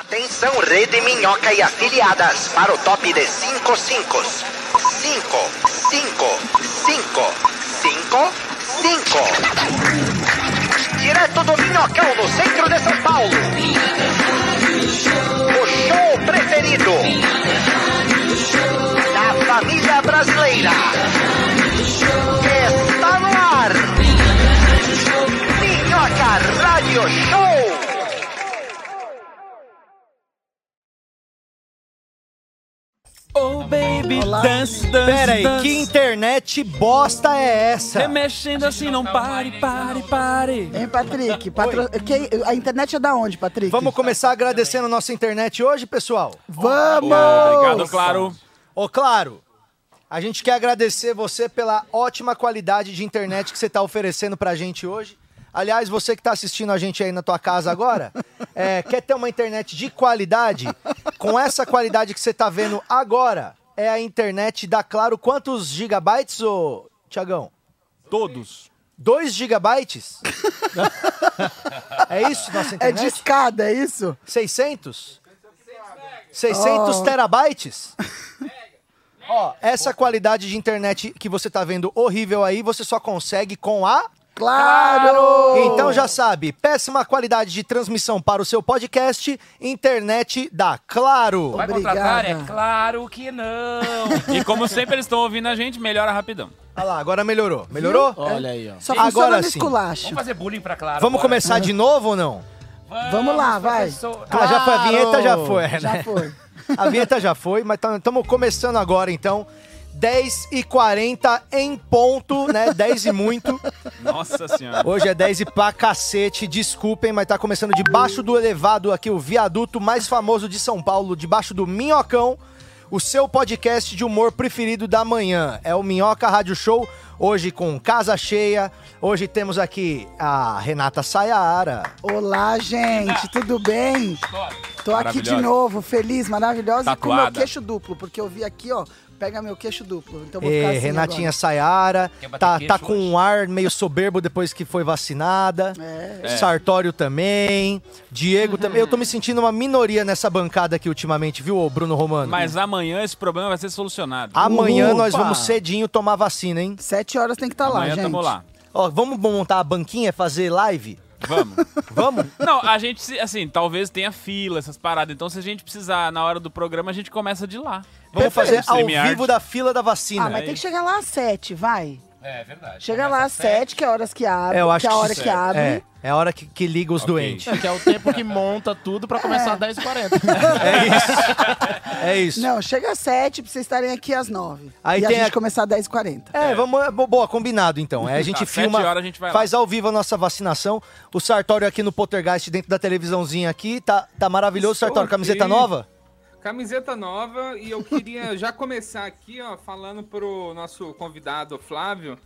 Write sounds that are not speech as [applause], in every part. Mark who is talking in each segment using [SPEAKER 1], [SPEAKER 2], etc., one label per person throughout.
[SPEAKER 1] Atenção, Rede Minhoca e afiliadas, para o top de 5 5. 5, 5, 5, 5, 5. Direto do Minhocão, no centro de São Paulo. O show preferido da família brasileira. Está no ar. Minhoca Radio Show.
[SPEAKER 2] Oh baby,
[SPEAKER 3] Olá.
[SPEAKER 2] dance, dance,
[SPEAKER 3] Pera aí,
[SPEAKER 2] dance.
[SPEAKER 3] que internet bosta é essa?
[SPEAKER 4] tá
[SPEAKER 2] É mexendo assim, não pare, pare, pare.
[SPEAKER 5] Hein, É, Patrick? Patro- que- a internet é da onde, Patrick?
[SPEAKER 3] Vamos começar agradecendo a nossa internet hoje, pessoal?
[SPEAKER 5] Vamos!
[SPEAKER 2] Obrigado, claro.
[SPEAKER 3] Ô, claro, a gente quer agradecer você pela ótima qualidade de internet que você está oferecendo pra gente hoje. Aliás, você que está assistindo a gente aí na tua casa agora, é, quer ter uma internet de qualidade? Com essa qualidade que você tá vendo agora, é a internet da Claro. Quantos gigabytes, ô Tiagão?
[SPEAKER 2] Todos.
[SPEAKER 3] 2 gigabytes? é isso nossa
[SPEAKER 5] É
[SPEAKER 3] internet?
[SPEAKER 5] de escada, é isso?
[SPEAKER 3] 600? 600 terabytes? Ó, essa qualidade de internet que você tá vendo horrível aí, você só consegue com a
[SPEAKER 5] Claro!
[SPEAKER 3] então já sabe, péssima qualidade de transmissão para o seu podcast, internet da Claro.
[SPEAKER 4] Vai
[SPEAKER 5] Obrigada.
[SPEAKER 4] contratar? É claro que não.
[SPEAKER 2] E como sempre eles estão ouvindo a gente, melhora rapidão.
[SPEAKER 3] Olha lá, agora melhorou. Melhorou?
[SPEAKER 6] Olha aí, ó.
[SPEAKER 5] Só
[SPEAKER 3] Agora
[SPEAKER 5] funciona no
[SPEAKER 3] sim.
[SPEAKER 5] esculacho.
[SPEAKER 4] Vamos fazer bullying pra Claro.
[SPEAKER 3] Vamos
[SPEAKER 4] agora.
[SPEAKER 3] começar de novo ou não?
[SPEAKER 5] Vamos lá, vai.
[SPEAKER 4] professor.
[SPEAKER 3] Ah, já foi, a Claro! vinheta já foi, né?
[SPEAKER 5] Já foi.
[SPEAKER 3] A vinheta já foi, mas estamos começando agora então. 10 e 40 em ponto, né? 10 e muito.
[SPEAKER 2] Nossa senhora.
[SPEAKER 3] Hoje é 10 e pra cacete, desculpem, mas tá começando debaixo do elevado aqui, o viaduto mais famoso de São Paulo, debaixo do Minhocão, o seu podcast de humor preferido da manhã. É o Minhoca Rádio Show, hoje com casa cheia. Hoje temos aqui a Renata Sayara.
[SPEAKER 5] Olá, gente, tudo bem? Tô aqui de
[SPEAKER 2] Maravilhosa.
[SPEAKER 5] novo, feliz, maravilhosa, e com meu
[SPEAKER 2] Tatuada.
[SPEAKER 5] queixo duplo, porque eu vi aqui, ó, pega meu queixo duplo. Então vou
[SPEAKER 3] E
[SPEAKER 5] ficar assim
[SPEAKER 3] Renatinha Sayara,
[SPEAKER 4] Quer bater
[SPEAKER 3] tá,
[SPEAKER 4] queixo
[SPEAKER 3] tá com
[SPEAKER 4] hoje?
[SPEAKER 3] um ar meio soberbo depois que foi vacinada.
[SPEAKER 5] É.
[SPEAKER 4] É.
[SPEAKER 3] Sartório também, Diego
[SPEAKER 5] [laughs]
[SPEAKER 3] também. Eu tô me sentindo uma minoria nessa bancada aqui ultimamente, viu, ô Bruno Romano?
[SPEAKER 2] Mas amanhã esse problema vai ser solucionado.
[SPEAKER 3] Amanhã
[SPEAKER 5] Opa!
[SPEAKER 3] nós vamos cedinho tomar vacina, hein?
[SPEAKER 5] agora. Sete horas tem que estar lá,
[SPEAKER 2] amanhã
[SPEAKER 5] gente.
[SPEAKER 2] tamo lá.
[SPEAKER 3] Ó, vamos montar a banquinha, fazer live?
[SPEAKER 2] Vamos.
[SPEAKER 3] Vamos?
[SPEAKER 2] Não, a gente, se- assim, talvez tenha fila, essas paradas. Então, se a gente precisar na hora do programa, a gente começa de lá.
[SPEAKER 3] Vamos fazer ao
[SPEAKER 2] StreamYard.
[SPEAKER 3] vivo da fila da vacina.
[SPEAKER 5] Ah, mas tem que chegar lá às sete, vai.
[SPEAKER 4] É verdade.
[SPEAKER 5] Chega lá às sete, que é horas que abre,
[SPEAKER 3] é, eu acho
[SPEAKER 5] que é a hora
[SPEAKER 3] isso-
[SPEAKER 5] que abre.
[SPEAKER 3] É, é a hora que, que liga os
[SPEAKER 2] Ok.
[SPEAKER 3] doentes.
[SPEAKER 6] É que é o tempo que monta tudo pra começar às 10h40.
[SPEAKER 3] [laughs] É isso. É isso.
[SPEAKER 5] É. Não, chega às sete pra vocês estarem aqui às nove.
[SPEAKER 3] Aí
[SPEAKER 5] e
[SPEAKER 3] tem
[SPEAKER 5] a gente
[SPEAKER 3] a-
[SPEAKER 5] começar às 10h40.
[SPEAKER 3] É, vamos. é, bo- Boa, combinado então. É, a gente
[SPEAKER 2] Tá, sete
[SPEAKER 3] filma.
[SPEAKER 2] horas a gente vai lá.
[SPEAKER 3] faz ao vivo a nossa vacinação. O Sartório aqui no Poltergeist, dentro da televisãozinha aqui. Tá, tá maravilhoso,
[SPEAKER 7] Estou
[SPEAKER 3] Sartório. Camiseta
[SPEAKER 7] aqui.
[SPEAKER 3] nova?
[SPEAKER 7] Camiseta nova e
[SPEAKER 3] [laughs]
[SPEAKER 7] eu queria já começar aqui, ó, falando pro nosso convidado Flávio.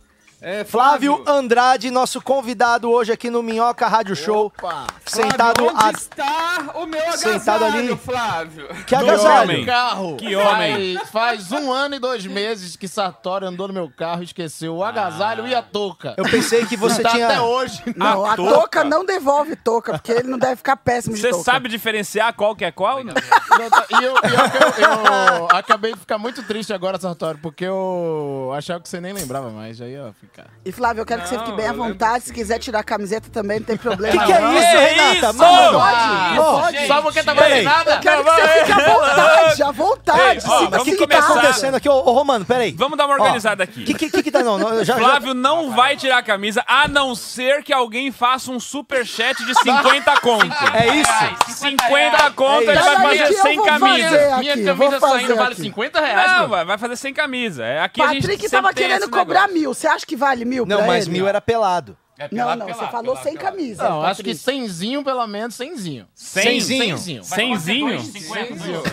[SPEAKER 7] É,
[SPEAKER 3] Flávio Andrade, nosso convidado hoje aqui no Minhoca Rádio Show.
[SPEAKER 6] Opa.
[SPEAKER 3] Sentado
[SPEAKER 7] Flávio, onde
[SPEAKER 3] a
[SPEAKER 7] está o meu agasalho,
[SPEAKER 3] Sentado ali.
[SPEAKER 7] Flávio?
[SPEAKER 3] Que
[SPEAKER 2] Do
[SPEAKER 3] agasalho!
[SPEAKER 2] homem.
[SPEAKER 6] carro.
[SPEAKER 2] Que homem.
[SPEAKER 6] Faz, faz um ano e dois meses que Sartori andou no meu carro e esqueceu o agasalho e a touca.
[SPEAKER 3] Eu pensei que você
[SPEAKER 6] tá
[SPEAKER 3] tinha.
[SPEAKER 6] até hoje.
[SPEAKER 5] Não, a,
[SPEAKER 2] touca.
[SPEAKER 5] touca. não devolve touca, porque ele não deve ficar péssimo de
[SPEAKER 2] Você
[SPEAKER 3] Então,
[SPEAKER 5] touca.
[SPEAKER 2] sabe diferenciar qual que é qual? Não?
[SPEAKER 6] Não, tá- E eu, e eu- eu acabei de ficar muito triste agora, Sartori, porque eu achava que você nem lembrava mais. Aí, ó, ficar.
[SPEAKER 5] E Flávio, eu quero que você
[SPEAKER 7] Não,
[SPEAKER 5] fique bem à
[SPEAKER 7] eu lembro
[SPEAKER 5] vontade. Se quiser tirar a camiseta também, não tem problema.
[SPEAKER 3] Que que é
[SPEAKER 5] não.
[SPEAKER 3] isso,
[SPEAKER 2] Que
[SPEAKER 3] Renata?
[SPEAKER 2] isso?
[SPEAKER 3] Mano,
[SPEAKER 2] Ah,
[SPEAKER 3] pode?
[SPEAKER 2] isso,
[SPEAKER 3] Pode?
[SPEAKER 2] gente.
[SPEAKER 6] Só porque tá
[SPEAKER 2] Peraí.
[SPEAKER 6] vacinada?
[SPEAKER 5] Eu quero que você fique à vontade, à
[SPEAKER 2] Ei,
[SPEAKER 5] vontade.
[SPEAKER 2] ó,
[SPEAKER 5] sinta-se
[SPEAKER 2] vamos
[SPEAKER 5] em
[SPEAKER 3] O que tá
[SPEAKER 2] começar.
[SPEAKER 5] casa.
[SPEAKER 3] acontecendo aqui? Ô, ô Romano, peraí.
[SPEAKER 2] Vamos dar uma organizada aqui.
[SPEAKER 3] O que, que, que que tá não? não, eu já- já-
[SPEAKER 2] Flávio não vai tirar a camisa, a não ser que alguém faça um superchat
[SPEAKER 3] [laughs]
[SPEAKER 2] de 50 conto.
[SPEAKER 3] É isso? É
[SPEAKER 2] 50 conto, ele
[SPEAKER 3] isso.
[SPEAKER 2] vai
[SPEAKER 5] Pera aí que
[SPEAKER 2] fazer
[SPEAKER 5] eu
[SPEAKER 2] sem
[SPEAKER 5] vou
[SPEAKER 2] camisa.
[SPEAKER 5] fazer.
[SPEAKER 6] Minha,
[SPEAKER 5] aqui,
[SPEAKER 6] minha
[SPEAKER 5] vou
[SPEAKER 6] camisa
[SPEAKER 5] fazer
[SPEAKER 6] saindo vale
[SPEAKER 5] aqui.
[SPEAKER 6] 50
[SPEAKER 3] É
[SPEAKER 6] reais,
[SPEAKER 2] Não,
[SPEAKER 6] mano.
[SPEAKER 2] vai vai fazer sem camisa. É, Aqui a gente
[SPEAKER 5] Patrick
[SPEAKER 2] sempre
[SPEAKER 5] tava
[SPEAKER 2] tem
[SPEAKER 5] querendo
[SPEAKER 2] esse
[SPEAKER 5] cobrar
[SPEAKER 2] negócio.
[SPEAKER 5] mil. Você acha que vale mil
[SPEAKER 3] Não,
[SPEAKER 5] pra
[SPEAKER 3] mas
[SPEAKER 5] ele?
[SPEAKER 3] mil era pelado.
[SPEAKER 4] É
[SPEAKER 5] Não,
[SPEAKER 4] pelado,
[SPEAKER 5] não, você
[SPEAKER 4] pelado,
[SPEAKER 5] falou
[SPEAKER 4] pelado,
[SPEAKER 5] sem
[SPEAKER 7] pelado.
[SPEAKER 5] camisa.
[SPEAKER 6] Não, acho que
[SPEAKER 5] Patrick.
[SPEAKER 6] cenzinho, pelo menos, cenzinho.
[SPEAKER 3] Cenzinho?
[SPEAKER 6] Cenzinho.
[SPEAKER 4] Vai tomar
[SPEAKER 2] Cenzinho?
[SPEAKER 4] dois, 50, viu?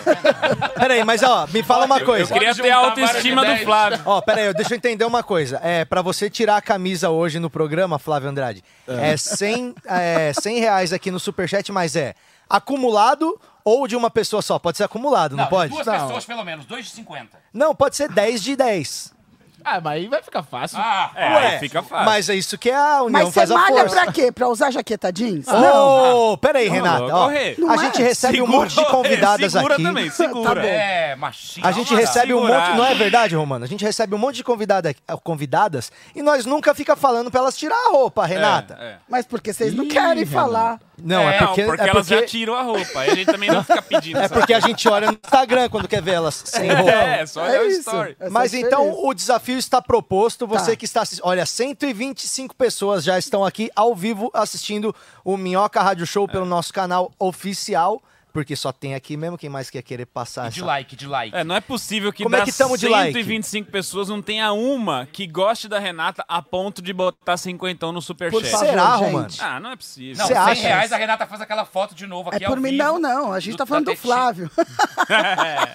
[SPEAKER 3] Peraí, mas ó, me fala uma
[SPEAKER 2] Eu
[SPEAKER 3] coisa.
[SPEAKER 2] queria
[SPEAKER 4] Pode
[SPEAKER 2] ter a
[SPEAKER 4] juntar
[SPEAKER 2] autoestima
[SPEAKER 4] várias
[SPEAKER 2] do
[SPEAKER 4] de
[SPEAKER 2] Flávio.
[SPEAKER 3] Ó, peraí, eu- deixa eu entender uma coisa. É, pra você tirar a camisa hoje no programa, Flávio Andrade, é 100, é, 100 reais aqui no Superchat, mas é acumulado ou de uma pessoa só? Pode ser acumulado, não,
[SPEAKER 4] de
[SPEAKER 3] pode?
[SPEAKER 4] Duas
[SPEAKER 6] Não.
[SPEAKER 4] pessoas, pelo menos. Dois de 50.
[SPEAKER 3] Não, pode ser 10 de 10.
[SPEAKER 6] Ah, mas aí vai ficar fácil.
[SPEAKER 4] Ah,
[SPEAKER 2] É,
[SPEAKER 3] Ué,
[SPEAKER 2] aí fica fácil.
[SPEAKER 3] Mas é isso que a união
[SPEAKER 5] Mas você
[SPEAKER 3] faz a
[SPEAKER 5] malha
[SPEAKER 3] força.
[SPEAKER 5] pra quê? Pra usar jaqueta jeans?
[SPEAKER 3] Ô, peraí, Renata.
[SPEAKER 2] louco,
[SPEAKER 3] ó,
[SPEAKER 2] corre.
[SPEAKER 3] a
[SPEAKER 5] Não
[SPEAKER 3] gente
[SPEAKER 5] é?
[SPEAKER 3] recebe um monte de convidadas
[SPEAKER 2] segura
[SPEAKER 3] aqui.
[SPEAKER 2] também, segura.
[SPEAKER 5] Tá bom.
[SPEAKER 4] é, machinho.
[SPEAKER 3] A gente recebe um
[SPEAKER 2] Segurar.
[SPEAKER 3] monte, não é verdade, Romano? A gente recebe um monte de convidada, convidadas e nós nunca fica falando pra elas tirar a roupa, Renata.
[SPEAKER 2] É, é.
[SPEAKER 5] Mas porque vocês não
[SPEAKER 6] Ih,
[SPEAKER 5] querem
[SPEAKER 6] Renato.
[SPEAKER 5] falar.
[SPEAKER 3] Não, é, porque, é
[SPEAKER 2] elas já
[SPEAKER 3] porque-
[SPEAKER 2] tiram a roupa. Aí a gente também não fica pedindo.
[SPEAKER 3] é
[SPEAKER 2] sabe?
[SPEAKER 3] porque a gente olha no Instagram quando quer ver elas sem roupa.
[SPEAKER 2] É, só olha
[SPEAKER 5] é
[SPEAKER 2] o
[SPEAKER 5] isso.
[SPEAKER 2] story.
[SPEAKER 5] Essa
[SPEAKER 3] Mas
[SPEAKER 5] é a
[SPEAKER 3] então
[SPEAKER 5] diferença.
[SPEAKER 3] o desafio está proposto. Você
[SPEAKER 5] Tá.
[SPEAKER 3] que está assistindo. Olha, 125 pessoas já estão aqui ao vivo assistindo o Minhoca Rádio Show
[SPEAKER 2] É.
[SPEAKER 3] pelo nosso canal oficial. Porque só tem aqui mesmo quem mais quer querer passar
[SPEAKER 4] De
[SPEAKER 3] essa-
[SPEAKER 4] like, de like.
[SPEAKER 2] É, não é possível que
[SPEAKER 3] Como é
[SPEAKER 2] das
[SPEAKER 3] que tamo de like?
[SPEAKER 2] 125 pessoas não tenha uma que goste da Renata a ponto de botar cinquentão no
[SPEAKER 3] Por
[SPEAKER 2] superchat.
[SPEAKER 5] favor,
[SPEAKER 3] Será,
[SPEAKER 5] gente.
[SPEAKER 3] Romano?
[SPEAKER 2] Ah, não é possível.
[SPEAKER 4] Não,
[SPEAKER 3] Cê
[SPEAKER 4] 100
[SPEAKER 3] acha
[SPEAKER 4] reais
[SPEAKER 3] isso?
[SPEAKER 4] a Renata faz aquela foto de novo aqui
[SPEAKER 5] É
[SPEAKER 4] ao
[SPEAKER 5] por mim,
[SPEAKER 4] vivo.
[SPEAKER 5] não, não. A gente tá falando
[SPEAKER 4] da
[SPEAKER 5] do
[SPEAKER 4] tetinha.
[SPEAKER 5] Flávio.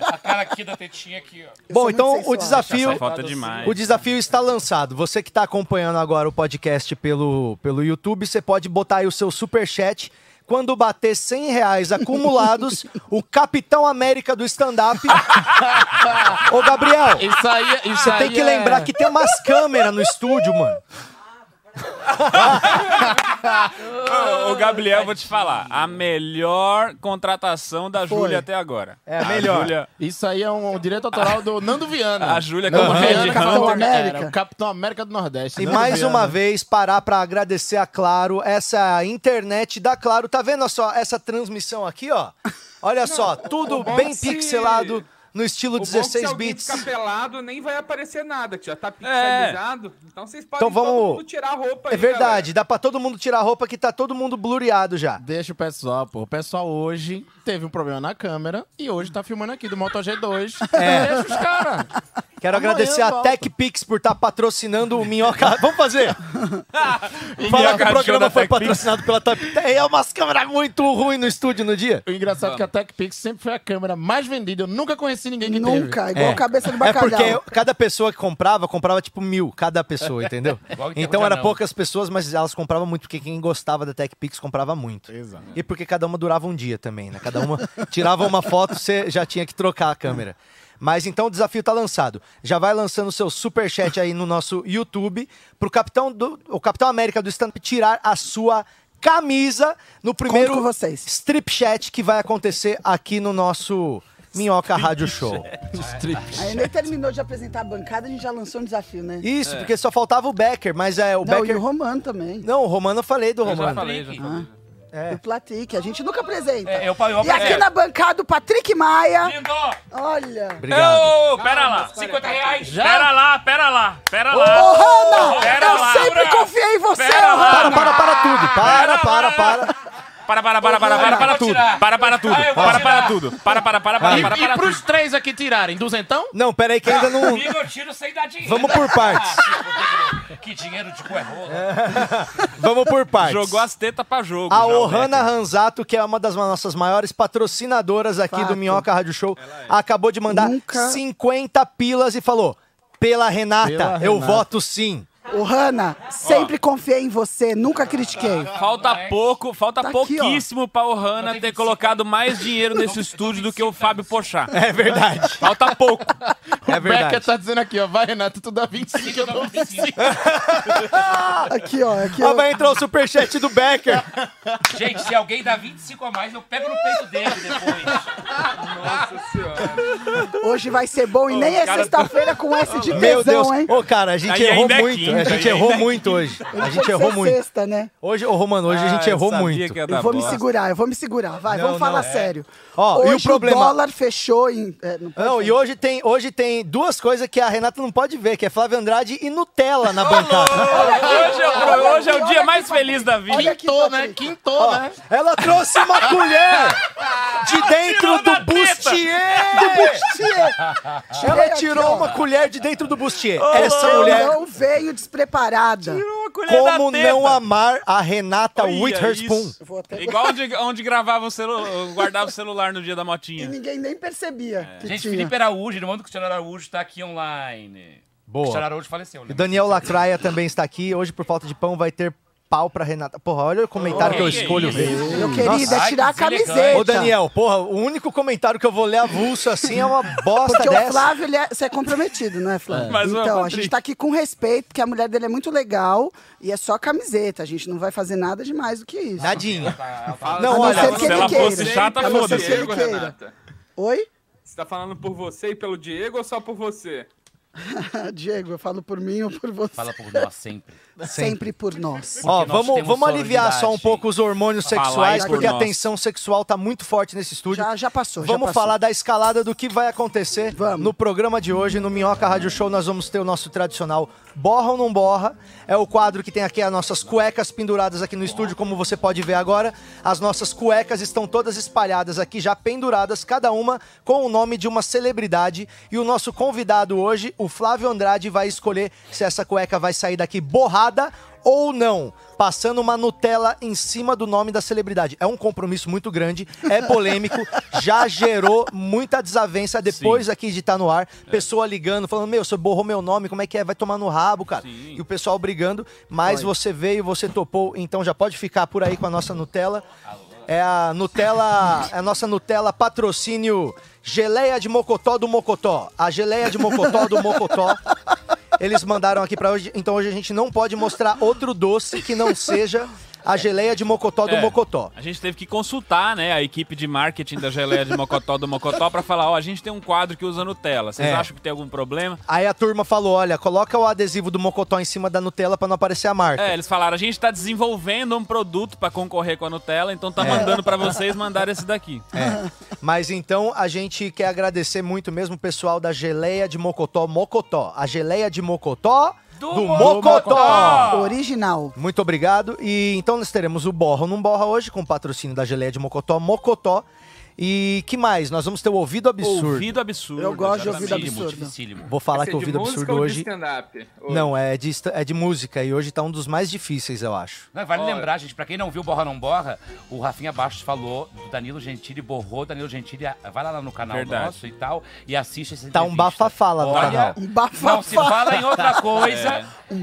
[SPEAKER 4] A cara aqui da tetinha aqui, ó.
[SPEAKER 3] Bom,
[SPEAKER 5] muito
[SPEAKER 3] então o
[SPEAKER 5] sensual.
[SPEAKER 3] desafio.
[SPEAKER 2] Essa foto é demais.
[SPEAKER 3] O desafio está lançado. Você que está acompanhando agora o podcast pelo, pelo YouTube, você pode botar aí o seu superchat. Quando bater 100 reais
[SPEAKER 7] [laughs]
[SPEAKER 3] acumulados, o Capitão América do stand-up. Ô, Gabriel,
[SPEAKER 6] Isso aí, é- isso
[SPEAKER 7] Ah,
[SPEAKER 3] você tem que lembrar que tem umas câmeras no estúdio, mano.
[SPEAKER 2] Ô, ô, Gabriel, vou te falar. A melhor contratação da Júlia até agora.
[SPEAKER 3] É, a melhor.
[SPEAKER 2] Júlia-
[SPEAKER 6] Isso aí é um direito autoral do Nando Viana.
[SPEAKER 2] a Júlia é como head
[SPEAKER 5] Capitão
[SPEAKER 2] hunter.
[SPEAKER 5] América.
[SPEAKER 6] Era o Capitão América do Nordeste.
[SPEAKER 3] E
[SPEAKER 6] Nando
[SPEAKER 3] mais
[SPEAKER 6] Viana.
[SPEAKER 3] uma vez, parar para agradecer a Claro, essa internet da Claro. Tá vendo só essa transmissão aqui, ó? Olha só, tudo
[SPEAKER 7] bom
[SPEAKER 3] bem
[SPEAKER 7] que se-
[SPEAKER 3] pixelado no estilo
[SPEAKER 7] O bom é que se
[SPEAKER 3] 16
[SPEAKER 7] alguém
[SPEAKER 3] bits.
[SPEAKER 7] ficar pelado, nem vai aparecer nada, que já
[SPEAKER 4] É.
[SPEAKER 7] tá pixelizado. Então vocês podem
[SPEAKER 3] Então vamos-
[SPEAKER 7] todo mundo tirar a roupa
[SPEAKER 3] É
[SPEAKER 7] aí,
[SPEAKER 3] verdade, dá pra todo mundo tirar a roupa que tá todo mundo blureado já.
[SPEAKER 6] Deixa o pessoal, pô. O pessoal hoje teve um problema na câmera e hoje tá filmando aqui do Moto G2.
[SPEAKER 3] É.
[SPEAKER 6] Deixa os
[SPEAKER 3] [laughs]
[SPEAKER 6] caras.
[SPEAKER 3] Quero
[SPEAKER 6] Amanhã
[SPEAKER 3] agradecer a
[SPEAKER 6] volta.
[SPEAKER 3] TechPix por estar patrocinando o Minhoca. Vamos fazer! Falar
[SPEAKER 2] Minhoca
[SPEAKER 3] que o
[SPEAKER 2] Show
[SPEAKER 3] programa
[SPEAKER 2] da
[SPEAKER 3] foi
[SPEAKER 2] TechPix.
[SPEAKER 3] patrocinado pela TechPix. É umas câmeras muito ruins no estúdio no dia.
[SPEAKER 6] O engraçado é que a TechPix sempre foi a câmera mais vendida. Eu nunca conheci ninguém que teve.
[SPEAKER 5] Nunca, igual
[SPEAKER 3] É.
[SPEAKER 5] cabeça de
[SPEAKER 3] É
[SPEAKER 5] bacalhau.
[SPEAKER 3] porque cada pessoa que comprava, comprava tipo mil, cada pessoa, entendeu?
[SPEAKER 4] Igual em tempo
[SPEAKER 3] então
[SPEAKER 4] de
[SPEAKER 3] era
[SPEAKER 4] anão.
[SPEAKER 3] poucas pessoas, mas elas compravam muito, porque quem gostava da TechPix comprava muito.
[SPEAKER 6] Exato.
[SPEAKER 3] E porque cada uma durava um dia também, né? Cada uma [laughs] tirava uma foto, você já tinha que trocar a câmera. Mas então o desafio tá lançado. Já vai lançando o seu superchat aí no nosso YouTube pro Capitão do o Capitão América do Stand tirar a sua camisa no primeiro
[SPEAKER 5] com vocês.
[SPEAKER 3] strip chat que vai acontecer aqui no nosso Minhoca Rádio Show.
[SPEAKER 5] Aí nem terminou de apresentar a bancada, a gente já lançou um desafio, né?
[SPEAKER 4] É.
[SPEAKER 3] Isso, porque só faltava o Becker, mas é o
[SPEAKER 5] não,
[SPEAKER 3] Becker.
[SPEAKER 5] e o Romano também.
[SPEAKER 3] Não, o Romano eu falei do
[SPEAKER 2] Eu já
[SPEAKER 3] Romano.
[SPEAKER 2] falei, já falei.
[SPEAKER 3] É.
[SPEAKER 5] O Platique, a gente nunca apresenta.
[SPEAKER 4] É, eu- eu
[SPEAKER 5] e aqui
[SPEAKER 4] apresento.
[SPEAKER 5] na bancada o Patrick Maia.
[SPEAKER 4] Lindo!
[SPEAKER 5] Olha.
[SPEAKER 3] Obrigado.
[SPEAKER 2] Ô, pera lá.
[SPEAKER 4] 50
[SPEAKER 3] [laughs]
[SPEAKER 4] reais!
[SPEAKER 2] Pera lá, pera lá, pera lá.
[SPEAKER 5] Ô, Hanna,
[SPEAKER 2] Pera
[SPEAKER 5] eu
[SPEAKER 2] lá.
[SPEAKER 5] sempre confiei em você,
[SPEAKER 2] Pera lá.
[SPEAKER 3] Para,
[SPEAKER 5] Hanna.
[SPEAKER 3] para, para tudo. Para, para, para.
[SPEAKER 2] Para, para, para, para, para, para tudo. Para, para tudo.
[SPEAKER 4] Ah, eu vou
[SPEAKER 2] Para, para
[SPEAKER 4] tirar.
[SPEAKER 2] tudo. Para, para, para, para,
[SPEAKER 6] E,
[SPEAKER 2] para,
[SPEAKER 6] e
[SPEAKER 2] para tudo.
[SPEAKER 6] pros três aqui tirarem, duzentão?
[SPEAKER 3] Não, peraí que ainda não.
[SPEAKER 4] Comigo eu tiro sem dar dinheiro.
[SPEAKER 3] Vamos por partes.
[SPEAKER 4] [laughs] Que dinheiro de cu é rola.
[SPEAKER 3] [laughs] Vamos por partes.
[SPEAKER 2] Jogou as tetas pra jogo. já,
[SPEAKER 3] A
[SPEAKER 2] o
[SPEAKER 3] Ohana
[SPEAKER 2] Becker.
[SPEAKER 3] Ranzato, que é uma das nossas maiores patrocinadoras aqui do
[SPEAKER 5] Fato.
[SPEAKER 3] Minhoca Rádio Show,
[SPEAKER 4] é.
[SPEAKER 3] acabou de mandar
[SPEAKER 5] Nunca-
[SPEAKER 3] 50 pilas e falou: pela Renata,
[SPEAKER 6] Pela
[SPEAKER 3] eu
[SPEAKER 6] Renata."
[SPEAKER 3] voto sim.
[SPEAKER 5] Ô, Hanna, sempre confiei em você, nunca critiquei.
[SPEAKER 2] Falta pouco, falta
[SPEAKER 5] Tá aqui, ó.
[SPEAKER 2] pouquíssimo pra Ohana ter colocado mais dinheiro nesse estúdio do que o Fábio Pochá. É [laughs] verdade. Falta pouco.
[SPEAKER 3] É verdade.
[SPEAKER 6] Becker tá dizendo aqui, ó. Vai, Renato, tu dá 25, eu dou 25.
[SPEAKER 5] Aqui, ó. Aqui,
[SPEAKER 3] Ah,
[SPEAKER 5] ó.
[SPEAKER 3] vai entrar o superchat do Becker.
[SPEAKER 4] Gente, se alguém dá 25 a mais, eu pego no peito dele depois.
[SPEAKER 7] Nossa senhora.
[SPEAKER 5] Hoje vai ser bom e nem é
[SPEAKER 2] cara-
[SPEAKER 5] sexta-feira com S de
[SPEAKER 3] Meu Deus.
[SPEAKER 5] tesão, hein?
[SPEAKER 3] Ô, cara, a gente
[SPEAKER 2] Aí
[SPEAKER 3] errou
[SPEAKER 2] ainda é
[SPEAKER 3] muito.
[SPEAKER 2] quinta,
[SPEAKER 3] a gente
[SPEAKER 2] aí
[SPEAKER 3] errou
[SPEAKER 2] ainda é
[SPEAKER 3] muito
[SPEAKER 5] [laughs]
[SPEAKER 3] hoje. A gente
[SPEAKER 5] Pode
[SPEAKER 3] errou
[SPEAKER 5] ser
[SPEAKER 3] muito.
[SPEAKER 5] sexta, né?
[SPEAKER 3] Hoje, ô Romano, hoje a gente
[SPEAKER 2] Ah,
[SPEAKER 3] errou
[SPEAKER 2] sabia
[SPEAKER 3] muito.
[SPEAKER 2] que ia dar
[SPEAKER 5] Eu vou me
[SPEAKER 2] bosta.
[SPEAKER 5] segurar, eu vou me segurar. Vai,
[SPEAKER 3] Não,
[SPEAKER 5] vamos falar
[SPEAKER 3] não, é.
[SPEAKER 5] sério.
[SPEAKER 3] Ó, e
[SPEAKER 5] Hoje
[SPEAKER 3] o problema-
[SPEAKER 5] o dólar fechou em... é, não pode
[SPEAKER 3] Não,
[SPEAKER 5] falar.
[SPEAKER 3] e hoje tem, hoje tem duas coisas que a Renata não pode ver, que é Flávio Andrade e Nutella na bancada.
[SPEAKER 2] Hoje é o,
[SPEAKER 5] Olha
[SPEAKER 2] hoje é o
[SPEAKER 5] aqui,
[SPEAKER 2] dia
[SPEAKER 5] olha
[SPEAKER 2] mais
[SPEAKER 5] aqui,
[SPEAKER 2] feliz da vida.
[SPEAKER 5] Olha aqui,
[SPEAKER 6] Quintou, né?
[SPEAKER 5] Patrick.
[SPEAKER 6] Quintou,
[SPEAKER 3] Ó,
[SPEAKER 6] né?
[SPEAKER 3] ela trouxe uma colher de dentro
[SPEAKER 2] Tirou da
[SPEAKER 3] do bustier. Do bustier. Ela
[SPEAKER 5] aqui,
[SPEAKER 3] tirou
[SPEAKER 5] ó.
[SPEAKER 3] uma colher de dentro do bustier. Essa mulher,
[SPEAKER 5] Não veio despreparada.
[SPEAKER 3] como não amar a Renata Witherspoon?
[SPEAKER 5] Eu vou até...
[SPEAKER 2] Igual onde, onde gravava o celular, guardava o celular no dia da
[SPEAKER 5] E
[SPEAKER 2] motinha.
[SPEAKER 5] ninguém nem
[SPEAKER 3] É.
[SPEAKER 5] percebia que
[SPEAKER 4] Gente,
[SPEAKER 5] tinha.
[SPEAKER 4] Felipe é Araújo, irmão do Cristiano Araújo, tá aqui online.
[SPEAKER 3] Boa.
[SPEAKER 4] Cristiano Araújo faleceu, né?
[SPEAKER 3] Daniel Lacraia também está aqui. Hoje, por falta de pão, vai ter pau pra Renata. Porra, olha o comentário
[SPEAKER 2] Ô,
[SPEAKER 3] que eu
[SPEAKER 2] que
[SPEAKER 3] escolho
[SPEAKER 2] isso?
[SPEAKER 3] ver.
[SPEAKER 5] Meu querido, é
[SPEAKER 4] Ai,
[SPEAKER 5] tirar a
[SPEAKER 4] que deselegante.
[SPEAKER 5] camiseta.
[SPEAKER 3] Ô, Daniel, porra, o único comentário que eu vou ler avulso assim é uma bosta
[SPEAKER 5] Porque
[SPEAKER 3] dessa.
[SPEAKER 5] o Flávio, ele é, você é comprometido, né,
[SPEAKER 3] [laughs]
[SPEAKER 5] Flávio?
[SPEAKER 2] Mas, ô,
[SPEAKER 5] então, a
[SPEAKER 2] Patrick.
[SPEAKER 5] gente tá aqui com respeito, porque a mulher dele é muito legal e é só camiseta. A gente não vai fazer nada demais do que isso.
[SPEAKER 3] Nadinha.
[SPEAKER 7] Fala-
[SPEAKER 3] Não,
[SPEAKER 7] tá
[SPEAKER 3] olha,
[SPEAKER 7] falando
[SPEAKER 2] se
[SPEAKER 7] por
[SPEAKER 2] ela
[SPEAKER 7] você
[SPEAKER 2] fosse
[SPEAKER 7] e
[SPEAKER 2] chata,
[SPEAKER 7] pelo
[SPEAKER 2] foda-se.
[SPEAKER 7] Diego,
[SPEAKER 5] Queira.
[SPEAKER 7] Renata.
[SPEAKER 5] Oi? [laughs]
[SPEAKER 7] Você tá falando por você e pelo Diego ou só por você?
[SPEAKER 5] Diego, eu falo por mim ou por você?
[SPEAKER 4] Fala por nós sempre.
[SPEAKER 5] Sempre por nós.
[SPEAKER 3] Ó,
[SPEAKER 4] Porque nós
[SPEAKER 3] vamos,
[SPEAKER 4] temos
[SPEAKER 3] vamos aliviar
[SPEAKER 4] sororidade.
[SPEAKER 3] só um pouco os hormônios
[SPEAKER 2] Falar
[SPEAKER 3] sexuais,
[SPEAKER 2] isso
[SPEAKER 3] porque
[SPEAKER 2] por
[SPEAKER 3] a
[SPEAKER 2] nós.
[SPEAKER 3] tensão sexual tá muito forte nesse estúdio.
[SPEAKER 5] Já, já passou, já
[SPEAKER 3] Vamos
[SPEAKER 5] passou.
[SPEAKER 3] falar da escalada do que vai acontecer no programa de hoje. No Minhoca Rádio Show, nós vamos ter o nosso tradicional Borra ou Não Borra. É o quadro que tem aqui as nossas cuecas penduradas aqui no estúdio, como você pode ver agora. As nossas cuecas estão todas espalhadas aqui, já penduradas, cada uma com o nome de uma celebridade. E o nosso convidado hoje, o Flávio Andrade, vai escolher se essa cueca vai sair daqui borrada ou não, passando uma Nutella em cima do nome da celebridade. É um compromisso muito grande, é polêmico, já gerou muita desavença depois aqui de estar no ar. Pessoa ligando, falando: Meu, você borrou meu nome, como é que é? Vai tomar no rabo, cara. E o pessoal brigando, mas você veio, você topou, então já pode ficar por aí com a nossa Nutella. É a Nutella, é a nossa Nutella patrocínio Geleia de Mocotó do Mocotó. A geleia de Mocotó do Mocotó. Eles mandaram aqui pra hoje, então hoje a gente não pode mostrar outro doce que não seja a geleia de mocotó do
[SPEAKER 2] É.
[SPEAKER 3] mocotó.
[SPEAKER 2] A gente teve que consultar, né, a equipe de marketing da geleia de Mocotó do Mocotó pra falar, ó, a gente tem um quadro que usa Nutella. Vocês
[SPEAKER 3] É.
[SPEAKER 2] acham que tem algum problema?
[SPEAKER 3] Aí a turma falou: olha, coloca o adesivo do mocotó em cima da Nutella pra não aparecer a marca.
[SPEAKER 2] É, eles falaram, a gente tá desenvolvendo um produto pra concorrer com a Nutella, então
[SPEAKER 3] É.
[SPEAKER 2] tá mandando pra vocês mandar esse daqui.
[SPEAKER 3] Mas então a gente quer agradecer muito mesmo o pessoal da geleia de mocotó Mocotó. A geleia de mocotó do, mocotó.
[SPEAKER 5] Original.
[SPEAKER 3] Muito obrigado. E então nós teremos o Borra ou Não Borra hoje, com o patrocínio da geleia de mocotó Mocotó. E que mais? Nós vamos ter o ouvido absurdo.
[SPEAKER 2] Ouvido absurdo.
[SPEAKER 5] Eu gosto de ouvido
[SPEAKER 2] exatamente.
[SPEAKER 5] absurdo.
[SPEAKER 4] é Dificílimo.
[SPEAKER 3] Vou falar
[SPEAKER 7] Vai ser
[SPEAKER 3] que o ouvido
[SPEAKER 7] é de música
[SPEAKER 3] absurdo
[SPEAKER 7] ou de
[SPEAKER 3] hoje.
[SPEAKER 7] stand-up? Ou-
[SPEAKER 3] Não, é de, esta- é de música e hoje tá um dos mais difíceis, eu acho.
[SPEAKER 4] Não, vale
[SPEAKER 7] Olha.
[SPEAKER 4] lembrar, gente, pra quem não viu Borra Não Borra, o Rafinha Bastos falou do Danilo Gentili, borrou Danilo Gentili. ah, Vai lá no canal
[SPEAKER 2] Verdade.
[SPEAKER 4] nosso e tal e assiste esse
[SPEAKER 3] Tá um bafafá lá no canal.
[SPEAKER 5] Um
[SPEAKER 4] Não, se
[SPEAKER 5] bafafá.
[SPEAKER 4] fala em outra coisa.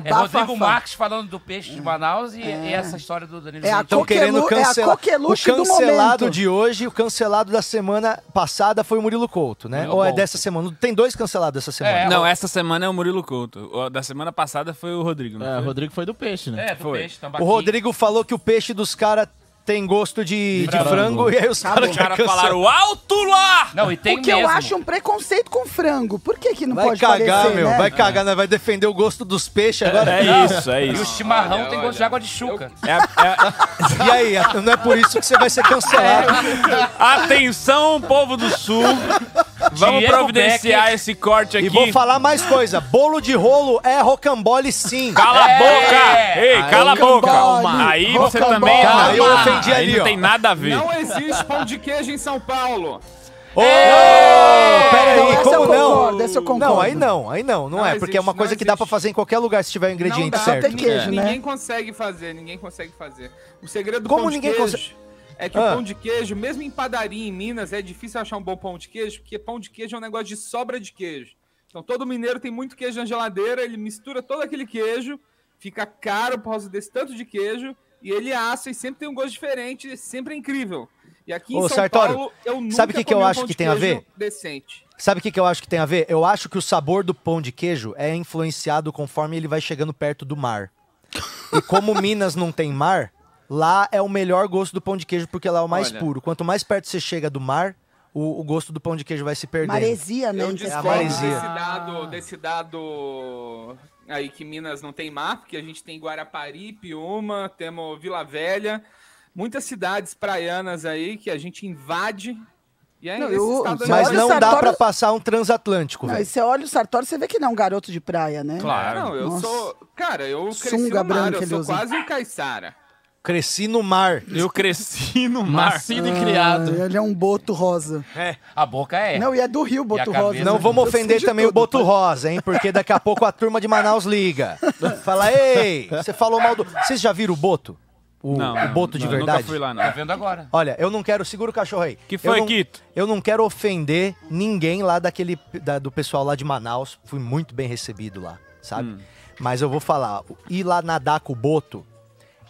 [SPEAKER 4] É, Rodrigo
[SPEAKER 5] bafafá.
[SPEAKER 4] Marques falando do peixe de Manaus e, e essa história do Danilo
[SPEAKER 5] É a
[SPEAKER 4] Gentili.
[SPEAKER 3] Estão
[SPEAKER 5] Coquelu-
[SPEAKER 3] querendo
[SPEAKER 5] é a
[SPEAKER 3] cancelar. o
[SPEAKER 5] coqueluche do
[SPEAKER 3] cancelado
[SPEAKER 5] momento.
[SPEAKER 3] de hoje, o cancelado da semana passada foi o Murilo Couto, né?
[SPEAKER 4] Murilo
[SPEAKER 3] Ou é
[SPEAKER 4] Couto.
[SPEAKER 3] dessa semana? Tem dois cancelados essa semana.
[SPEAKER 4] É,
[SPEAKER 2] Não,
[SPEAKER 4] o-
[SPEAKER 2] essa semana é o Murilo Couto. O Da semana passada foi o Rodrigo, não
[SPEAKER 6] É,
[SPEAKER 2] foi?
[SPEAKER 6] o Rodrigo foi do peixe, né?
[SPEAKER 4] É, do
[SPEAKER 2] Foi.
[SPEAKER 4] peixe,
[SPEAKER 3] O
[SPEAKER 4] tambaqui.
[SPEAKER 3] Rodrigo falou que o peixe dos caras tem gosto de, de frango. e aí os caras
[SPEAKER 2] Os caras
[SPEAKER 3] querem [laughs] cancelar.
[SPEAKER 2] falaram alto lá!
[SPEAKER 4] Não, e tem
[SPEAKER 5] o que
[SPEAKER 4] mesmo.
[SPEAKER 5] eu acho um preconceito com frango. Por que que não
[SPEAKER 3] Vai
[SPEAKER 5] pode
[SPEAKER 3] cagar,
[SPEAKER 5] parecer,
[SPEAKER 3] meu.
[SPEAKER 5] né?
[SPEAKER 3] Vai cagar, né? Vai defender o gosto dos peixes agora.
[SPEAKER 2] É isso, é
[SPEAKER 4] E o
[SPEAKER 2] isso.
[SPEAKER 4] chimarrão
[SPEAKER 7] Olha,
[SPEAKER 4] tem gosto
[SPEAKER 7] olha.
[SPEAKER 4] de água de chuca.
[SPEAKER 2] É a-
[SPEAKER 3] E aí, não é por isso que você vai ser cancelado.
[SPEAKER 2] é a- Atenção, povo do
[SPEAKER 3] [laughs]
[SPEAKER 2] Sul! Vamos
[SPEAKER 4] Diego
[SPEAKER 2] providenciar
[SPEAKER 4] Becker.
[SPEAKER 2] esse corte
[SPEAKER 5] é
[SPEAKER 2] aqui.
[SPEAKER 3] E vou falar mais coisa. Bolo de rolo é rocambole sim.
[SPEAKER 2] Cala a
[SPEAKER 4] É.
[SPEAKER 2] boca! Ei, cala a boca!
[SPEAKER 5] Rocambole,
[SPEAKER 2] Aí você
[SPEAKER 5] rocambole.
[SPEAKER 2] também. é
[SPEAKER 3] Aí eu ofendi
[SPEAKER 2] Aí
[SPEAKER 3] ali,
[SPEAKER 2] não
[SPEAKER 3] ó. é
[SPEAKER 2] tem nada a ver.
[SPEAKER 7] Não existe pão de queijo em São Paulo.
[SPEAKER 3] Ô, peraí,
[SPEAKER 5] Não, essa
[SPEAKER 3] como
[SPEAKER 5] eu
[SPEAKER 3] não?
[SPEAKER 5] concordo, essa eu concordo.
[SPEAKER 3] Não, aí não, aí não, não,
[SPEAKER 7] Não
[SPEAKER 3] é, porque é uma
[SPEAKER 7] existe,
[SPEAKER 3] coisa
[SPEAKER 7] não
[SPEAKER 3] que dá pra
[SPEAKER 7] existe.
[SPEAKER 3] fazer em qualquer lugar se tiver o
[SPEAKER 7] Não
[SPEAKER 3] ingrediente
[SPEAKER 7] dá,
[SPEAKER 3] certo. É.
[SPEAKER 5] tem queijo, né?
[SPEAKER 7] Ninguém consegue fazer, ninguém consegue fazer. O segredo do
[SPEAKER 3] Como
[SPEAKER 7] pão de
[SPEAKER 3] ninguém
[SPEAKER 7] queijo
[SPEAKER 3] consegue?
[SPEAKER 7] é que
[SPEAKER 3] Ah.
[SPEAKER 7] o pão de queijo, mesmo em padaria em Minas, é difícil achar um bom pão de queijo, porque pão de queijo é um negócio de sobra de queijo. Então todo mineiro tem muito queijo na geladeira, ele mistura todo aquele queijo, fica caro por causa desse tanto de queijo, e ele assa e sempre tem um gosto diferente, sempre é incrível. E aqui em
[SPEAKER 3] Ô,
[SPEAKER 7] São
[SPEAKER 3] Sartório,
[SPEAKER 7] Paulo, eu nunca
[SPEAKER 3] sabe o que que eu
[SPEAKER 7] comi um
[SPEAKER 3] acho
[SPEAKER 7] pão
[SPEAKER 3] que
[SPEAKER 7] de
[SPEAKER 3] tem a
[SPEAKER 7] queijo
[SPEAKER 3] ver?
[SPEAKER 7] Decente.
[SPEAKER 3] Sabe o que, que eu acho que tem a ver? Eu acho que o sabor do pão de queijo é influenciado conforme ele vai chegando perto do mar. E
[SPEAKER 5] [laughs]
[SPEAKER 3] como Minas não tem mar, lá é o melhor gosto do pão de queijo, porque lá é o mais
[SPEAKER 7] Olha.
[SPEAKER 3] puro. Quanto mais perto você chega do mar, o, o gosto do pão de queijo vai se perdendo.
[SPEAKER 5] Maresia, né?
[SPEAKER 7] Eu
[SPEAKER 5] Então,
[SPEAKER 7] discordo
[SPEAKER 3] é maresia.
[SPEAKER 7] desse
[SPEAKER 5] Ah.
[SPEAKER 7] dado, desse dado aí que Minas não tem mar, porque a gente tem Guarapari, Piúma, temos Vila Velha, muitas cidades praianas aí que a gente invade. E aí, tá-
[SPEAKER 5] Não,
[SPEAKER 7] esse
[SPEAKER 5] eu-
[SPEAKER 7] estado
[SPEAKER 3] Mas
[SPEAKER 5] Olha o
[SPEAKER 3] não dá
[SPEAKER 5] Sartório-
[SPEAKER 3] pra passar um transatlântico,
[SPEAKER 5] Não,
[SPEAKER 3] velho.
[SPEAKER 5] e você olha o Sartori, você vê que não é um garoto de praia, né?
[SPEAKER 2] Claro.
[SPEAKER 7] Não, eu
[SPEAKER 5] Nossa.
[SPEAKER 7] sou. Cara, eu cresci
[SPEAKER 5] Sunga
[SPEAKER 7] no mar,
[SPEAKER 5] branca
[SPEAKER 7] eu
[SPEAKER 5] ele
[SPEAKER 7] sou
[SPEAKER 5] usa.
[SPEAKER 7] quase um caiçara.
[SPEAKER 3] Cresci no mar.
[SPEAKER 2] Eu cresci no mar.
[SPEAKER 6] Nascido e criado.
[SPEAKER 5] Ah, ele é um boto rosa.
[SPEAKER 4] A boca é.
[SPEAKER 5] Não, e é do Rio,
[SPEAKER 4] E a
[SPEAKER 5] boto
[SPEAKER 4] cabeça-
[SPEAKER 5] rosa.
[SPEAKER 3] Não vamos
[SPEAKER 5] Eu sei
[SPEAKER 3] ofender
[SPEAKER 5] de
[SPEAKER 3] também o
[SPEAKER 5] tudo,
[SPEAKER 3] Boto
[SPEAKER 5] pai.
[SPEAKER 3] Rosa, hein? Porque daqui a pouco a turma de Manaus liga. Fala, ei, você falou mal do. Vocês já viram o Boto? O, o Boto de
[SPEAKER 2] não,
[SPEAKER 3] verdade? É.
[SPEAKER 2] Nunca fui lá, não.
[SPEAKER 4] Tá vendo agora.
[SPEAKER 3] Olha, eu não quero. Segura o cachorro aí.
[SPEAKER 2] Que foi,
[SPEAKER 3] eu não,
[SPEAKER 2] Kito?
[SPEAKER 3] Eu não quero ofender ninguém lá daquele. da- do pessoal lá de Manaus. Fui
[SPEAKER 2] Hum.
[SPEAKER 3] muito bem recebido lá, sabe? Mas eu vou falar. Ir lá nadar com o Boto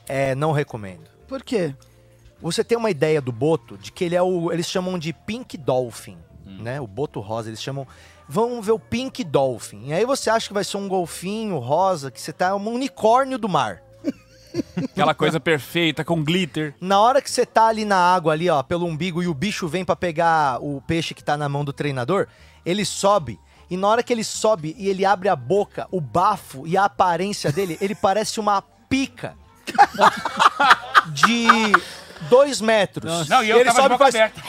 [SPEAKER 3] É, não recomendo.
[SPEAKER 4] tá?
[SPEAKER 5] Por quê?
[SPEAKER 3] Você tem uma ideia do Boto de que ele é o. Eles chamam de Pink Dolphin,
[SPEAKER 4] Hum.
[SPEAKER 3] né? O Boto Rosa, eles chamam. Vão ver o Pink Dolphin. E aí você acha que vai ser um golfinho rosa, que você tá é um unicórnio do mar.
[SPEAKER 2] Aquela coisa perfeita com glitter.
[SPEAKER 3] Na hora que você tá ali na água, ali, ó, pelo umbigo, e o bicho vem pra pegar o peixe que tá na mão do treinador, ele sobe. E na hora que ele sobe e ele abre a boca, o bafo e a aparência dele, [laughs] ele parece uma
[SPEAKER 4] [laughs]
[SPEAKER 3] pica de dois metros.
[SPEAKER 4] Não, e eu
[SPEAKER 3] ele
[SPEAKER 4] tava de
[SPEAKER 3] sobe e
[SPEAKER 4] boca
[SPEAKER 3] faz.
[SPEAKER 4] aberta.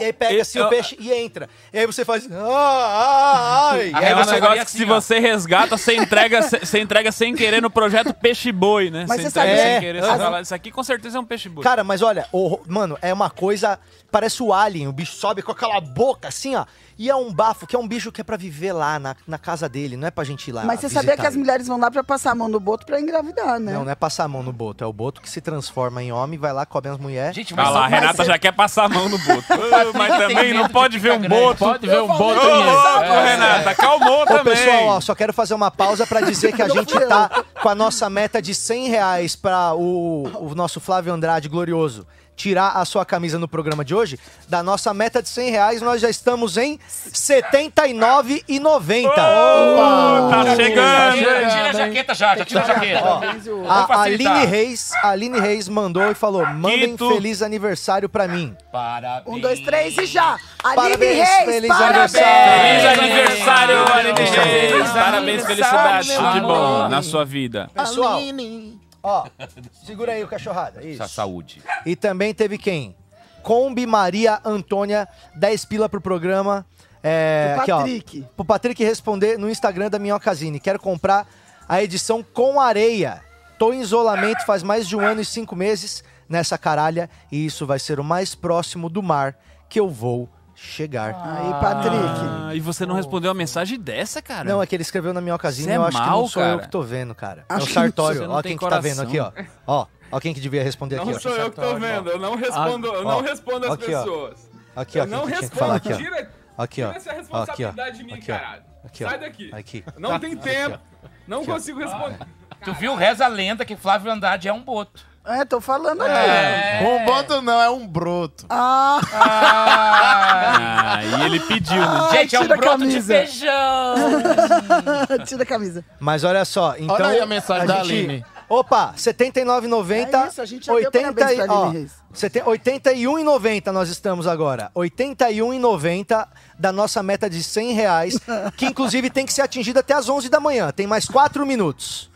[SPEAKER 3] E aí pega assim
[SPEAKER 2] Eu-
[SPEAKER 3] o peixe e entra. E aí você faz. Ah, ai.
[SPEAKER 4] Ah,
[SPEAKER 2] É
[SPEAKER 4] ela
[SPEAKER 2] um negócio
[SPEAKER 4] faria
[SPEAKER 2] que
[SPEAKER 4] assim,
[SPEAKER 2] se
[SPEAKER 4] ó.
[SPEAKER 2] você resgata, você entrega, se- você entrega sem querer no projeto Peixe Boi, né?
[SPEAKER 5] Mas
[SPEAKER 2] você
[SPEAKER 5] você sabe-
[SPEAKER 2] entrega
[SPEAKER 3] É.
[SPEAKER 2] sem querer, você fala, isso aqui com certeza é um peixe boi.
[SPEAKER 3] Cara, mas olha, o ro- mano, é uma coisa. Parece o Alien. O bicho sobe com aquela boca assim, ó. E é um bafo, que é um bicho que é pra viver lá, na, na casa dele. Não é pra gente ir lá.
[SPEAKER 5] Mas você
[SPEAKER 3] visitar
[SPEAKER 5] sabia que as
[SPEAKER 3] ele.
[SPEAKER 5] mulheres vão lá pra passar a mão no boto pra engravidar, né?
[SPEAKER 3] Não, não é passar a mão no boto. É o boto que se transforma em homem, vai lá, come as mulheres.
[SPEAKER 4] Gente, mas
[SPEAKER 2] Olha lá, a
[SPEAKER 4] só-
[SPEAKER 2] Renata
[SPEAKER 5] mas-
[SPEAKER 2] já quer passar a mão no boto. Ô, mas
[SPEAKER 4] tem
[SPEAKER 2] também
[SPEAKER 4] medo
[SPEAKER 2] não
[SPEAKER 4] de
[SPEAKER 2] pode ver
[SPEAKER 4] ficar
[SPEAKER 2] um
[SPEAKER 4] grande.
[SPEAKER 2] boto.
[SPEAKER 6] Pode ver um
[SPEAKER 2] Ô,
[SPEAKER 6] boto
[SPEAKER 2] louco,
[SPEAKER 6] nisso.
[SPEAKER 2] Renata, acalmou
[SPEAKER 3] Ô,
[SPEAKER 2] também.
[SPEAKER 3] pessoal, ó, só quero fazer uma pausa pra dizer que a gente tá com a nossa meta de 100 reais pra o, o nosso Flávio Andrade glorioso tirar a sua camisa no programa de hoje. Da nossa meta de 100 reais, nós já estamos em R$ 79,90.
[SPEAKER 2] Ô, tá chegando.
[SPEAKER 4] Tira, tira a jaqueta já, já tira a jaqueta.
[SPEAKER 3] A
[SPEAKER 4] facilitar.
[SPEAKER 3] Aline Reis, a Aline Reis mandou e falou: mandem
[SPEAKER 2] Quito.
[SPEAKER 3] feliz aniversário pra mim.
[SPEAKER 4] Parabéns.
[SPEAKER 5] Um, dois, três e já! Aline
[SPEAKER 3] Parabéns,
[SPEAKER 5] Reis,
[SPEAKER 3] feliz
[SPEAKER 5] parabéns!
[SPEAKER 3] aniversário.
[SPEAKER 2] Feliz aniversário, Aline Reis. Parabéns, felicidade.
[SPEAKER 4] meu
[SPEAKER 2] Tudo de bom
[SPEAKER 4] amor.
[SPEAKER 2] na sua vida.
[SPEAKER 3] Pessoal,
[SPEAKER 2] [laughs]
[SPEAKER 3] ó, segura aí o cachorrada. Isso.
[SPEAKER 4] Sa- Saúde.
[SPEAKER 3] E também teve quem? Combi Maria Antônia, 10 pila pro programa. É,
[SPEAKER 5] Pro
[SPEAKER 3] aqui, ó,
[SPEAKER 5] Patrick.
[SPEAKER 3] pro Patrick responder no Instagram da Minhocazine. Quero comprar a edição com areia. Tô em isolamento faz mais de um ano e cinco meses nessa caralha. E isso vai ser o mais próximo do mar que eu vou chegar.
[SPEAKER 5] Ah. Aí, Patrick.
[SPEAKER 2] Ah, e você não respondeu a mensagem dessa, cara?
[SPEAKER 3] Não, é que ele escreveu na Minhocazine.
[SPEAKER 2] Cê é
[SPEAKER 3] eu acho que
[SPEAKER 2] mal,
[SPEAKER 3] não sou eu
[SPEAKER 2] cara.
[SPEAKER 3] que tô vendo, cara. é
[SPEAKER 5] Acho que
[SPEAKER 3] o
[SPEAKER 2] você
[SPEAKER 3] Sartório.
[SPEAKER 2] não
[SPEAKER 3] Ó
[SPEAKER 2] tem
[SPEAKER 3] quem que tá vendo
[SPEAKER 2] coração.
[SPEAKER 3] aqui, ó. Ó, ó quem que devia responder aqui,
[SPEAKER 7] Não
[SPEAKER 3] ó.
[SPEAKER 7] sou eu que tô vendo, eu não respondo, eu
[SPEAKER 3] ó,
[SPEAKER 7] não respondo as
[SPEAKER 3] aqui, ó.
[SPEAKER 7] pessoas.
[SPEAKER 3] Aqui, ó,
[SPEAKER 7] eu não
[SPEAKER 3] quem que tinha
[SPEAKER 7] respondo,
[SPEAKER 3] que falar aqui, ó.
[SPEAKER 7] tira,
[SPEAKER 3] Aqui, ó.
[SPEAKER 7] tira essa
[SPEAKER 3] Ó, Aqui, ó.
[SPEAKER 7] responsabilidade de mim,
[SPEAKER 3] Aqui, ó.
[SPEAKER 7] caralho.
[SPEAKER 3] Aqui, ó.
[SPEAKER 7] Sai daqui.
[SPEAKER 3] Aqui.
[SPEAKER 7] Não tem tempo, não consigo responder.
[SPEAKER 4] Tu viu? Reza a lenda que Flávio Andrade é um boto.
[SPEAKER 3] Ah.
[SPEAKER 5] É, tô falando aqui.
[SPEAKER 4] É.
[SPEAKER 6] Um boto não, é um broto.
[SPEAKER 5] Ah,
[SPEAKER 2] Ah, e ele pediu, né?
[SPEAKER 4] Gente, é um
[SPEAKER 5] tira a
[SPEAKER 4] broto de
[SPEAKER 5] camisa.
[SPEAKER 4] feijão.
[SPEAKER 5] [laughs] tira a camisa.
[SPEAKER 3] Mas olha só, então.
[SPEAKER 6] Olha aí a mensagem da Aline.
[SPEAKER 3] Opa, R$ 79,90.
[SPEAKER 5] É isso, a gente já deu parabéns pra Aline Reis.
[SPEAKER 3] R$ 81,90 nós estamos agora. R$ 81,90 da nossa meta de R$ 100 reais, que inclusive tem que ser atingida até às 11 da manhã. Tem mais 4 minutos.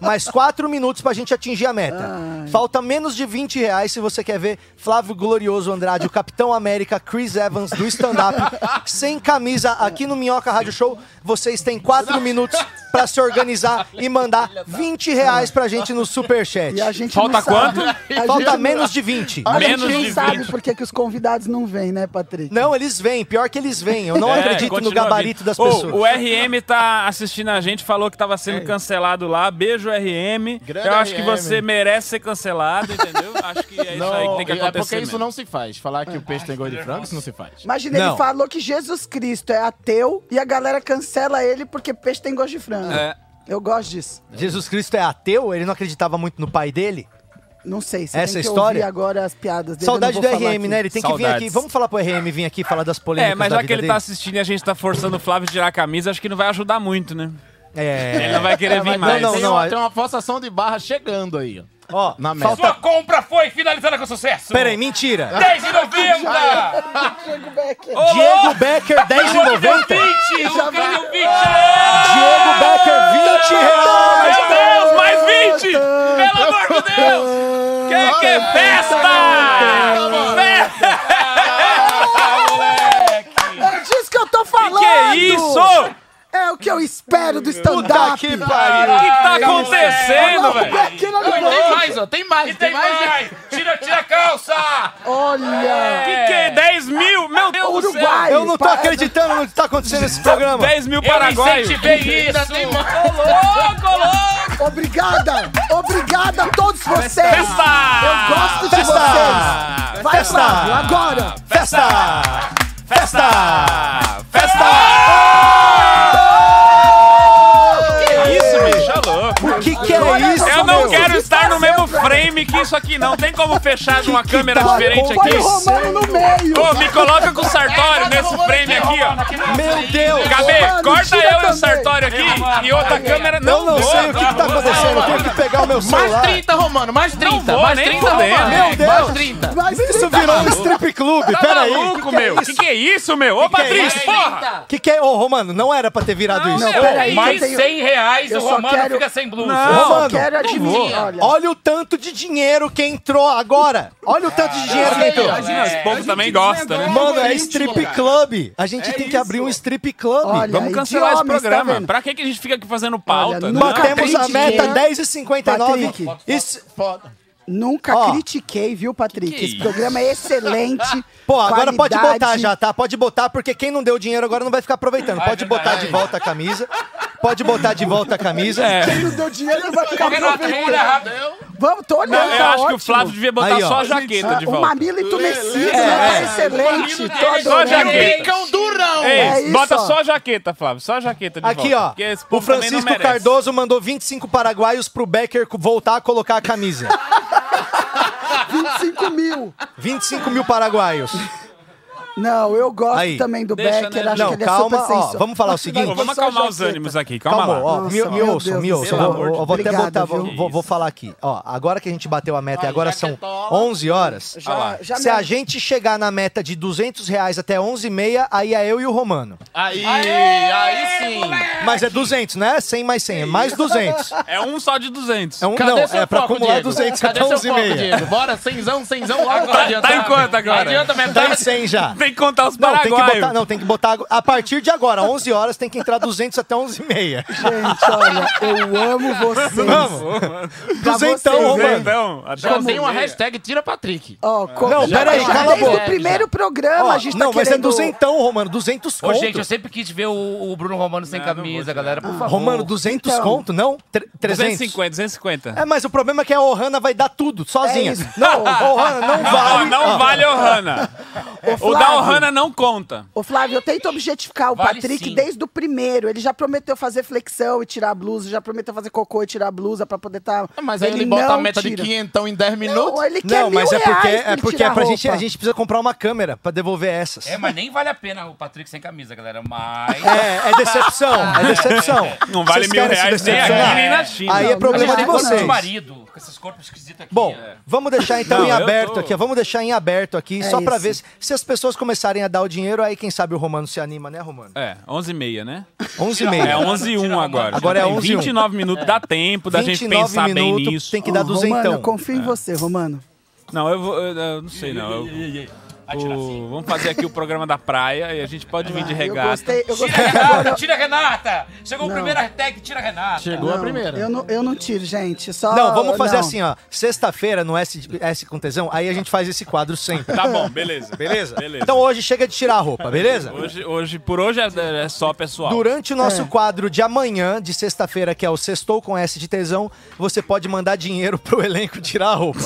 [SPEAKER 3] Mais 4 minutos pra gente atingir a meta. Falta menos de 20 reais se você quer ver Flávio Glorioso Andrade, o Capitão América, Chris Evans do stand-up, sem camisa aqui no Minhoca Rádio Show. Vocês têm 4 minutos pra se organizar e mandar 20 reais pra gente no superchat.
[SPEAKER 5] E a gente
[SPEAKER 2] Falta
[SPEAKER 5] não sabe.
[SPEAKER 2] quanto?
[SPEAKER 5] A
[SPEAKER 3] Falta
[SPEAKER 5] gente-
[SPEAKER 3] menos de 20.
[SPEAKER 5] Olha,
[SPEAKER 2] Menos
[SPEAKER 5] a gente
[SPEAKER 2] de
[SPEAKER 5] não sabe
[SPEAKER 2] 20.
[SPEAKER 5] por que, que os convidados não vêm, né, Patrick?
[SPEAKER 3] Não, eles vêm. Pior que eles vêm. Eu não
[SPEAKER 2] É,
[SPEAKER 3] acredito no
[SPEAKER 2] continua
[SPEAKER 3] gabarito
[SPEAKER 2] vindo.
[SPEAKER 3] das
[SPEAKER 2] Ô,
[SPEAKER 3] pessoas.
[SPEAKER 2] o RM tá assistindo a gente, falou que tava sendo cancelado lá. Beijo, RM.
[SPEAKER 6] Grande
[SPEAKER 2] Eu acho que
[SPEAKER 6] RM.
[SPEAKER 2] você merece ser cancelado, entendeu? Acho que é isso aí que tem que
[SPEAKER 6] é
[SPEAKER 2] acontecer.
[SPEAKER 6] porque isso
[SPEAKER 2] mesmo.
[SPEAKER 6] não se faz. Falar que o peixe tem gosto de frango, isso não se faz.
[SPEAKER 5] Imagina,
[SPEAKER 3] Não.
[SPEAKER 5] ele falou que Jesus Cristo é ateu e a galera cancela ele porque peixe tem gosto de frango.
[SPEAKER 2] É.
[SPEAKER 5] Eu gosto disso.
[SPEAKER 3] Jesus Cristo é ateu? Ele não acreditava muito no pai dele?
[SPEAKER 5] Não sei, você
[SPEAKER 3] Essa
[SPEAKER 5] tem que
[SPEAKER 3] história?
[SPEAKER 5] ouvir agora as piadas dele.
[SPEAKER 3] Saudade
[SPEAKER 5] eu
[SPEAKER 3] do
[SPEAKER 5] não vou falar
[SPEAKER 3] RM,
[SPEAKER 5] aqui.
[SPEAKER 3] né? Ele tem que vir
[SPEAKER 2] Saudades.
[SPEAKER 3] aqui. Vamos falar pro RM vir aqui falar das polêmicas
[SPEAKER 2] É, mas
[SPEAKER 3] da
[SPEAKER 2] já
[SPEAKER 3] vida
[SPEAKER 2] que ele
[SPEAKER 3] dele?
[SPEAKER 2] tá assistindo e a gente tá forçando o Flávio a tirar a camisa, acho que não vai ajudar muito, né? Ele não
[SPEAKER 3] É...
[SPEAKER 2] vai querer vir mais.
[SPEAKER 3] não,
[SPEAKER 6] tem,
[SPEAKER 3] não,
[SPEAKER 6] uma,
[SPEAKER 3] a-
[SPEAKER 6] tem uma forçação de barra chegando aí.
[SPEAKER 3] Ó,
[SPEAKER 6] Na meta.
[SPEAKER 3] falta...
[SPEAKER 4] Sua compra foi finalizada com sucesso.
[SPEAKER 3] Peraí, mentira.
[SPEAKER 4] 10 de novembro!
[SPEAKER 5] Diego Becker.
[SPEAKER 3] Diego Becker, 10,90.
[SPEAKER 4] 20!
[SPEAKER 5] Já
[SPEAKER 4] O
[SPEAKER 5] vai.
[SPEAKER 4] ganho 20! reais.
[SPEAKER 3] Diego Becker, 20 reais.
[SPEAKER 2] Meu Deus, mais 20! Pelo amor de Deus! Que, que festa! Festa!
[SPEAKER 5] É disso que eu tô falando!
[SPEAKER 2] Que isso?
[SPEAKER 5] É o que eu espero do
[SPEAKER 3] Puta
[SPEAKER 5] stand-up!
[SPEAKER 3] que
[SPEAKER 2] O
[SPEAKER 3] pariu.
[SPEAKER 2] que tá
[SPEAKER 5] Não,
[SPEAKER 2] acontecendo,
[SPEAKER 5] o
[SPEAKER 2] velho?
[SPEAKER 5] Becker não ligou.
[SPEAKER 6] Tem mais, ó, tem mais,
[SPEAKER 4] E tem mais! Tira, tira a calça!
[SPEAKER 5] Olha!
[SPEAKER 2] Que que é? 10 mil? Meu Deus do céu!
[SPEAKER 5] Uruguai!
[SPEAKER 3] Eu não tô acreditando no que tá acontecendo nesse programa.
[SPEAKER 2] 10 mil
[SPEAKER 4] Eu
[SPEAKER 2] Paraguai!
[SPEAKER 4] incentivei isso!
[SPEAKER 5] Obrigada! Obrigada a todos vocês!
[SPEAKER 2] Festa!
[SPEAKER 5] Eu gosto de
[SPEAKER 3] Festa!
[SPEAKER 5] vocês! Vai,
[SPEAKER 3] Festa!
[SPEAKER 5] Flávio, agora!
[SPEAKER 3] Festa! Festa!
[SPEAKER 2] Isso, bicho, é louco!
[SPEAKER 3] O que que é isso,
[SPEAKER 2] Eu não
[SPEAKER 3] meu?
[SPEAKER 2] quero estar no mesmo time que isso aqui não. Tem como fechar de uma câmera
[SPEAKER 3] tá
[SPEAKER 2] diferente
[SPEAKER 3] acontecendo?
[SPEAKER 2] aqui?
[SPEAKER 5] Põe o Romano no meio.
[SPEAKER 2] Ô, me coloca com o Sartório nesse frame aqui, ó.
[SPEAKER 3] Meu Deus!
[SPEAKER 2] KB,
[SPEAKER 5] Romano,
[SPEAKER 2] corta
[SPEAKER 5] tira
[SPEAKER 2] eu e o
[SPEAKER 5] também.
[SPEAKER 2] Sartório aqui e outra câmera.
[SPEAKER 3] Eu
[SPEAKER 2] Não,
[SPEAKER 3] não
[SPEAKER 2] vou,
[SPEAKER 3] sei o que, que tá acontecendo. Eu tenho que pegar o meu
[SPEAKER 6] Mais
[SPEAKER 3] celular.
[SPEAKER 6] 30, Romano, mais 30.
[SPEAKER 2] Não vou,
[SPEAKER 6] mais
[SPEAKER 2] nem
[SPEAKER 6] 30,
[SPEAKER 2] fodendo.
[SPEAKER 6] Romano.
[SPEAKER 2] Meu
[SPEAKER 6] moleque, Mais 30.
[SPEAKER 5] Mas
[SPEAKER 3] Isso virou um strip club,
[SPEAKER 2] Tá
[SPEAKER 3] peraí.
[SPEAKER 2] maluco, meu? O que, que é isso, meu? Ô, Patrícia,
[SPEAKER 3] isso?
[SPEAKER 2] porra!
[SPEAKER 3] Que que é? Ô, Romano, não era pra ter virado
[SPEAKER 2] Não,
[SPEAKER 3] isso.
[SPEAKER 2] não,
[SPEAKER 3] Ô,
[SPEAKER 5] peraí.
[SPEAKER 4] Mais
[SPEAKER 5] eu tenho-
[SPEAKER 4] 100 reais,
[SPEAKER 5] eu
[SPEAKER 4] o
[SPEAKER 5] só
[SPEAKER 4] Romano
[SPEAKER 5] quero-
[SPEAKER 4] fica sem blusa.
[SPEAKER 2] Não.
[SPEAKER 5] Só
[SPEAKER 3] Romano,
[SPEAKER 5] quero admitir, olha.
[SPEAKER 3] olha o tanto de dinheiro que entrou agora. Olha o tanto de dinheiro que entrou.
[SPEAKER 2] Imagina, os povos
[SPEAKER 7] a
[SPEAKER 2] também
[SPEAKER 7] gente
[SPEAKER 2] gostam, né?
[SPEAKER 7] desvendou o
[SPEAKER 3] Mano, é
[SPEAKER 7] algoritmo,
[SPEAKER 3] strip
[SPEAKER 7] cara.
[SPEAKER 3] club. A gente
[SPEAKER 7] É
[SPEAKER 3] tem que
[SPEAKER 7] isso.
[SPEAKER 3] abrir um strip club.
[SPEAKER 5] Olha,
[SPEAKER 3] Vamos
[SPEAKER 2] Vamos
[SPEAKER 5] de
[SPEAKER 2] cancelar esse
[SPEAKER 5] homens, tá
[SPEAKER 2] programa.
[SPEAKER 5] vendo?
[SPEAKER 2] pra que, que a gente fica aqui fazendo pauta?
[SPEAKER 5] Olha,
[SPEAKER 2] né?
[SPEAKER 5] nunca-
[SPEAKER 3] Batemos a
[SPEAKER 5] Patrick,
[SPEAKER 3] meta
[SPEAKER 5] né?
[SPEAKER 3] 10h59.
[SPEAKER 5] Patrick.
[SPEAKER 3] Isso,
[SPEAKER 5] Nunca
[SPEAKER 3] Ó.
[SPEAKER 5] critiquei, viu, Patrick?
[SPEAKER 2] Que que é
[SPEAKER 5] Esse
[SPEAKER 2] isso?
[SPEAKER 5] programa é excelente.
[SPEAKER 3] [laughs] pô, agora pode
[SPEAKER 5] qualidade.
[SPEAKER 3] botar já, tá? Pode botar, porque quem não deu dinheiro agora não vai ficar
[SPEAKER 2] É
[SPEAKER 3] aproveitando. Pode botar de volta a camisa. Pode botar de volta a camisa.
[SPEAKER 2] É,
[SPEAKER 5] Quem não deu dinheiro não vai ficar
[SPEAKER 4] Renato,
[SPEAKER 5] aproveitando.
[SPEAKER 4] muda rápido.
[SPEAKER 5] Vamos, tô olhando,
[SPEAKER 2] Eu
[SPEAKER 5] tá
[SPEAKER 2] acho que o
[SPEAKER 5] ótimo.
[SPEAKER 2] Flávio devia botar
[SPEAKER 3] Aí, ó.
[SPEAKER 2] só a jaqueta de
[SPEAKER 5] Ah, O
[SPEAKER 2] volta.
[SPEAKER 5] mamilo entumecido, né? Tá excelente. Tô
[SPEAKER 2] dele, só
[SPEAKER 5] adorando.
[SPEAKER 2] jaqueta.
[SPEAKER 6] Cão durão.
[SPEAKER 2] É
[SPEAKER 5] É
[SPEAKER 2] isso,
[SPEAKER 5] isso,
[SPEAKER 2] bota
[SPEAKER 5] ó.
[SPEAKER 2] só a jaqueta, Flávio, só a jaqueta de
[SPEAKER 3] Aqui,
[SPEAKER 2] volta,
[SPEAKER 3] ó.
[SPEAKER 2] porque esse
[SPEAKER 3] O
[SPEAKER 2] povo também não
[SPEAKER 3] Francisco
[SPEAKER 2] merece.
[SPEAKER 3] Cardoso mandou 25 paraguaios pro Becker co- voltar a colocar a camisa.
[SPEAKER 5] 25 mil.
[SPEAKER 3] 25 mil paraguaios.
[SPEAKER 5] Não, eu gosto
[SPEAKER 3] Aí.
[SPEAKER 5] também do
[SPEAKER 2] Deixa,
[SPEAKER 5] Becker,
[SPEAKER 2] né?
[SPEAKER 5] acho
[SPEAKER 3] Não,
[SPEAKER 5] que ele
[SPEAKER 3] calma,
[SPEAKER 5] é
[SPEAKER 3] ó,
[SPEAKER 5] super sensível.
[SPEAKER 3] vamos falar o
[SPEAKER 5] Acho que
[SPEAKER 3] seguinte.
[SPEAKER 5] vai
[SPEAKER 2] Vamos
[SPEAKER 5] só
[SPEAKER 2] acalmar os
[SPEAKER 5] jaqueta.
[SPEAKER 2] ânimos aqui, calma
[SPEAKER 3] Calma,
[SPEAKER 2] lá.
[SPEAKER 3] ó,
[SPEAKER 5] Nossa,
[SPEAKER 3] me, me
[SPEAKER 5] meu
[SPEAKER 3] ouçam,
[SPEAKER 5] Deus
[SPEAKER 3] me
[SPEAKER 5] do
[SPEAKER 3] ouçam.
[SPEAKER 5] céu.
[SPEAKER 3] Eu,
[SPEAKER 5] Pelo
[SPEAKER 3] eu- eu vou
[SPEAKER 5] amor de
[SPEAKER 3] até
[SPEAKER 5] Deus.
[SPEAKER 3] botar,
[SPEAKER 5] Obrigado,
[SPEAKER 3] vou,
[SPEAKER 5] viu?
[SPEAKER 3] vou- vou falar aqui. Ó, agora que a gente bateu a meta e
[SPEAKER 6] Aí,
[SPEAKER 3] agora
[SPEAKER 6] já que
[SPEAKER 3] são
[SPEAKER 6] tola.
[SPEAKER 3] 11 horas.
[SPEAKER 5] Já,
[SPEAKER 2] Ah lá.
[SPEAKER 5] já
[SPEAKER 3] Se a
[SPEAKER 5] me-
[SPEAKER 3] gente chegar na meta de 200 reais até 11h30, aí é eu e o Romano.
[SPEAKER 6] Aí, aí sim.
[SPEAKER 3] Mas é 200, né? 100 mais 100, é mais 200.
[SPEAKER 2] É um só de 200.
[SPEAKER 3] É um,
[SPEAKER 6] Cadê
[SPEAKER 3] não,
[SPEAKER 6] seu
[SPEAKER 3] é pra
[SPEAKER 6] foco,
[SPEAKER 3] acumular
[SPEAKER 6] Diego?
[SPEAKER 3] 200
[SPEAKER 6] Cadê
[SPEAKER 3] até
[SPEAKER 6] seu foco,
[SPEAKER 3] 11h30.
[SPEAKER 6] Diego? Bora, cenzão, cenzão.
[SPEAKER 2] Tá-
[SPEAKER 6] Agora adianta.
[SPEAKER 2] tá em quanto agora?
[SPEAKER 6] Adianta
[SPEAKER 3] Tá em
[SPEAKER 6] metade.
[SPEAKER 3] 100 já.
[SPEAKER 2] Tem que contar os
[SPEAKER 3] Não, tem que
[SPEAKER 2] paraguaios.
[SPEAKER 3] botar, não, tem que botar a partir de agora, 11 horas tem que entrar 200 até 11h30.
[SPEAKER 5] Gente, olha, eu
[SPEAKER 3] [laughs]
[SPEAKER 5] amo vocês.
[SPEAKER 3] Vamos.
[SPEAKER 5] Pra
[SPEAKER 3] 200,
[SPEAKER 5] vocês,
[SPEAKER 3] Romano.
[SPEAKER 2] Então, até
[SPEAKER 6] Já
[SPEAKER 2] um
[SPEAKER 6] tem uma
[SPEAKER 2] dia.
[SPEAKER 6] hashtag tira Patrick.
[SPEAKER 5] Ó, co-
[SPEAKER 3] Não,
[SPEAKER 5] já-
[SPEAKER 3] peraí,
[SPEAKER 5] já
[SPEAKER 3] cala a
[SPEAKER 5] desde
[SPEAKER 6] boca.
[SPEAKER 5] o primeiro programa a gente tá
[SPEAKER 3] não, mas é
[SPEAKER 5] querendo...
[SPEAKER 3] 200, Romano, 200
[SPEAKER 4] Ô,
[SPEAKER 3] conto.
[SPEAKER 4] gente, eu sempre quis ver o, o Bruno Romano sem camisa, galera, por favor.
[SPEAKER 3] Romano, 200
[SPEAKER 5] Então.
[SPEAKER 3] conto, não? Tre- 300?
[SPEAKER 2] 250, 250.
[SPEAKER 3] É, mas o problema é que a Ohana vai dar tudo, sozinha.
[SPEAKER 5] É isso.
[SPEAKER 3] não, a Ohana
[SPEAKER 5] [laughs]
[SPEAKER 3] não
[SPEAKER 2] Não, ó,
[SPEAKER 3] vale.
[SPEAKER 2] não
[SPEAKER 3] Ó,
[SPEAKER 2] vale o Hanna.
[SPEAKER 3] É,
[SPEAKER 2] O da
[SPEAKER 5] Flávio.
[SPEAKER 2] Ohana não conta.
[SPEAKER 5] Ô, Flávio, eu tento objetificar o
[SPEAKER 4] Vale
[SPEAKER 5] Patrick
[SPEAKER 4] sim.
[SPEAKER 5] desde o primeiro. Ele já prometeu fazer flexão e tirar a blusa, já prometeu fazer cocô e tirar a blusa pra poder tá estar.
[SPEAKER 6] Mas aí ele bota a meta de
[SPEAKER 5] quinhentos
[SPEAKER 6] 500 em 10 minutos.
[SPEAKER 5] Não, ele quer
[SPEAKER 3] Não,
[SPEAKER 5] mil
[SPEAKER 3] mas é porque
[SPEAKER 5] reais pra
[SPEAKER 3] é
[SPEAKER 5] ele
[SPEAKER 3] porque
[SPEAKER 5] tirar
[SPEAKER 3] é pra gente, a
[SPEAKER 5] roupa.
[SPEAKER 3] gente precisa comprar uma câmera pra devolver essas.
[SPEAKER 4] É, mas nem vale a pena o Patrick sem camisa, galera, mas...
[SPEAKER 3] É, é decepção, é decepção.
[SPEAKER 2] [laughs] Não vale
[SPEAKER 3] Vocês
[SPEAKER 2] mil
[SPEAKER 3] querem se
[SPEAKER 2] reais nem aqui,
[SPEAKER 3] decepcionar?
[SPEAKER 2] nem na China.
[SPEAKER 3] Aí
[SPEAKER 5] Não,
[SPEAKER 3] é
[SPEAKER 5] não
[SPEAKER 3] problema
[SPEAKER 5] vale.
[SPEAKER 3] de
[SPEAKER 4] Tem corpo
[SPEAKER 3] vocês.
[SPEAKER 4] de marido, com esses corpos esquisitos aqui.
[SPEAKER 3] Bom,
[SPEAKER 4] é.
[SPEAKER 3] vamos deixar então
[SPEAKER 2] Não,
[SPEAKER 3] em
[SPEAKER 2] eu
[SPEAKER 3] aberto
[SPEAKER 2] tô-
[SPEAKER 3] aqui, ó. Vamos deixar em aberto aqui, só pra
[SPEAKER 5] É isso.
[SPEAKER 3] ver se, se as pessoas começarem a dar o dinheiro, aí quem sabe o Romano se anima, né, Romano?
[SPEAKER 2] É, 11 e meia, né?
[SPEAKER 3] 11 e meia.
[SPEAKER 2] É 11 e 1 agora.
[SPEAKER 3] Agora é
[SPEAKER 2] Tem
[SPEAKER 3] 11 e um.
[SPEAKER 2] 29 minutos, dá tempo da gente
[SPEAKER 3] 29
[SPEAKER 2] pensar bem
[SPEAKER 3] minutos,
[SPEAKER 2] nisso.
[SPEAKER 3] tem que dar
[SPEAKER 5] Ô, Romano, eu
[SPEAKER 3] duzentão. É.
[SPEAKER 5] confio em você, Romano.
[SPEAKER 2] Não, eu vou. Eu, eu não sei, não. Eu-
[SPEAKER 3] assim.
[SPEAKER 2] o- vamos fazer aqui o programa da praia e a gente pode
[SPEAKER 3] Ah,
[SPEAKER 2] vir de
[SPEAKER 5] Eu
[SPEAKER 2] regata.
[SPEAKER 5] gostei, eu
[SPEAKER 6] [laughs]
[SPEAKER 4] Tira
[SPEAKER 5] gostei.
[SPEAKER 4] a
[SPEAKER 5] Agora,
[SPEAKER 4] Renata, tira a Renata! Chegou o
[SPEAKER 5] Não.
[SPEAKER 4] primeiro hashtag, tira a Renata.
[SPEAKER 6] Chegou a primeira.
[SPEAKER 5] eu, não, eu não tiro, gente. Só,
[SPEAKER 3] Não, vamos fazer
[SPEAKER 5] não.
[SPEAKER 3] assim, ó. Sexta-feira no S, S com tesão, aí a gente faz esse quadro sempre.
[SPEAKER 2] Tá bom, beleza.
[SPEAKER 3] Beleza?
[SPEAKER 2] Beleza.
[SPEAKER 3] Então hoje chega de tirar a roupa, beleza?
[SPEAKER 2] Hoje, hoje, por hoje é, é só, pessoal.
[SPEAKER 3] Durante o nosso quadro de amanhã, de sexta-feira, que é o Sextou com S de Tesão, você pode mandar dinheiro pro elenco tirar
[SPEAKER 2] [laughs]
[SPEAKER 3] a roupa.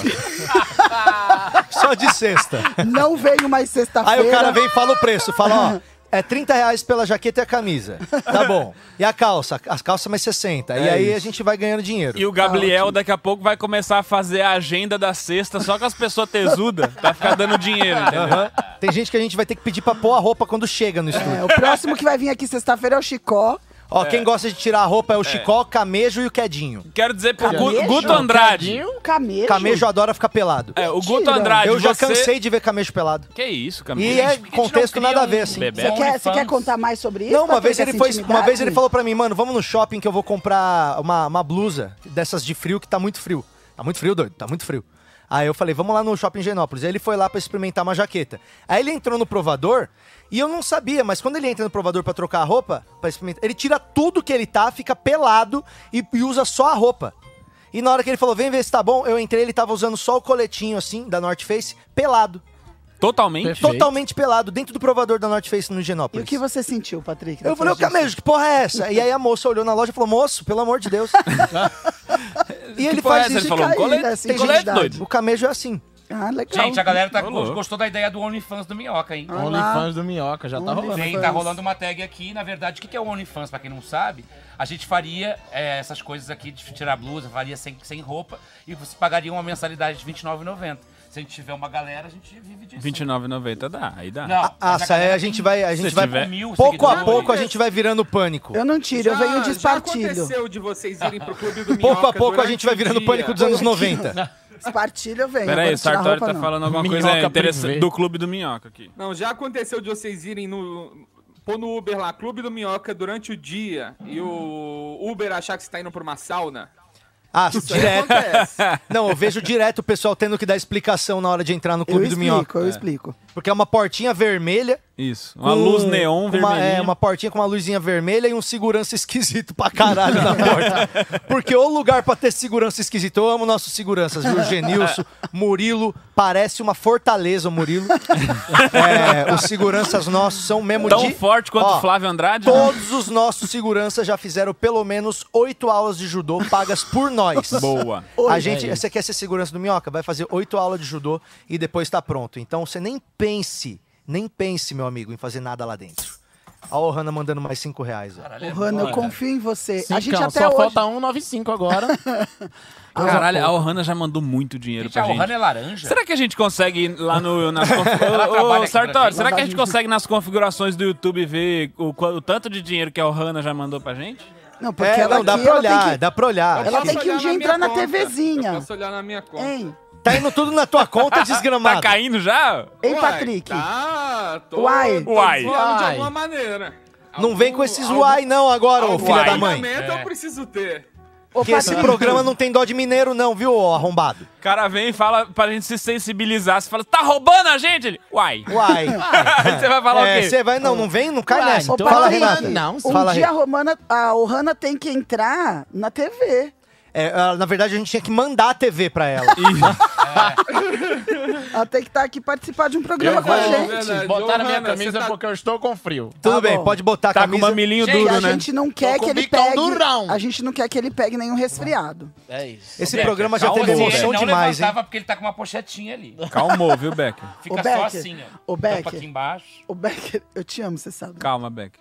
[SPEAKER 3] Só de sexta.
[SPEAKER 5] Não veio mais sexta-feira.
[SPEAKER 3] Aí o cara vem e fala o preço, fala, ó, é 30 reais pela jaqueta e a camisa. Tá bom. E a calça? As calças mais 60. e aí a gente vai ganhando dinheiro.
[SPEAKER 2] É E o Gabriel daqui a pouco vai começar a fazer a agenda da sexta só com as pessoas tesudas pra ficar dando dinheiro, entendeu?
[SPEAKER 3] Aham. Tem gente que a gente vai ter que pedir pra pôr a roupa quando chega no estúdio.
[SPEAKER 5] É, o próximo que vai vir aqui sexta-feira é o Chicó.
[SPEAKER 3] Ó, quem gosta de tirar a roupa é o Chicó, Camejo e o Quedinho.
[SPEAKER 2] Quero dizer pro Gu-
[SPEAKER 5] Camejo?
[SPEAKER 2] Guto Andrade.
[SPEAKER 5] O Camejo.
[SPEAKER 3] Camejo adora ficar pelado.
[SPEAKER 2] É, o Guto
[SPEAKER 5] Mentira.
[SPEAKER 2] Andrade.
[SPEAKER 3] Eu já
[SPEAKER 2] você-
[SPEAKER 3] cansei de ver Camejo pelado.
[SPEAKER 2] Que isso, Camila?
[SPEAKER 3] E é
[SPEAKER 4] por que que
[SPEAKER 3] contexto
[SPEAKER 4] não cria
[SPEAKER 3] nada a
[SPEAKER 4] um
[SPEAKER 3] ver, assim.
[SPEAKER 2] bebê?
[SPEAKER 5] Você
[SPEAKER 4] Bom,
[SPEAKER 5] quer,
[SPEAKER 4] OnlyFans.
[SPEAKER 5] você quer contar mais sobre isso?
[SPEAKER 3] Não, uma vez
[SPEAKER 5] Patrick,
[SPEAKER 3] ele foi,
[SPEAKER 5] essa
[SPEAKER 3] uma vez ele
[SPEAKER 5] intimidade?
[SPEAKER 3] falou pra mim, mano, vamos no shopping que eu vou comprar uma, uma blusa dessas de frio que tá muito frio. Tá muito frio, doido, tá muito frio. Aí eu falei, vamos lá no shopping Genópolis. Aí ele foi lá pra experimentar uma jaqueta. Aí ele entrou no provador e eu não sabia, mas quando ele entra no provador pra trocar a roupa, para experimentar, ele tira tudo que ele tá, fica pelado e, e usa só a roupa. E na hora que ele falou, vem ver se tá bom, eu entrei, ele tava usando só o coletinho assim da North Face, pelado,
[SPEAKER 2] Totalmente.
[SPEAKER 6] Perfeito.
[SPEAKER 3] totalmente pelado dentro do provador da North Face no
[SPEAKER 5] E
[SPEAKER 3] Genópolis.
[SPEAKER 5] o que você sentiu, Patrick?
[SPEAKER 3] Eu falei, ô
[SPEAKER 5] depois disso?
[SPEAKER 3] Camejo, que porra é essa? E aí a moça olhou na loja e falou, moço, pelo amor
[SPEAKER 2] [laughs]
[SPEAKER 3] de Deus. e ele
[SPEAKER 2] porra é
[SPEAKER 3] faz
[SPEAKER 2] essa?
[SPEAKER 3] isso.
[SPEAKER 2] Ele falou, um
[SPEAKER 5] Fica aí,
[SPEAKER 2] colete?
[SPEAKER 5] né, assim,
[SPEAKER 2] Tem colete,
[SPEAKER 5] intimidade.
[SPEAKER 2] doido?
[SPEAKER 3] O Camejo é assim.
[SPEAKER 5] Ah, legal.
[SPEAKER 4] Gente, a galera tá,
[SPEAKER 2] Ô, louco.
[SPEAKER 4] gostou da ideia do OnlyFans do Minhoca, hein?
[SPEAKER 5] Ah,
[SPEAKER 6] OnlyFans do Minhoca, já tá rolando.
[SPEAKER 4] Tem, tá rolando uma tag aqui. Na verdade, o que que é o OnlyFans, pra quem não sabe? A gente faria é, essas coisas aqui, de tirar blusa, faria sem, sem roupa, e você pagaria uma mensalidade de R$29,90. Se a gente tiver uma galera, a gente vive disso.
[SPEAKER 2] 29,90 dá, aí dá.
[SPEAKER 4] Não,
[SPEAKER 3] Ah,
[SPEAKER 4] mas
[SPEAKER 3] essa aí a
[SPEAKER 4] galera
[SPEAKER 3] gente
[SPEAKER 4] tem
[SPEAKER 3] vai. A gente vai
[SPEAKER 2] tiver
[SPEAKER 4] mil
[SPEAKER 3] pouco a
[SPEAKER 4] seguidores.
[SPEAKER 3] pouco a gente vai virando pânico.
[SPEAKER 5] Eu não tiro, eu venho
[SPEAKER 7] Ah, Já
[SPEAKER 5] despartilho.
[SPEAKER 7] aconteceu de vocês irem pro
[SPEAKER 5] [laughs]
[SPEAKER 7] clube do
[SPEAKER 3] Pouco a
[SPEAKER 7] Minhoca
[SPEAKER 3] pouco a
[SPEAKER 7] durante
[SPEAKER 3] gente vai
[SPEAKER 7] o
[SPEAKER 3] virando
[SPEAKER 7] dia.
[SPEAKER 3] pânico dos anos 90.
[SPEAKER 5] Despartilho eu venho.
[SPEAKER 2] Pera aí,
[SPEAKER 5] agora
[SPEAKER 2] o
[SPEAKER 5] tirar
[SPEAKER 2] Sartori
[SPEAKER 5] roupa,
[SPEAKER 2] tá
[SPEAKER 5] não.
[SPEAKER 2] falando alguma
[SPEAKER 6] Minhoca
[SPEAKER 2] coisa interessante
[SPEAKER 6] privê.
[SPEAKER 2] do clube do Minhoca aqui.
[SPEAKER 7] Não, já aconteceu de vocês irem no. Pôr no Uber lá, Clube do Minhoca, durante o dia, e o Uber achar que você tá indo pra uma sauna.
[SPEAKER 3] [laughs] Ah,
[SPEAKER 7] Isso aí
[SPEAKER 3] direto.
[SPEAKER 7] acontece.
[SPEAKER 3] Não, eu vejo direto o pessoal tendo que dar explicação na hora de entrar no
[SPEAKER 5] Eu
[SPEAKER 3] Clube do
[SPEAKER 5] explico,
[SPEAKER 3] Minhoca.
[SPEAKER 5] eu explico.
[SPEAKER 3] Porque é uma portinha vermelha.
[SPEAKER 2] Isso. Uma
[SPEAKER 3] com
[SPEAKER 2] luz neon
[SPEAKER 3] uma-
[SPEAKER 2] vermelhinha.
[SPEAKER 3] É, uma portinha com uma luzinha vermelha e um segurança [laughs] esquisito pra caralho na porta. Porque o lugar pra ter segurança esquisito. Eu amo nossos seguranças, viu? Genilson, Murilo. Parece uma fortaleza
[SPEAKER 2] [laughs]
[SPEAKER 3] o Murilo. É, os seguranças nossos são mesmo
[SPEAKER 2] Tão
[SPEAKER 3] de-
[SPEAKER 2] forte quanto
[SPEAKER 3] Ó,
[SPEAKER 2] o Flávio Andrade? né?
[SPEAKER 3] Todos os nossos seguranças já fizeram pelo menos oito aulas de judô pagas por nós.
[SPEAKER 2] Boa.
[SPEAKER 3] a gente, você quer ser segurança do Minhoca? Vai fazer oito aulas de judô e depois tá pronto. Então você nem pense, nem pense, meu amigo, em fazer nada lá dentro. A Ohana mandando mais cinco reais. ó.
[SPEAKER 4] Caralho, é
[SPEAKER 5] O Rana, eu
[SPEAKER 4] foda.
[SPEAKER 5] confio em você.
[SPEAKER 6] Sim,
[SPEAKER 5] a gente
[SPEAKER 6] cão,
[SPEAKER 5] até
[SPEAKER 6] só
[SPEAKER 5] hoje...
[SPEAKER 6] falta 195 agora.
[SPEAKER 2] Caralho, a Ohana já mandou muito dinheiro
[SPEAKER 4] Gente,
[SPEAKER 2] pra
[SPEAKER 4] a
[SPEAKER 2] gente.
[SPEAKER 4] Ohana é laranja.
[SPEAKER 2] Será que a gente consegue ir lá no. Nas conf...
[SPEAKER 4] Ela
[SPEAKER 2] Ô,
[SPEAKER 4] trabalha
[SPEAKER 2] ô,
[SPEAKER 4] aqui pra
[SPEAKER 2] Sartori,
[SPEAKER 4] gente.
[SPEAKER 2] será que a gente consegue nas configurações do YouTube ver o, qua- o tanto de dinheiro que a Ohana já mandou pra gente?
[SPEAKER 5] Não, porque
[SPEAKER 3] É,
[SPEAKER 5] ela
[SPEAKER 3] não, dá
[SPEAKER 5] aqui,
[SPEAKER 3] pra
[SPEAKER 5] ela
[SPEAKER 3] olhar,
[SPEAKER 5] tem que-
[SPEAKER 3] dá pra olhar.
[SPEAKER 5] Ela
[SPEAKER 7] Posso
[SPEAKER 5] tem que um
[SPEAKER 7] olhar
[SPEAKER 5] dia
[SPEAKER 7] minha
[SPEAKER 5] entrar na
[SPEAKER 7] conta.
[SPEAKER 5] TVzinha.
[SPEAKER 7] Eu posso olhar na minha conta.
[SPEAKER 5] Hein,
[SPEAKER 3] Tá indo tudo na tua
[SPEAKER 5] [laughs]
[SPEAKER 3] conta, desgramado.
[SPEAKER 2] Tá caindo já?
[SPEAKER 5] hein
[SPEAKER 7] Uai,
[SPEAKER 5] Patrick?
[SPEAKER 7] Tá, tô,
[SPEAKER 5] Uai.
[SPEAKER 7] tô
[SPEAKER 2] Uai.
[SPEAKER 7] zoando de
[SPEAKER 6] Uai.
[SPEAKER 7] alguma maneira.
[SPEAKER 3] Não vem com
[SPEAKER 7] Algum-
[SPEAKER 3] esses
[SPEAKER 7] algum-
[SPEAKER 3] uai não agora, ô
[SPEAKER 7] algum
[SPEAKER 3] filha da mãe.
[SPEAKER 7] fundamento eu preciso ter.
[SPEAKER 5] Ô,
[SPEAKER 3] Que esse
[SPEAKER 5] Patrick,
[SPEAKER 3] programa não tem dó de mineiro não, viu, ô arrombado?
[SPEAKER 2] O cara vem e fala pra gente se sensibilizar. Você fala, tá roubando a gente? Ele, uai.
[SPEAKER 3] Uai.
[SPEAKER 2] Aí você vai falar
[SPEAKER 3] É,
[SPEAKER 2] o quê?
[SPEAKER 3] você vai, não, não vem, não cai
[SPEAKER 6] Uai,
[SPEAKER 3] nessa.
[SPEAKER 6] então-
[SPEAKER 3] Fala,
[SPEAKER 5] Patrick,
[SPEAKER 3] Renato.
[SPEAKER 6] Não,
[SPEAKER 5] Um
[SPEAKER 3] Fala,
[SPEAKER 5] dia a
[SPEAKER 3] Renato.
[SPEAKER 5] Romana, a Ohana tem que entrar na TV.
[SPEAKER 3] É, ah, na verdade, a gente tinha que mandar a TV pra ela.
[SPEAKER 5] Ela tem que estar aqui participar de um programa
[SPEAKER 3] Uhum.
[SPEAKER 6] Eu
[SPEAKER 5] com a
[SPEAKER 7] é
[SPEAKER 5] gente.
[SPEAKER 7] verdade.
[SPEAKER 6] vou botar na minha
[SPEAKER 7] Johanna, você
[SPEAKER 6] camisa
[SPEAKER 7] tá-
[SPEAKER 6] é porque eu estou com frio.
[SPEAKER 3] Tudo
[SPEAKER 5] Tá
[SPEAKER 3] bem,
[SPEAKER 5] bom.
[SPEAKER 3] pode botar a
[SPEAKER 2] Tá com o
[SPEAKER 3] camisa.
[SPEAKER 2] mamilinho
[SPEAKER 4] Gente,
[SPEAKER 5] E
[SPEAKER 2] duro,
[SPEAKER 5] a
[SPEAKER 2] né?
[SPEAKER 5] gente não quer
[SPEAKER 6] com
[SPEAKER 5] que ele
[SPEAKER 6] bicão
[SPEAKER 5] pegue.
[SPEAKER 6] durão.
[SPEAKER 5] A gente não quer que ele pegue nenhum resfriado.
[SPEAKER 6] É isso.
[SPEAKER 3] Esse
[SPEAKER 4] Becker,
[SPEAKER 3] programa já
[SPEAKER 4] calma,
[SPEAKER 3] teve
[SPEAKER 4] assim,
[SPEAKER 3] emoção
[SPEAKER 4] ele
[SPEAKER 3] demais,
[SPEAKER 4] Não
[SPEAKER 3] hein?
[SPEAKER 4] levantava porque ele tá com uma pochetinha ali.
[SPEAKER 2] Calmou, viu, Becker?
[SPEAKER 4] Fica
[SPEAKER 5] Ô,
[SPEAKER 4] só
[SPEAKER 5] Becker,
[SPEAKER 4] assim, ó.
[SPEAKER 5] ô,
[SPEAKER 4] Tampa
[SPEAKER 5] Becker.
[SPEAKER 4] aqui embaixo.
[SPEAKER 5] O Becker, eu te amo, você sabe.
[SPEAKER 2] Calma, Becker.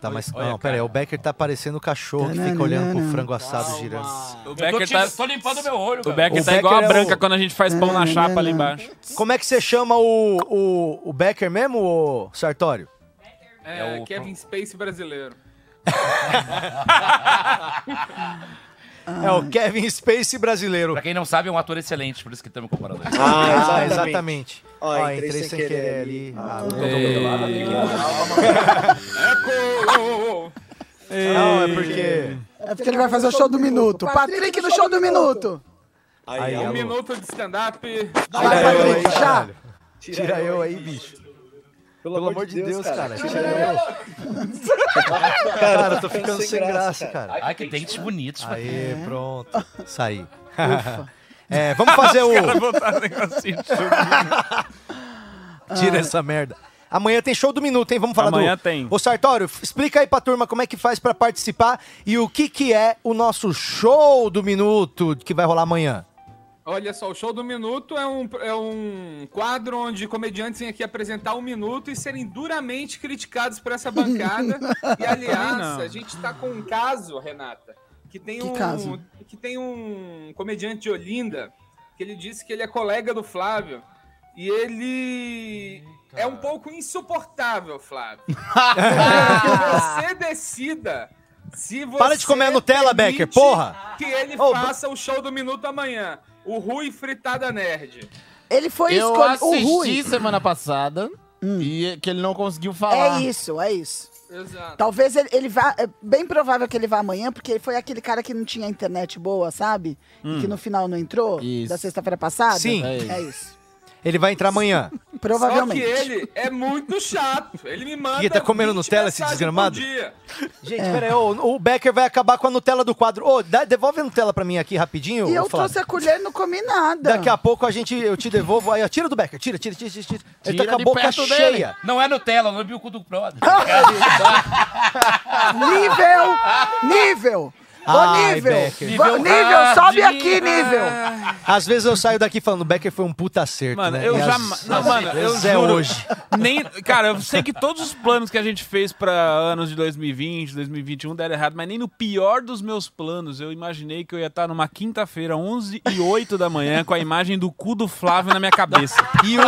[SPEAKER 3] Tá, mas
[SPEAKER 4] Olha,
[SPEAKER 3] não, pera aí,
[SPEAKER 4] cara.
[SPEAKER 3] o Becker tá parecendo um cachorro que fica olhando pro frango assado girando.
[SPEAKER 2] O
[SPEAKER 4] Eu tô,
[SPEAKER 2] Becker
[SPEAKER 4] te-
[SPEAKER 2] tá,
[SPEAKER 4] tô limpando meu olho,
[SPEAKER 2] o
[SPEAKER 4] cara.
[SPEAKER 2] Becker
[SPEAKER 3] O
[SPEAKER 2] tá igual
[SPEAKER 3] Becker
[SPEAKER 2] a
[SPEAKER 3] é o-
[SPEAKER 2] branca quando a gente faz pão na chapa ali embaixo.
[SPEAKER 3] Como é que você chama o, o, o Becker mesmo, ô Sartório?
[SPEAKER 7] É,
[SPEAKER 4] É o-
[SPEAKER 7] Kevin Space brasileiro.
[SPEAKER 3] É o Kevin Space brasileiro.
[SPEAKER 4] Pra quem não sabe, é um ator excelente, por isso que estamos comparando ele.
[SPEAKER 3] Ah, exatamente. Ó, entrei, sem querer, ali. Ah, não.
[SPEAKER 7] Eco!
[SPEAKER 3] não, é porque...
[SPEAKER 5] É porque ele vai fazer o show do minuto. Patrick no show do minuto.
[SPEAKER 3] Aí,
[SPEAKER 7] Um
[SPEAKER 3] alô.
[SPEAKER 7] minuto de stand-up.
[SPEAKER 5] Vai, Patrick, já.
[SPEAKER 3] Tira eu aí, bicho. Pelo, amor de Deus, cara. Tira eu. Cara, eu tô ficando sem graça, cara. tipo, é.
[SPEAKER 4] Ai, que dentes bonitos. mano.
[SPEAKER 3] Aí, pronto. Saí. [laughs] É, vamos fazer o.
[SPEAKER 4] um
[SPEAKER 3] Tira essa merda. Amanhã tem show do minuto, hein? Vamos falar do.
[SPEAKER 2] Amanhã tem.
[SPEAKER 3] Ô Sartório, f- explica aí pra turma como é que faz pra participar e o que que é o nosso show do minuto que vai rolar amanhã.
[SPEAKER 7] Olha só, o Show do Minuto é um, é um quadro onde comediantes vêm aqui apresentar um minuto e serem duramente criticados por
[SPEAKER 5] [laughs]
[SPEAKER 7] essa bancada. e, aliás,
[SPEAKER 2] não.
[SPEAKER 7] a gente tá com um caso, Renata, que tem
[SPEAKER 5] Que
[SPEAKER 7] um
[SPEAKER 5] caso?
[SPEAKER 7] que tem um comediante de Olinda que ele disse que ele é colega do Flávio e ele é um pouco insuportável,
[SPEAKER 3] [laughs]
[SPEAKER 7] Flávio. Ah, que você decida se você
[SPEAKER 3] Para de comer a Nutella,
[SPEAKER 7] permite
[SPEAKER 3] Becker, porra!
[SPEAKER 7] Que ele
[SPEAKER 3] Ô,
[SPEAKER 7] faça o show do minuto amanhã. O Rui Fritada Nerd.
[SPEAKER 5] Ele foi
[SPEAKER 6] Eu
[SPEAKER 5] escolher o Rui.
[SPEAKER 6] assisti semana passada e que ele não conseguiu
[SPEAKER 5] É
[SPEAKER 6] falar.
[SPEAKER 5] isso, é isso.
[SPEAKER 7] Exato.
[SPEAKER 5] Talvez ele, ele vá. É bem provável que ele vá amanhã, porque ele foi aquele cara que não tinha internet boa, sabe? E que no final não entrou,
[SPEAKER 6] Isso.
[SPEAKER 5] da sexta-feira passada.
[SPEAKER 3] Sim.
[SPEAKER 6] É isso.
[SPEAKER 5] É isso.
[SPEAKER 3] Ele vai entrar amanhã.
[SPEAKER 7] Só que
[SPEAKER 5] Tá Provavelmente.
[SPEAKER 7] ele é muito chato. Ele me manda.
[SPEAKER 3] Ih, tá comendo
[SPEAKER 7] 20
[SPEAKER 3] Nutella, esse
[SPEAKER 7] mensagens por
[SPEAKER 3] desgramado?
[SPEAKER 7] dia.
[SPEAKER 3] Gente,
[SPEAKER 5] É.
[SPEAKER 3] peraí, ô, o Becker vai acabar com a Nutella do quadro. Ô, dá- devolve a Nutella pra mim aqui rapidinho.
[SPEAKER 5] E eu
[SPEAKER 3] ô, Flávio.
[SPEAKER 5] trouxe a colher e não comi nada.
[SPEAKER 3] Daqui a pouco a gente, eu te devolvo. Aí, ó, tira do Becker, tira, tira, tira, tira. tira. Ele
[SPEAKER 6] Tira
[SPEAKER 3] tá com a
[SPEAKER 6] de
[SPEAKER 3] boca
[SPEAKER 6] perto
[SPEAKER 3] cheia.
[SPEAKER 6] dele.
[SPEAKER 4] Não é Nutella, não é o cu do brother.
[SPEAKER 5] Nível! Nível!
[SPEAKER 3] Ai,
[SPEAKER 5] Ô, nível!
[SPEAKER 3] Becker.
[SPEAKER 5] Va- Nível,
[SPEAKER 4] Nível
[SPEAKER 5] sobe
[SPEAKER 4] Hard.
[SPEAKER 5] aqui, nível!
[SPEAKER 3] Às vezes eu saio daqui falando, Becker foi um puta acerto,
[SPEAKER 2] Mano,
[SPEAKER 3] né?
[SPEAKER 2] eu
[SPEAKER 3] E
[SPEAKER 2] já.
[SPEAKER 3] às
[SPEAKER 2] Não, mano, eu
[SPEAKER 3] vezes é
[SPEAKER 2] juro,
[SPEAKER 3] hoje.
[SPEAKER 2] Nem, cara, eu sei que todos os planos que a gente fez pra anos de 2020, 2021 deram errado, mas nem no pior dos meus planos eu imaginei que eu ia estar numa quinta-feira, 11 e 8 da manhã, com a imagem do cu do Flávio na minha
[SPEAKER 4] [laughs]
[SPEAKER 2] cabeça.
[SPEAKER 3] E o,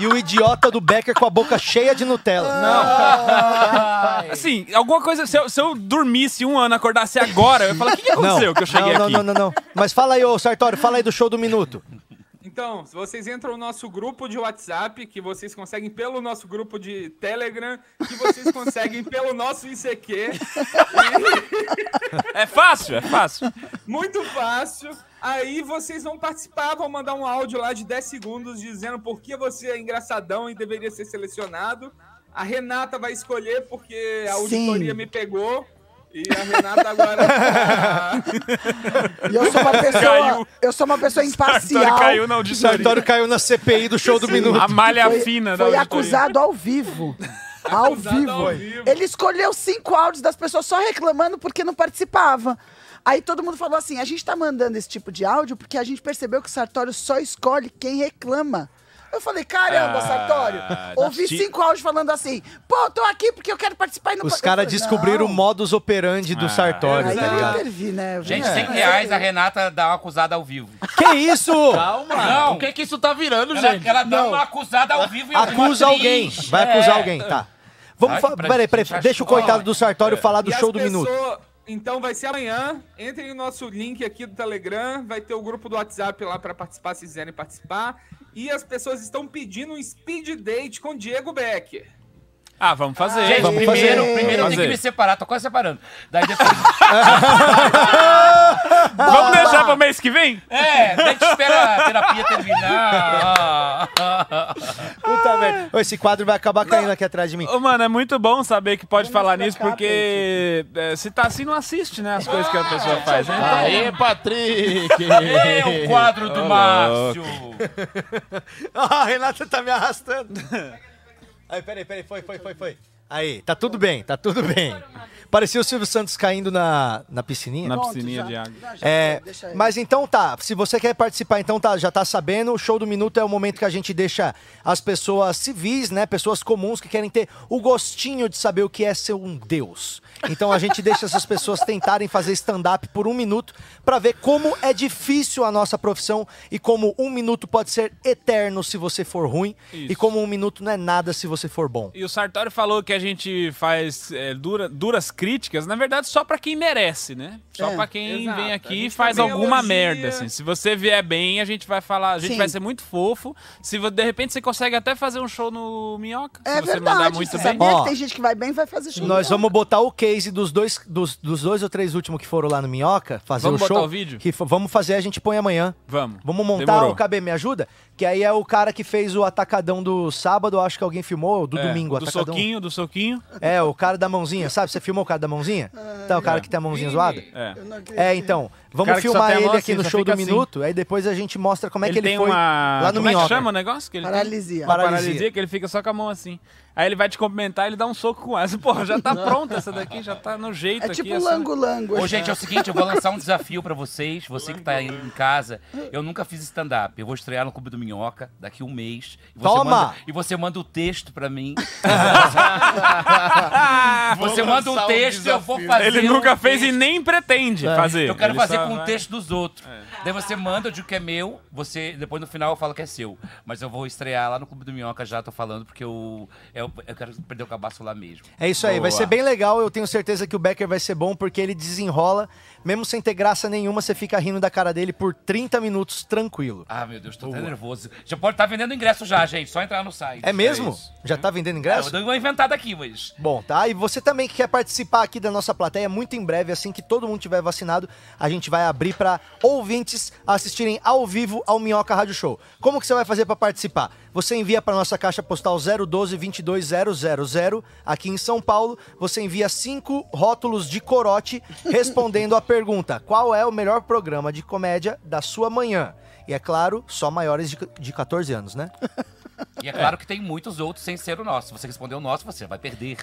[SPEAKER 3] e o idiota do Becker com a boca cheia
[SPEAKER 2] [laughs]
[SPEAKER 3] de Nutella.
[SPEAKER 2] Assim, alguma coisa. Se eu, se eu dormisse um ano, acordasse agora, eu ia falar: o que, que aconteceu que eu cheguei
[SPEAKER 3] não,
[SPEAKER 2] aqui?
[SPEAKER 3] Não, não, não, não. Mas fala aí, ô Sartório, fala aí do show do minuto.
[SPEAKER 7] Então, se vocês entram no nosso grupo de WhatsApp, que vocês conseguem pelo nosso grupo de Telegram, que vocês conseguem pelo nosso ICQ,
[SPEAKER 2] É fácil, é fácil.
[SPEAKER 7] muito fácil. Aí vocês vão participar, vão mandar um áudio lá de 10 segundos dizendo por que você é engraçadão e deveria ser selecionado. A Renata vai escolher porque a
[SPEAKER 5] Sim.
[SPEAKER 7] auditoria me pegou. E a Renata agora. tá-
[SPEAKER 5] E eu sou uma
[SPEAKER 2] Caiu.
[SPEAKER 5] pessoa. eu sou uma pessoa imparcial.
[SPEAKER 2] Sartório caiu na
[SPEAKER 3] O
[SPEAKER 2] auditoria.
[SPEAKER 3] Sartório caiu na CPI do show do minuto.
[SPEAKER 2] É A malha
[SPEAKER 5] Foi,
[SPEAKER 2] fina da
[SPEAKER 5] foi
[SPEAKER 2] auditoria.
[SPEAKER 5] acusado ao
[SPEAKER 2] [laughs]
[SPEAKER 5] vivo. Ao
[SPEAKER 7] Acusado
[SPEAKER 5] vivo.
[SPEAKER 7] ao vivo.
[SPEAKER 5] Ele escolheu cinco áudios das pessoas só reclamando porque não participava. Aí todo mundo falou assim: a gente tá mandando esse tipo de áudio porque a gente percebeu que o Sartório só escolhe quem reclama. Eu falei, caramba,
[SPEAKER 2] Ah,
[SPEAKER 5] Sartório, ouvi
[SPEAKER 2] ti-
[SPEAKER 5] cinco áudios falando assim, pô, tô aqui porque eu quero participar e não
[SPEAKER 3] Os
[SPEAKER 5] pa- Eu
[SPEAKER 3] caras
[SPEAKER 5] falei,
[SPEAKER 3] descobriram
[SPEAKER 5] não.
[SPEAKER 3] o modus operandi
[SPEAKER 2] Ah.
[SPEAKER 3] do Sartório,
[SPEAKER 5] Aí
[SPEAKER 3] tá
[SPEAKER 5] eu
[SPEAKER 3] ligado?
[SPEAKER 5] intervi, né? Eu falei,
[SPEAKER 4] Gente,
[SPEAKER 5] "É,
[SPEAKER 4] 100 reais a Renata dá uma acusada ao vivo.
[SPEAKER 3] Que isso?
[SPEAKER 6] Calma.
[SPEAKER 4] Não.
[SPEAKER 6] O que que isso tá virando,
[SPEAKER 4] Ela,
[SPEAKER 6] gente?
[SPEAKER 4] ela dá uma acusada ao vivo e alguma
[SPEAKER 3] Acusa alguém.
[SPEAKER 4] atriz.
[SPEAKER 3] Vai acusar
[SPEAKER 4] É.
[SPEAKER 3] alguém, tá. Vamos
[SPEAKER 4] Ai,
[SPEAKER 3] falar.
[SPEAKER 4] pra
[SPEAKER 3] Peraí, peraí.
[SPEAKER 4] gente
[SPEAKER 3] Deixa o
[SPEAKER 4] achar-
[SPEAKER 3] coitado do Sartório falar do
[SPEAKER 7] E as
[SPEAKER 3] show do
[SPEAKER 7] pessoa-
[SPEAKER 3] minuto.
[SPEAKER 7] Então vai ser amanhã. Entrem no nosso link aqui do Telegram. Vai ter o grupo do WhatsApp lá para participar, se quiserem participar. E as pessoas estão pedindo um speed date com Diego Becker.
[SPEAKER 2] Ah, vamos fazer.
[SPEAKER 4] Gente,
[SPEAKER 3] Vamos
[SPEAKER 4] primeiro,
[SPEAKER 3] fazer.
[SPEAKER 4] primeiro eu
[SPEAKER 2] Vamos
[SPEAKER 4] tenho que
[SPEAKER 2] fazer.
[SPEAKER 4] me separar, tô quase separando. Daí depois. [laughs]
[SPEAKER 2] Vamos deixar pro mês que vem?
[SPEAKER 4] é, daí a gente espera a terapia terminar.
[SPEAKER 3] Puta merda. Ô, Esse quadro vai acabar caindo aqui
[SPEAKER 2] [laughs]
[SPEAKER 3] atrás de mim.
[SPEAKER 2] Ô, mano, é muito bom saber que pode falar nisso,
[SPEAKER 5] cá, Ah,
[SPEAKER 2] porque é, se tá assim, não assiste, né? As coisas que a
[SPEAKER 5] é,
[SPEAKER 2] pessoa faz, né?
[SPEAKER 5] tá
[SPEAKER 6] Aê, Patrick!
[SPEAKER 4] É o quadro do Márcio.
[SPEAKER 3] Ah, a Renata tá me arrastando. [laughs] Aí, peraí, peraí, foi, foi, foi, foi. Aí, tá tudo bem, tá tudo bem. Parecia o Silvio Santos caindo na, na piscininha.
[SPEAKER 2] Na
[SPEAKER 5] Pronto,
[SPEAKER 2] piscininha
[SPEAKER 5] já.
[SPEAKER 2] de água.
[SPEAKER 3] É,
[SPEAKER 5] Deixa aí.
[SPEAKER 3] mas então tá, se você quer participar, então tá, já tá sabendo, o show do minuto é o momento que a gente deixa as pessoas civis, né, pessoas comuns que querem ter o gostinho de saber o que é ser um deus. Então a gente deixa essas pessoas tentarem fazer stand-up por um minuto pra ver como é difícil a nossa profissão e como um minuto pode ser eterno se você for ruim e
[SPEAKER 2] Isso.
[SPEAKER 3] como um minuto não é nada se você for bom.
[SPEAKER 2] E o Sartori falou que a gente faz é, dura- duras críticas, na verdade, só pra quem merece, né? Só
[SPEAKER 5] É,
[SPEAKER 2] pra quem
[SPEAKER 7] exato.
[SPEAKER 2] vem
[SPEAKER 7] A
[SPEAKER 2] aqui e
[SPEAKER 5] tá
[SPEAKER 7] gente
[SPEAKER 2] faz
[SPEAKER 7] também
[SPEAKER 2] alguma
[SPEAKER 7] elogia.
[SPEAKER 2] merda, assim. Se você vier bem, a gente vai falar, a gente
[SPEAKER 5] Sim.
[SPEAKER 2] vai ser muito fofo. Se vo- de repente você consegue até fazer um show no Minhoca,
[SPEAKER 5] É
[SPEAKER 2] se você
[SPEAKER 5] verdade.
[SPEAKER 2] mandar muito
[SPEAKER 5] você
[SPEAKER 2] bem.
[SPEAKER 5] sabia
[SPEAKER 3] Ó,
[SPEAKER 5] que tem gente que vai bem e vai fazer show.
[SPEAKER 3] Nós vamos botar o case dos dois, dos, dos dois ou três últimos que foram lá no Minhoca, fazer
[SPEAKER 2] Vamos
[SPEAKER 3] o show.
[SPEAKER 2] botar o vídeo?
[SPEAKER 3] Que fo- vamos fazer, a gente põe amanhã.
[SPEAKER 2] Vamos.
[SPEAKER 3] Vamos montar
[SPEAKER 2] Demorou.
[SPEAKER 3] o KB Me Ajuda? Que aí é o cara que fez o atacadão do sábado, acho que alguém filmou, ou do
[SPEAKER 2] É,
[SPEAKER 3] domingo, um. o
[SPEAKER 2] Do
[SPEAKER 3] atacadão.
[SPEAKER 2] soquinho, do soquinho.
[SPEAKER 3] É, o cara da mãozinha, sabe? Você filmou o cara da mãozinha? tá, o cara que tem a mãozinha zoada?
[SPEAKER 2] É.
[SPEAKER 3] É, então,
[SPEAKER 6] Cara
[SPEAKER 3] vamos
[SPEAKER 6] que só
[SPEAKER 3] filmar
[SPEAKER 6] tem a
[SPEAKER 3] ele
[SPEAKER 6] mão
[SPEAKER 3] aqui
[SPEAKER 6] assim,
[SPEAKER 3] no
[SPEAKER 6] só
[SPEAKER 3] show do
[SPEAKER 6] fica assim.
[SPEAKER 3] minuto, aí depois a gente mostra como é que ele,
[SPEAKER 2] tem
[SPEAKER 3] foi
[SPEAKER 2] uma.
[SPEAKER 3] lá no
[SPEAKER 2] Como é que
[SPEAKER 3] Minhoca.
[SPEAKER 2] chama o negócio? Que ele tem?
[SPEAKER 5] Paralisia.
[SPEAKER 3] Para- Paralisia.
[SPEAKER 2] paralisia. que ele fica só com a mão assim. Aí ele vai te cumprimentar, ele dá um soco com essa. Porra, já tá pronta essa daqui, já tá no jeito
[SPEAKER 5] É tipo
[SPEAKER 2] aqui.
[SPEAKER 5] lango-lango. né?
[SPEAKER 4] Ô, gente, é o seguinte, eu vou lançar um desafio pra vocês, você que tá aí em casa. Eu nunca fiz stand-up. Eu vou estrear no Clube do Minhoca daqui um mês. E você
[SPEAKER 3] Toma!
[SPEAKER 4] Manda, e você manda o texto pra mim. [laughs] você manda
[SPEAKER 6] lançar
[SPEAKER 4] um
[SPEAKER 6] um
[SPEAKER 4] texto e eu vou
[SPEAKER 6] desafio.
[SPEAKER 4] fazer.
[SPEAKER 2] Ele
[SPEAKER 4] um
[SPEAKER 2] nunca fez
[SPEAKER 4] texto.
[SPEAKER 2] e nem pretende fazer.
[SPEAKER 4] Eu quero
[SPEAKER 2] Ele
[SPEAKER 4] fazer
[SPEAKER 2] só
[SPEAKER 4] com o
[SPEAKER 2] vai- É.
[SPEAKER 4] texto dos outros. Daí você manda, eu digo que é meu, você depois no final eu falo que é seu. Mas eu vou estrear lá no Clube do Minhoca já, tô falando, porque eu, eu, eu quero perder o cabaço lá mesmo.
[SPEAKER 3] É isso aí, vai ser bem legal. Eu tenho certeza que o Becker vai ser bom porque ele desenrola, mesmo sem ter graça nenhuma, você fica rindo da cara dele por 30 minutos tranquilo.
[SPEAKER 4] Ah, meu Deus, tô até nervoso. Já pode estar vendendo ingresso já, gente. Só entrar no site.
[SPEAKER 3] É mesmo?
[SPEAKER 6] isso.
[SPEAKER 3] Já tá vendendo
[SPEAKER 4] É,
[SPEAKER 3] ingresso?
[SPEAKER 4] eu dei uma inventada aqui, mas.
[SPEAKER 3] Bom, tá? E você também que quer participar aqui da nossa plateia, muito em breve, assim que todo mundo tiver vacinado, a gente vai abrir para ouvintes assistirem ao vivo ao Minhoca Rádio Show. Como que você vai fazer para participar? Você envia para nossa caixa postal 012 22000 aqui em São Paulo. Você envia cinco rótulos de corote respondendo a pergunta: qual é o melhor programa de comédia da sua manhã? E é claro, só maiores de de 14 anos, né?
[SPEAKER 4] E é claro que tem muitos outros sem ser o nosso. Se você responder o nosso, você vai perder.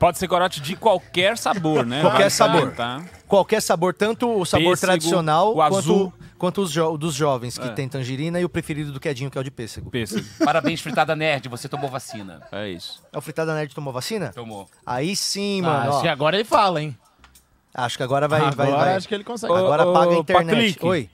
[SPEAKER 2] Pode ser corote de qualquer sabor, né?
[SPEAKER 3] Qualquer
[SPEAKER 2] Vai, tá,
[SPEAKER 3] sabor.
[SPEAKER 2] Tá,
[SPEAKER 3] Qualquer sabor, tanto o sabor
[SPEAKER 2] Pêssego,
[SPEAKER 3] tradicional
[SPEAKER 2] o
[SPEAKER 3] quanto,
[SPEAKER 2] azul.
[SPEAKER 3] quanto os jo- dos jovens, que
[SPEAKER 2] É.
[SPEAKER 3] tem tangerina, e o preferido do Quedinho, que é o de pêssego.
[SPEAKER 2] Pêssego.
[SPEAKER 4] Parabéns, fritada nerd, você tomou vacina.
[SPEAKER 2] É isso.
[SPEAKER 3] É o fritada nerd tomou vacina?
[SPEAKER 4] Tomou.
[SPEAKER 3] Aí sim,
[SPEAKER 6] Ah,
[SPEAKER 3] mano. ó.
[SPEAKER 6] acho que
[SPEAKER 2] é
[SPEAKER 6] agora ele fala, hein?
[SPEAKER 3] Acho que agora vai. vai,
[SPEAKER 6] agora
[SPEAKER 3] vai.
[SPEAKER 6] acho que ele
[SPEAKER 2] é
[SPEAKER 6] consegue. É,
[SPEAKER 3] Agora
[SPEAKER 2] Ô,
[SPEAKER 3] paga a
[SPEAKER 2] ô,
[SPEAKER 3] internet.
[SPEAKER 2] Patrick.
[SPEAKER 3] Oi.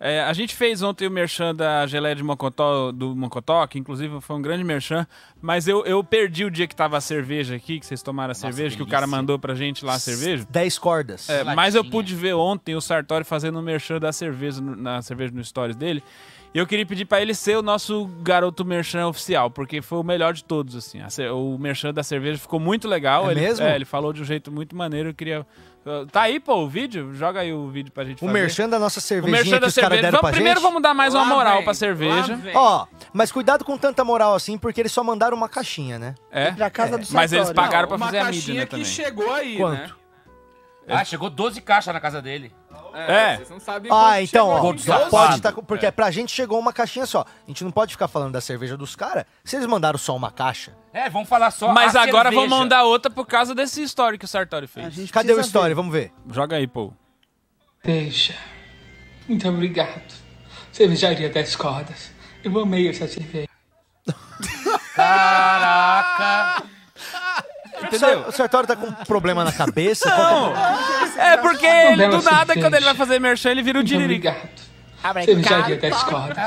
[SPEAKER 2] É, a gente fez ontem o merchan da geleia de mocotó do Mocotó, que inclusive foi um grande merchan, mas eu, eu perdi o dia que tava a cerveja aqui, que vocês tomaram a cerveja, que o cara
[SPEAKER 4] delícia.
[SPEAKER 2] mandou pra gente lá a cerveja.
[SPEAKER 3] 10 cordas.
[SPEAKER 2] É, mas eu
[SPEAKER 4] Latinha.
[SPEAKER 2] pude ver ontem o Sartori fazendo o merchan da cerveja no- na cerveja no stories dele. E eu queria pedir pra ele ser o nosso garoto merchan oficial, porque foi o melhor de todos, assim. A ce- O merchan da cerveja ficou muito legal.
[SPEAKER 3] É
[SPEAKER 2] ele,
[SPEAKER 3] mesmo?
[SPEAKER 2] ele falou de um jeito muito maneiro. Eu queria. Tá aí, pô, o vídeo? Joga aí o vídeo pra gente
[SPEAKER 3] o
[SPEAKER 2] fazer.
[SPEAKER 3] merchan da nossa
[SPEAKER 2] O
[SPEAKER 3] cervejinha
[SPEAKER 2] merchan
[SPEAKER 3] que
[SPEAKER 2] da
[SPEAKER 3] os caras
[SPEAKER 2] cerveja.
[SPEAKER 3] deram pra
[SPEAKER 2] Vamos, primeiro
[SPEAKER 3] gente.
[SPEAKER 2] vamos dar mais uma
[SPEAKER 7] Lá
[SPEAKER 2] moral
[SPEAKER 7] vem,
[SPEAKER 2] pra
[SPEAKER 7] lá
[SPEAKER 2] cerveja.
[SPEAKER 7] vem.
[SPEAKER 3] Ó, mas cuidado com tanta moral assim, porque eles só mandaram uma caixinha, né?
[SPEAKER 2] É.
[SPEAKER 5] Pra casa do
[SPEAKER 2] Mas eles
[SPEAKER 5] Sartori.
[SPEAKER 2] pagaram pra
[SPEAKER 7] Uma
[SPEAKER 2] fazer a
[SPEAKER 7] caixinha
[SPEAKER 2] mídia né,
[SPEAKER 7] que
[SPEAKER 2] também.
[SPEAKER 7] chegou aí, né?
[SPEAKER 4] Ah, chegou 12 caixas na casa dele.
[SPEAKER 2] É.
[SPEAKER 7] Vocês não sabem
[SPEAKER 3] Ah,
[SPEAKER 7] quanto
[SPEAKER 3] então, ó,
[SPEAKER 7] chegou.
[SPEAKER 4] Gordo
[SPEAKER 3] só
[SPEAKER 4] safado.
[SPEAKER 3] pode estar. com- Porque é pra gente chegou uma caixinha só. A gente não pode ficar falando da cerveja dos caras se eles mandaram só uma caixa.
[SPEAKER 4] É, vamos falar só
[SPEAKER 2] Mas
[SPEAKER 4] a
[SPEAKER 2] agora vão
[SPEAKER 4] cerveja.
[SPEAKER 2] mandar outra por causa desse story que o Sartori
[SPEAKER 5] A
[SPEAKER 2] fez.
[SPEAKER 5] gente
[SPEAKER 3] Cadê o
[SPEAKER 5] precisa
[SPEAKER 3] story? Vamos ver.
[SPEAKER 2] Joga aí, pô.
[SPEAKER 8] Deixa. Muito obrigado. Cervejaria 10 cordas. Eu amei essa cerveja.
[SPEAKER 3] O Sartori tá com um problema na cabeça.
[SPEAKER 2] É porque ele, do
[SPEAKER 8] dela
[SPEAKER 7] assim,
[SPEAKER 8] se
[SPEAKER 2] nada,
[SPEAKER 8] fez.
[SPEAKER 2] quando ele vai fazer merchan, ele vira o
[SPEAKER 8] Muito
[SPEAKER 2] Tiririca.
[SPEAKER 8] obrigado. Cervejaria 10
[SPEAKER 6] tá
[SPEAKER 8] cordas.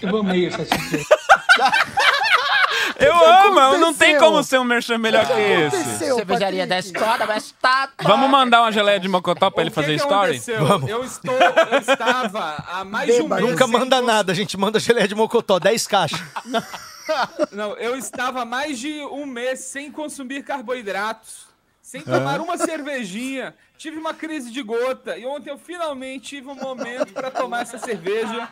[SPEAKER 8] Eu amei essa cerveja.
[SPEAKER 2] Eu amo, eu não tem
[SPEAKER 5] aconteceu?
[SPEAKER 2] como ser um merchan melhor que esse.
[SPEAKER 5] Aconteceu,
[SPEAKER 9] Cervejaria da
[SPEAKER 5] Patrick.
[SPEAKER 9] escola, mas tá.
[SPEAKER 2] Vamos mandar uma geleia de mocotó pra ele
[SPEAKER 7] O que
[SPEAKER 2] fazer
[SPEAKER 7] que
[SPEAKER 2] story?
[SPEAKER 7] aconteceu? Eu, estou, eu estava há mais de um mês.
[SPEAKER 3] Nunca
[SPEAKER 7] sem
[SPEAKER 3] manda nada, a gente manda geleia de mocotó, 10 caixas.
[SPEAKER 7] Não, eu estava há mais de um mês sem consumir carboidratos, sem tomar uma cervejinha. Tive uma crise de gota e ontem eu finalmente tive um momento para tomar essa cerveja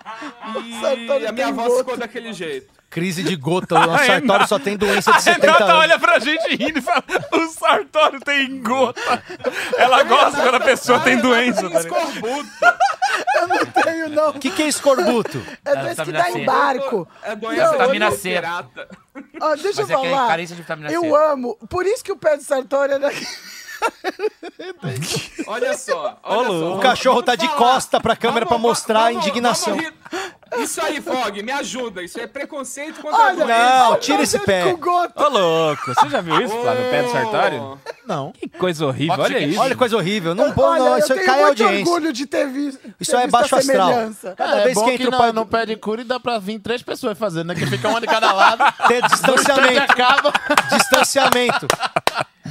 [SPEAKER 7] e
[SPEAKER 5] Sartori
[SPEAKER 7] a minha
[SPEAKER 5] tem
[SPEAKER 7] voz
[SPEAKER 5] gota.
[SPEAKER 7] ficou daquele jeito.
[SPEAKER 3] Crise de gota, o Sartori só tem doença de
[SPEAKER 2] A
[SPEAKER 3] 70
[SPEAKER 2] Renata
[SPEAKER 3] anos.
[SPEAKER 2] olha pra gente rindo e fala: o Sartório tem gota. Ela gosta quando a pessoa tem doença. tá ligado?
[SPEAKER 7] Escorbuto.
[SPEAKER 5] Não [laughs] tenho, não.
[SPEAKER 3] O que, que é escorbuto?
[SPEAKER 5] É
[SPEAKER 4] Não,
[SPEAKER 5] doença que
[SPEAKER 4] vitamina
[SPEAKER 5] dá
[SPEAKER 4] C.
[SPEAKER 5] em barco.
[SPEAKER 7] É doença
[SPEAKER 5] Não,
[SPEAKER 4] Vitamina
[SPEAKER 7] olha,
[SPEAKER 4] C.
[SPEAKER 7] pirata.
[SPEAKER 5] Ó, deixa
[SPEAKER 4] Mas
[SPEAKER 5] eu
[SPEAKER 4] é que é
[SPEAKER 5] falar.
[SPEAKER 4] carência de vitamina C.
[SPEAKER 5] eu amo. Por isso que o pé do Sartori é era...
[SPEAKER 7] Olha só, olha só.
[SPEAKER 3] O cachorro tá de costa pra câmera pra mostrar a indignação.
[SPEAKER 7] rir. Isso aí, Fog, me ajuda. Isso é preconceito contra a
[SPEAKER 5] Olha, né?
[SPEAKER 7] doença.
[SPEAKER 3] Não,
[SPEAKER 5] olha o
[SPEAKER 3] tira esse
[SPEAKER 5] dedo
[SPEAKER 3] pé.
[SPEAKER 5] Com gota.
[SPEAKER 2] Ô, louco, você já viu isso, Flávio? Pé do Sartório?
[SPEAKER 6] Não.
[SPEAKER 2] Que coisa horrível, olha isso.
[SPEAKER 3] Olha que coisa horrível. Não põe,
[SPEAKER 5] Olha,
[SPEAKER 3] não.
[SPEAKER 5] eu
[SPEAKER 3] um Isso
[SPEAKER 5] tenho
[SPEAKER 3] cai a
[SPEAKER 5] muito
[SPEAKER 3] audiência.
[SPEAKER 5] orgulho de ter visto. ter
[SPEAKER 3] Isso é
[SPEAKER 5] visto a
[SPEAKER 3] baixo astral.
[SPEAKER 5] semelhança.
[SPEAKER 3] Cada vez que entra o
[SPEAKER 6] É, não,
[SPEAKER 3] pai.
[SPEAKER 6] não pede cura e dá pra vir três pessoas fazendo, né? Que fica [laughs] uma de cada lado.
[SPEAKER 3] Tem
[SPEAKER 6] Distanciamento.
[SPEAKER 3] distanciamento.
[SPEAKER 6] acaba.
[SPEAKER 3] Distanciamento.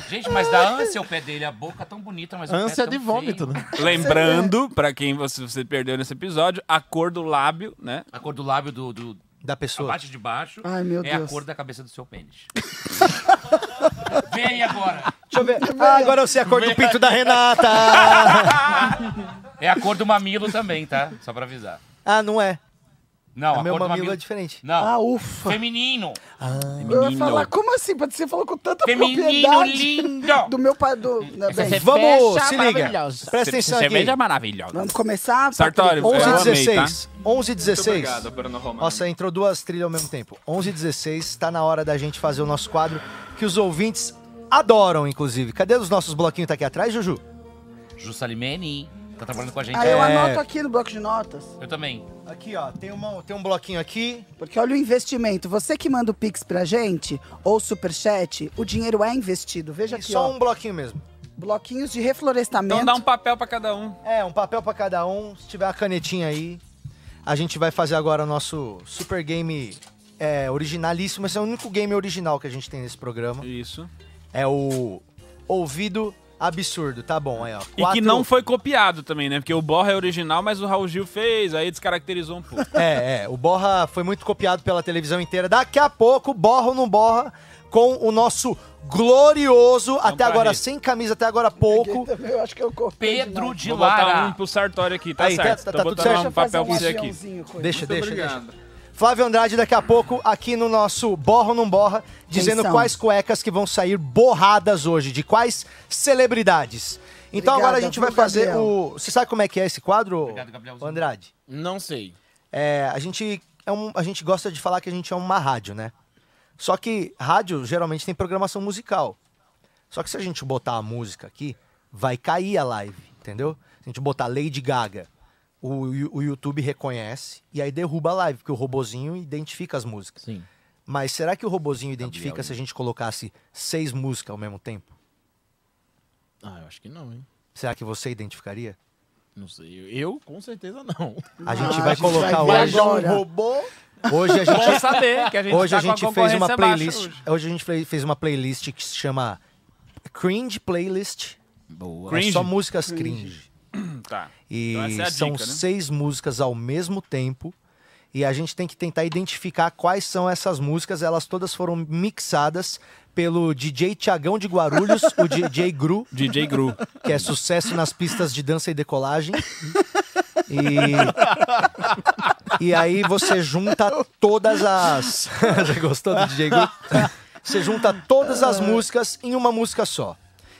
[SPEAKER 4] Gente, mas dá ânsia o pé dele, a boca é tão bonita, mas o pé é
[SPEAKER 6] Ânsia
[SPEAKER 4] tão
[SPEAKER 6] de
[SPEAKER 4] feio.
[SPEAKER 6] vômito, né?
[SPEAKER 2] Lembrando, pra quem você, você perdeu nesse episódio, a cor do lábio, né?
[SPEAKER 4] A cor do lábio do, do
[SPEAKER 3] Da
[SPEAKER 4] a
[SPEAKER 3] pessoa.
[SPEAKER 4] parte de baixo
[SPEAKER 5] Ai, meu
[SPEAKER 4] é a
[SPEAKER 5] Deus.
[SPEAKER 4] cor da cabeça do seu pênis. Vem aí agora.
[SPEAKER 3] Deixa eu ver. Ah, agora eu sei a cor do pinto da Renata.
[SPEAKER 4] É a cor do mamilo também, tá? Só pra avisar.
[SPEAKER 3] Ah, não é.
[SPEAKER 4] Não, a
[SPEAKER 3] Meu
[SPEAKER 4] cor do
[SPEAKER 3] mamilo
[SPEAKER 4] mamilo.
[SPEAKER 3] é diferente.
[SPEAKER 4] Não.
[SPEAKER 5] Ah, ufa.
[SPEAKER 4] Feminino.
[SPEAKER 5] Eu ia falar, como assim? Patrick? Você falou com tanta
[SPEAKER 4] Feminino
[SPEAKER 5] propriedade [laughs]
[SPEAKER 4] lindo. é
[SPEAKER 5] do meu pai. Do, né, bem,
[SPEAKER 9] cerveja
[SPEAKER 3] Vamos, se liga.
[SPEAKER 9] maravilhosa.
[SPEAKER 3] Presta atenção aqui.
[SPEAKER 2] Cerveja maravilhosa.
[SPEAKER 5] Vamos começar?
[SPEAKER 2] Sartori,
[SPEAKER 5] Patrick?
[SPEAKER 2] eu amei,
[SPEAKER 3] 11h16.
[SPEAKER 7] tá? Muito
[SPEAKER 3] 11h16.
[SPEAKER 7] obrigado, Bruno Romano.
[SPEAKER 3] Nossa, entrou duas trilhas ao mesmo tempo. 11h16, está na hora da gente fazer o nosso quadro que os ouvintes adoram, inclusive. Cadê os nossos bloquinhos? Tá aqui atrás, Juju?
[SPEAKER 4] Jussalimeni. Tá trabalhando com a gente.
[SPEAKER 5] Aí eu
[SPEAKER 3] É.
[SPEAKER 5] anoto aqui no bloco de notas.
[SPEAKER 4] Eu também.
[SPEAKER 3] Aqui, ó. Tem, uma, tem um bloquinho aqui.
[SPEAKER 5] Porque olha o investimento. Você que manda o Pix pra gente, ou Superchat, o dinheiro é investido. Veja
[SPEAKER 3] e
[SPEAKER 5] aqui,
[SPEAKER 3] só
[SPEAKER 5] ó.
[SPEAKER 3] um bloquinho mesmo.
[SPEAKER 5] Bloquinhos de reflorestamento.
[SPEAKER 2] Então dá um papel pra cada um.
[SPEAKER 3] É, um papel pra cada um. Se tiver uma canetinha aí, a gente vai fazer agora o nosso super game é, originalíssimo. Esse é o único game original que a gente tem nesse programa.
[SPEAKER 2] Isso.
[SPEAKER 3] É o Ouvido Absurdo. Tá bom, aí, ó.
[SPEAKER 2] E que
[SPEAKER 3] Quatro-
[SPEAKER 2] não foi copiado também, né? Porque o Borra é original, mas o Raul Gil fez, aí descaracterizou um pouco.
[SPEAKER 3] É, é. O Borra foi muito copiado pela televisão inteira. Daqui a pouco, Borra ou não Borra, com o nosso glorioso, até
[SPEAKER 2] pra
[SPEAKER 3] agora
[SPEAKER 2] rede.
[SPEAKER 3] sem camisa, até agora pouco.
[SPEAKER 5] Também, eu acho que eu copiei
[SPEAKER 4] Pedro
[SPEAKER 5] demais.
[SPEAKER 4] de
[SPEAKER 2] [laughs] Vou botar
[SPEAKER 4] Lara.
[SPEAKER 2] um pro Sartório aqui, tá
[SPEAKER 3] Aí, tá-
[SPEAKER 2] certo?
[SPEAKER 3] tá-
[SPEAKER 2] Tô
[SPEAKER 3] tá tudo
[SPEAKER 2] botando
[SPEAKER 3] certo.
[SPEAKER 2] um papel pra você
[SPEAKER 5] Deixa eu fazer
[SPEAKER 2] aqui.
[SPEAKER 5] aviãozinho, coisa.
[SPEAKER 3] Deixa,
[SPEAKER 7] Muito
[SPEAKER 3] deixa, deixa.
[SPEAKER 7] obrigado.
[SPEAKER 3] Flávio Andrade, daqui a pouco, aqui no nosso Borra ou não Borra, dizendo
[SPEAKER 5] são?
[SPEAKER 3] quais cuecas que vão sair borradas hoje, de quais celebridades. Então
[SPEAKER 5] Obrigada,
[SPEAKER 3] agora a gente
[SPEAKER 5] viu,
[SPEAKER 3] vai fazer
[SPEAKER 5] Gabriel?
[SPEAKER 3] o. Você sabe como é que é esse quadro,
[SPEAKER 4] Obrigado, Gabrielzinho.
[SPEAKER 3] Andrade?
[SPEAKER 6] Não sei.
[SPEAKER 3] É, a gente é um, a gente gosta de falar que a gente é uma rádio, né? Só que rádio geralmente tem programação musical. Só que se a gente botar a música aqui, vai cair a live, entendeu? Se a gente botar Lady Gaga, o, Yu- o YouTube reconhece e aí derruba a live, porque o robozinho identifica as músicas.
[SPEAKER 6] Sim.
[SPEAKER 3] Mas será que o robozinho identifica se a gente colocasse seis músicas ao mesmo tempo?
[SPEAKER 6] Ah, eu acho que não, hein?
[SPEAKER 3] Será que você identificaria?
[SPEAKER 6] Não sei. Eu, com certeza, [laughs] não.
[SPEAKER 3] A gente vai colocar
[SPEAKER 5] ver
[SPEAKER 3] hoje.
[SPEAKER 5] agora.
[SPEAKER 6] robô.
[SPEAKER 3] Hoje a gente
[SPEAKER 2] Bom saber que a gente
[SPEAKER 3] hoje
[SPEAKER 2] tá
[SPEAKER 3] a
[SPEAKER 2] com
[SPEAKER 3] gente fez
[SPEAKER 2] concorrência
[SPEAKER 3] uma
[SPEAKER 2] baixa
[SPEAKER 3] playlist.
[SPEAKER 2] hoje.
[SPEAKER 3] Hoje. a gente fle- fez uma playlist que se chama Cringe Playlist.
[SPEAKER 6] Boa.
[SPEAKER 3] É só
[SPEAKER 2] Cringe?
[SPEAKER 3] músicas cringe.
[SPEAKER 2] [clears throat] Tá.
[SPEAKER 3] E
[SPEAKER 2] Então essa é a
[SPEAKER 3] são
[SPEAKER 2] dica, né?
[SPEAKER 3] seis músicas ao mesmo tempo. E a gente tem que tentar identificar quais são essas músicas. Elas todas foram mixadas pelo DJ Tiagão de Guarulhos, o DJ Gru,
[SPEAKER 2] DJ Gru.
[SPEAKER 3] que é sucesso nas pistas de dança e decolagem. E, e aí você junta todas as. [laughs] Já gostou do DJ Gru? Você junta todas as músicas em uma música só.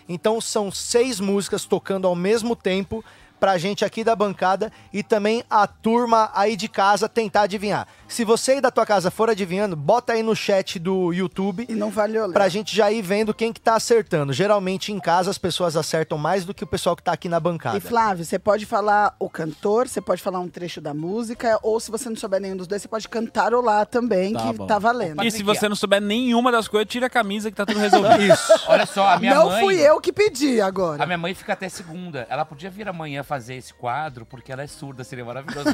[SPEAKER 3] Então são seis músicas tocando ao mesmo tempo pra gente aqui da bancada e também a turma aí de casa tentar adivinhar. Se você aí da tua casa for adivinhando, bota aí no chat do YouTube
[SPEAKER 5] E não vale olhar.
[SPEAKER 3] pra gente já ir vendo quem que tá acertando. Geralmente em casa as pessoas acertam mais do que o pessoal que tá aqui na bancada.
[SPEAKER 5] E Flávio, você pode falar o cantor, você pode falar um trecho da música, ou se você não souber nenhum dos dois, você pode cantarolar também,
[SPEAKER 6] Tá
[SPEAKER 5] que
[SPEAKER 6] bom.
[SPEAKER 5] tá valendo.
[SPEAKER 2] E se você não souber nenhuma das coisas, tira a camisa que tá tudo resolvido.
[SPEAKER 3] Isso.
[SPEAKER 4] Olha só, a minha
[SPEAKER 5] não
[SPEAKER 4] mãe.
[SPEAKER 5] fui eu que pedi
[SPEAKER 4] A
[SPEAKER 5] agora.
[SPEAKER 4] minha mãe fica até segunda. Ela podia vir amanhã fazer esse quadro, porque ela é surda,
[SPEAKER 3] [laughs]
[SPEAKER 4] seria maravilhoso.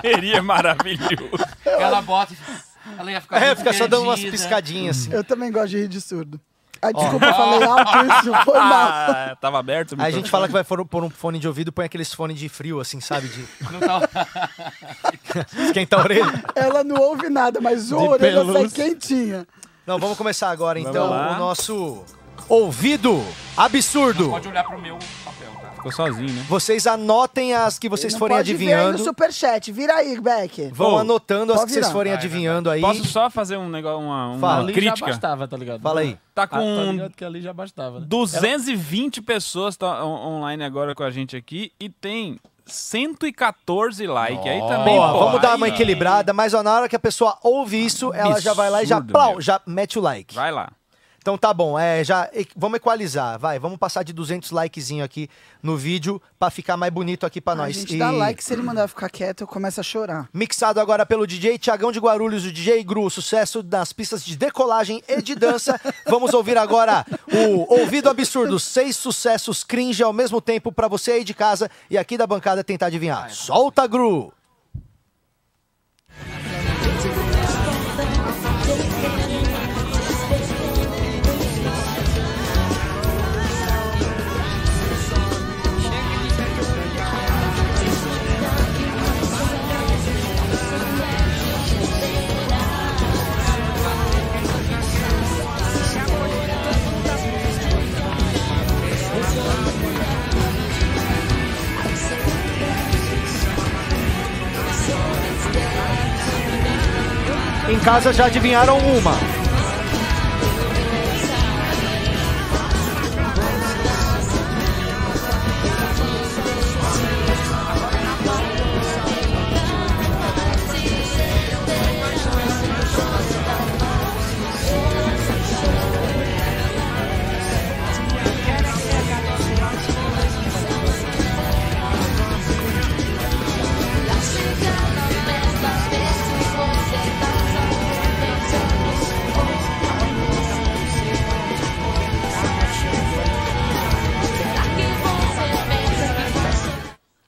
[SPEAKER 2] Seria maravilhoso.
[SPEAKER 4] ela bota. e- Ela ia ficar.
[SPEAKER 3] É,
[SPEAKER 4] muito
[SPEAKER 3] fica só dando umas
[SPEAKER 5] né?
[SPEAKER 4] perdida.
[SPEAKER 3] piscadinhas assim.
[SPEAKER 5] Eu também gosto de rir de surdo. Ai, desculpa, eu falei alto isso, foi mal.
[SPEAKER 2] Ah, tava aberto. o
[SPEAKER 3] Aí a
[SPEAKER 2] microfone.
[SPEAKER 3] gente fala que vai for- pôr um fone de ouvido, põe aqueles fones de frio, assim, sabe? De
[SPEAKER 4] Não tá-
[SPEAKER 3] [laughs] esquentar a orelha.
[SPEAKER 5] Ela não ouve nada, mas o orelha sai quentinha.
[SPEAKER 3] Não, vamos começar agora, então,
[SPEAKER 2] lá.
[SPEAKER 3] o nosso ouvido absurdo.
[SPEAKER 4] Pode olhar pro meu papel, tá?
[SPEAKER 2] Ficou sozinho, né?
[SPEAKER 3] Vocês anotem as que vocês
[SPEAKER 5] Não
[SPEAKER 3] forem
[SPEAKER 5] pode ver aí no
[SPEAKER 3] adivinhando.
[SPEAKER 5] superchat. Vira aí, Beck.
[SPEAKER 3] Vão
[SPEAKER 2] Vou.
[SPEAKER 3] anotando as
[SPEAKER 5] Pode
[SPEAKER 3] que vocês
[SPEAKER 5] virar.
[SPEAKER 3] forem
[SPEAKER 4] Ah, é
[SPEAKER 3] adivinhando aí.
[SPEAKER 2] Posso só fazer um negócio, uma, uma
[SPEAKER 3] Fala.
[SPEAKER 6] Ali já
[SPEAKER 2] crítica?
[SPEAKER 6] bastava, tá ligado?
[SPEAKER 3] Fala aí.
[SPEAKER 2] Tá
[SPEAKER 6] Ah, tá
[SPEAKER 2] com
[SPEAKER 6] ligado que ali já bastava, né?
[SPEAKER 2] 220 pessoas tá on- online agora com a gente aqui e tem 114 likes. Aí também,
[SPEAKER 3] Boa,
[SPEAKER 2] pô,
[SPEAKER 3] vamos dar uma
[SPEAKER 2] aí-
[SPEAKER 3] equilibrada, mas ó, na hora que a pessoa ouve isso, ela já vai lá e já,
[SPEAKER 2] Absurdo,
[SPEAKER 3] plau,
[SPEAKER 2] meu.
[SPEAKER 3] já mete o like.
[SPEAKER 2] Vai lá.
[SPEAKER 3] Então tá bom, é, já e- vamos equalizar, vai, vamos passar de 200 likezinho aqui no vídeo pra ficar mais bonito aqui pra
[SPEAKER 5] A
[SPEAKER 3] nós.
[SPEAKER 5] gente
[SPEAKER 3] E-
[SPEAKER 5] dá like, se ele mandar eu ficar quieto, eu começo a chorar.
[SPEAKER 3] Mixado agora pelo DJ Tiagão de Guarulhos, o DJ Gru, sucesso nas pistas de decolagem e de dança. [laughs] Vamos ouvir agora o Ouvido Absurdo, seis sucessos cringe ao mesmo tempo pra você aí de casa e aqui da bancada tentar adivinhar. Solta, Gru! Em casa já adivinharam uma.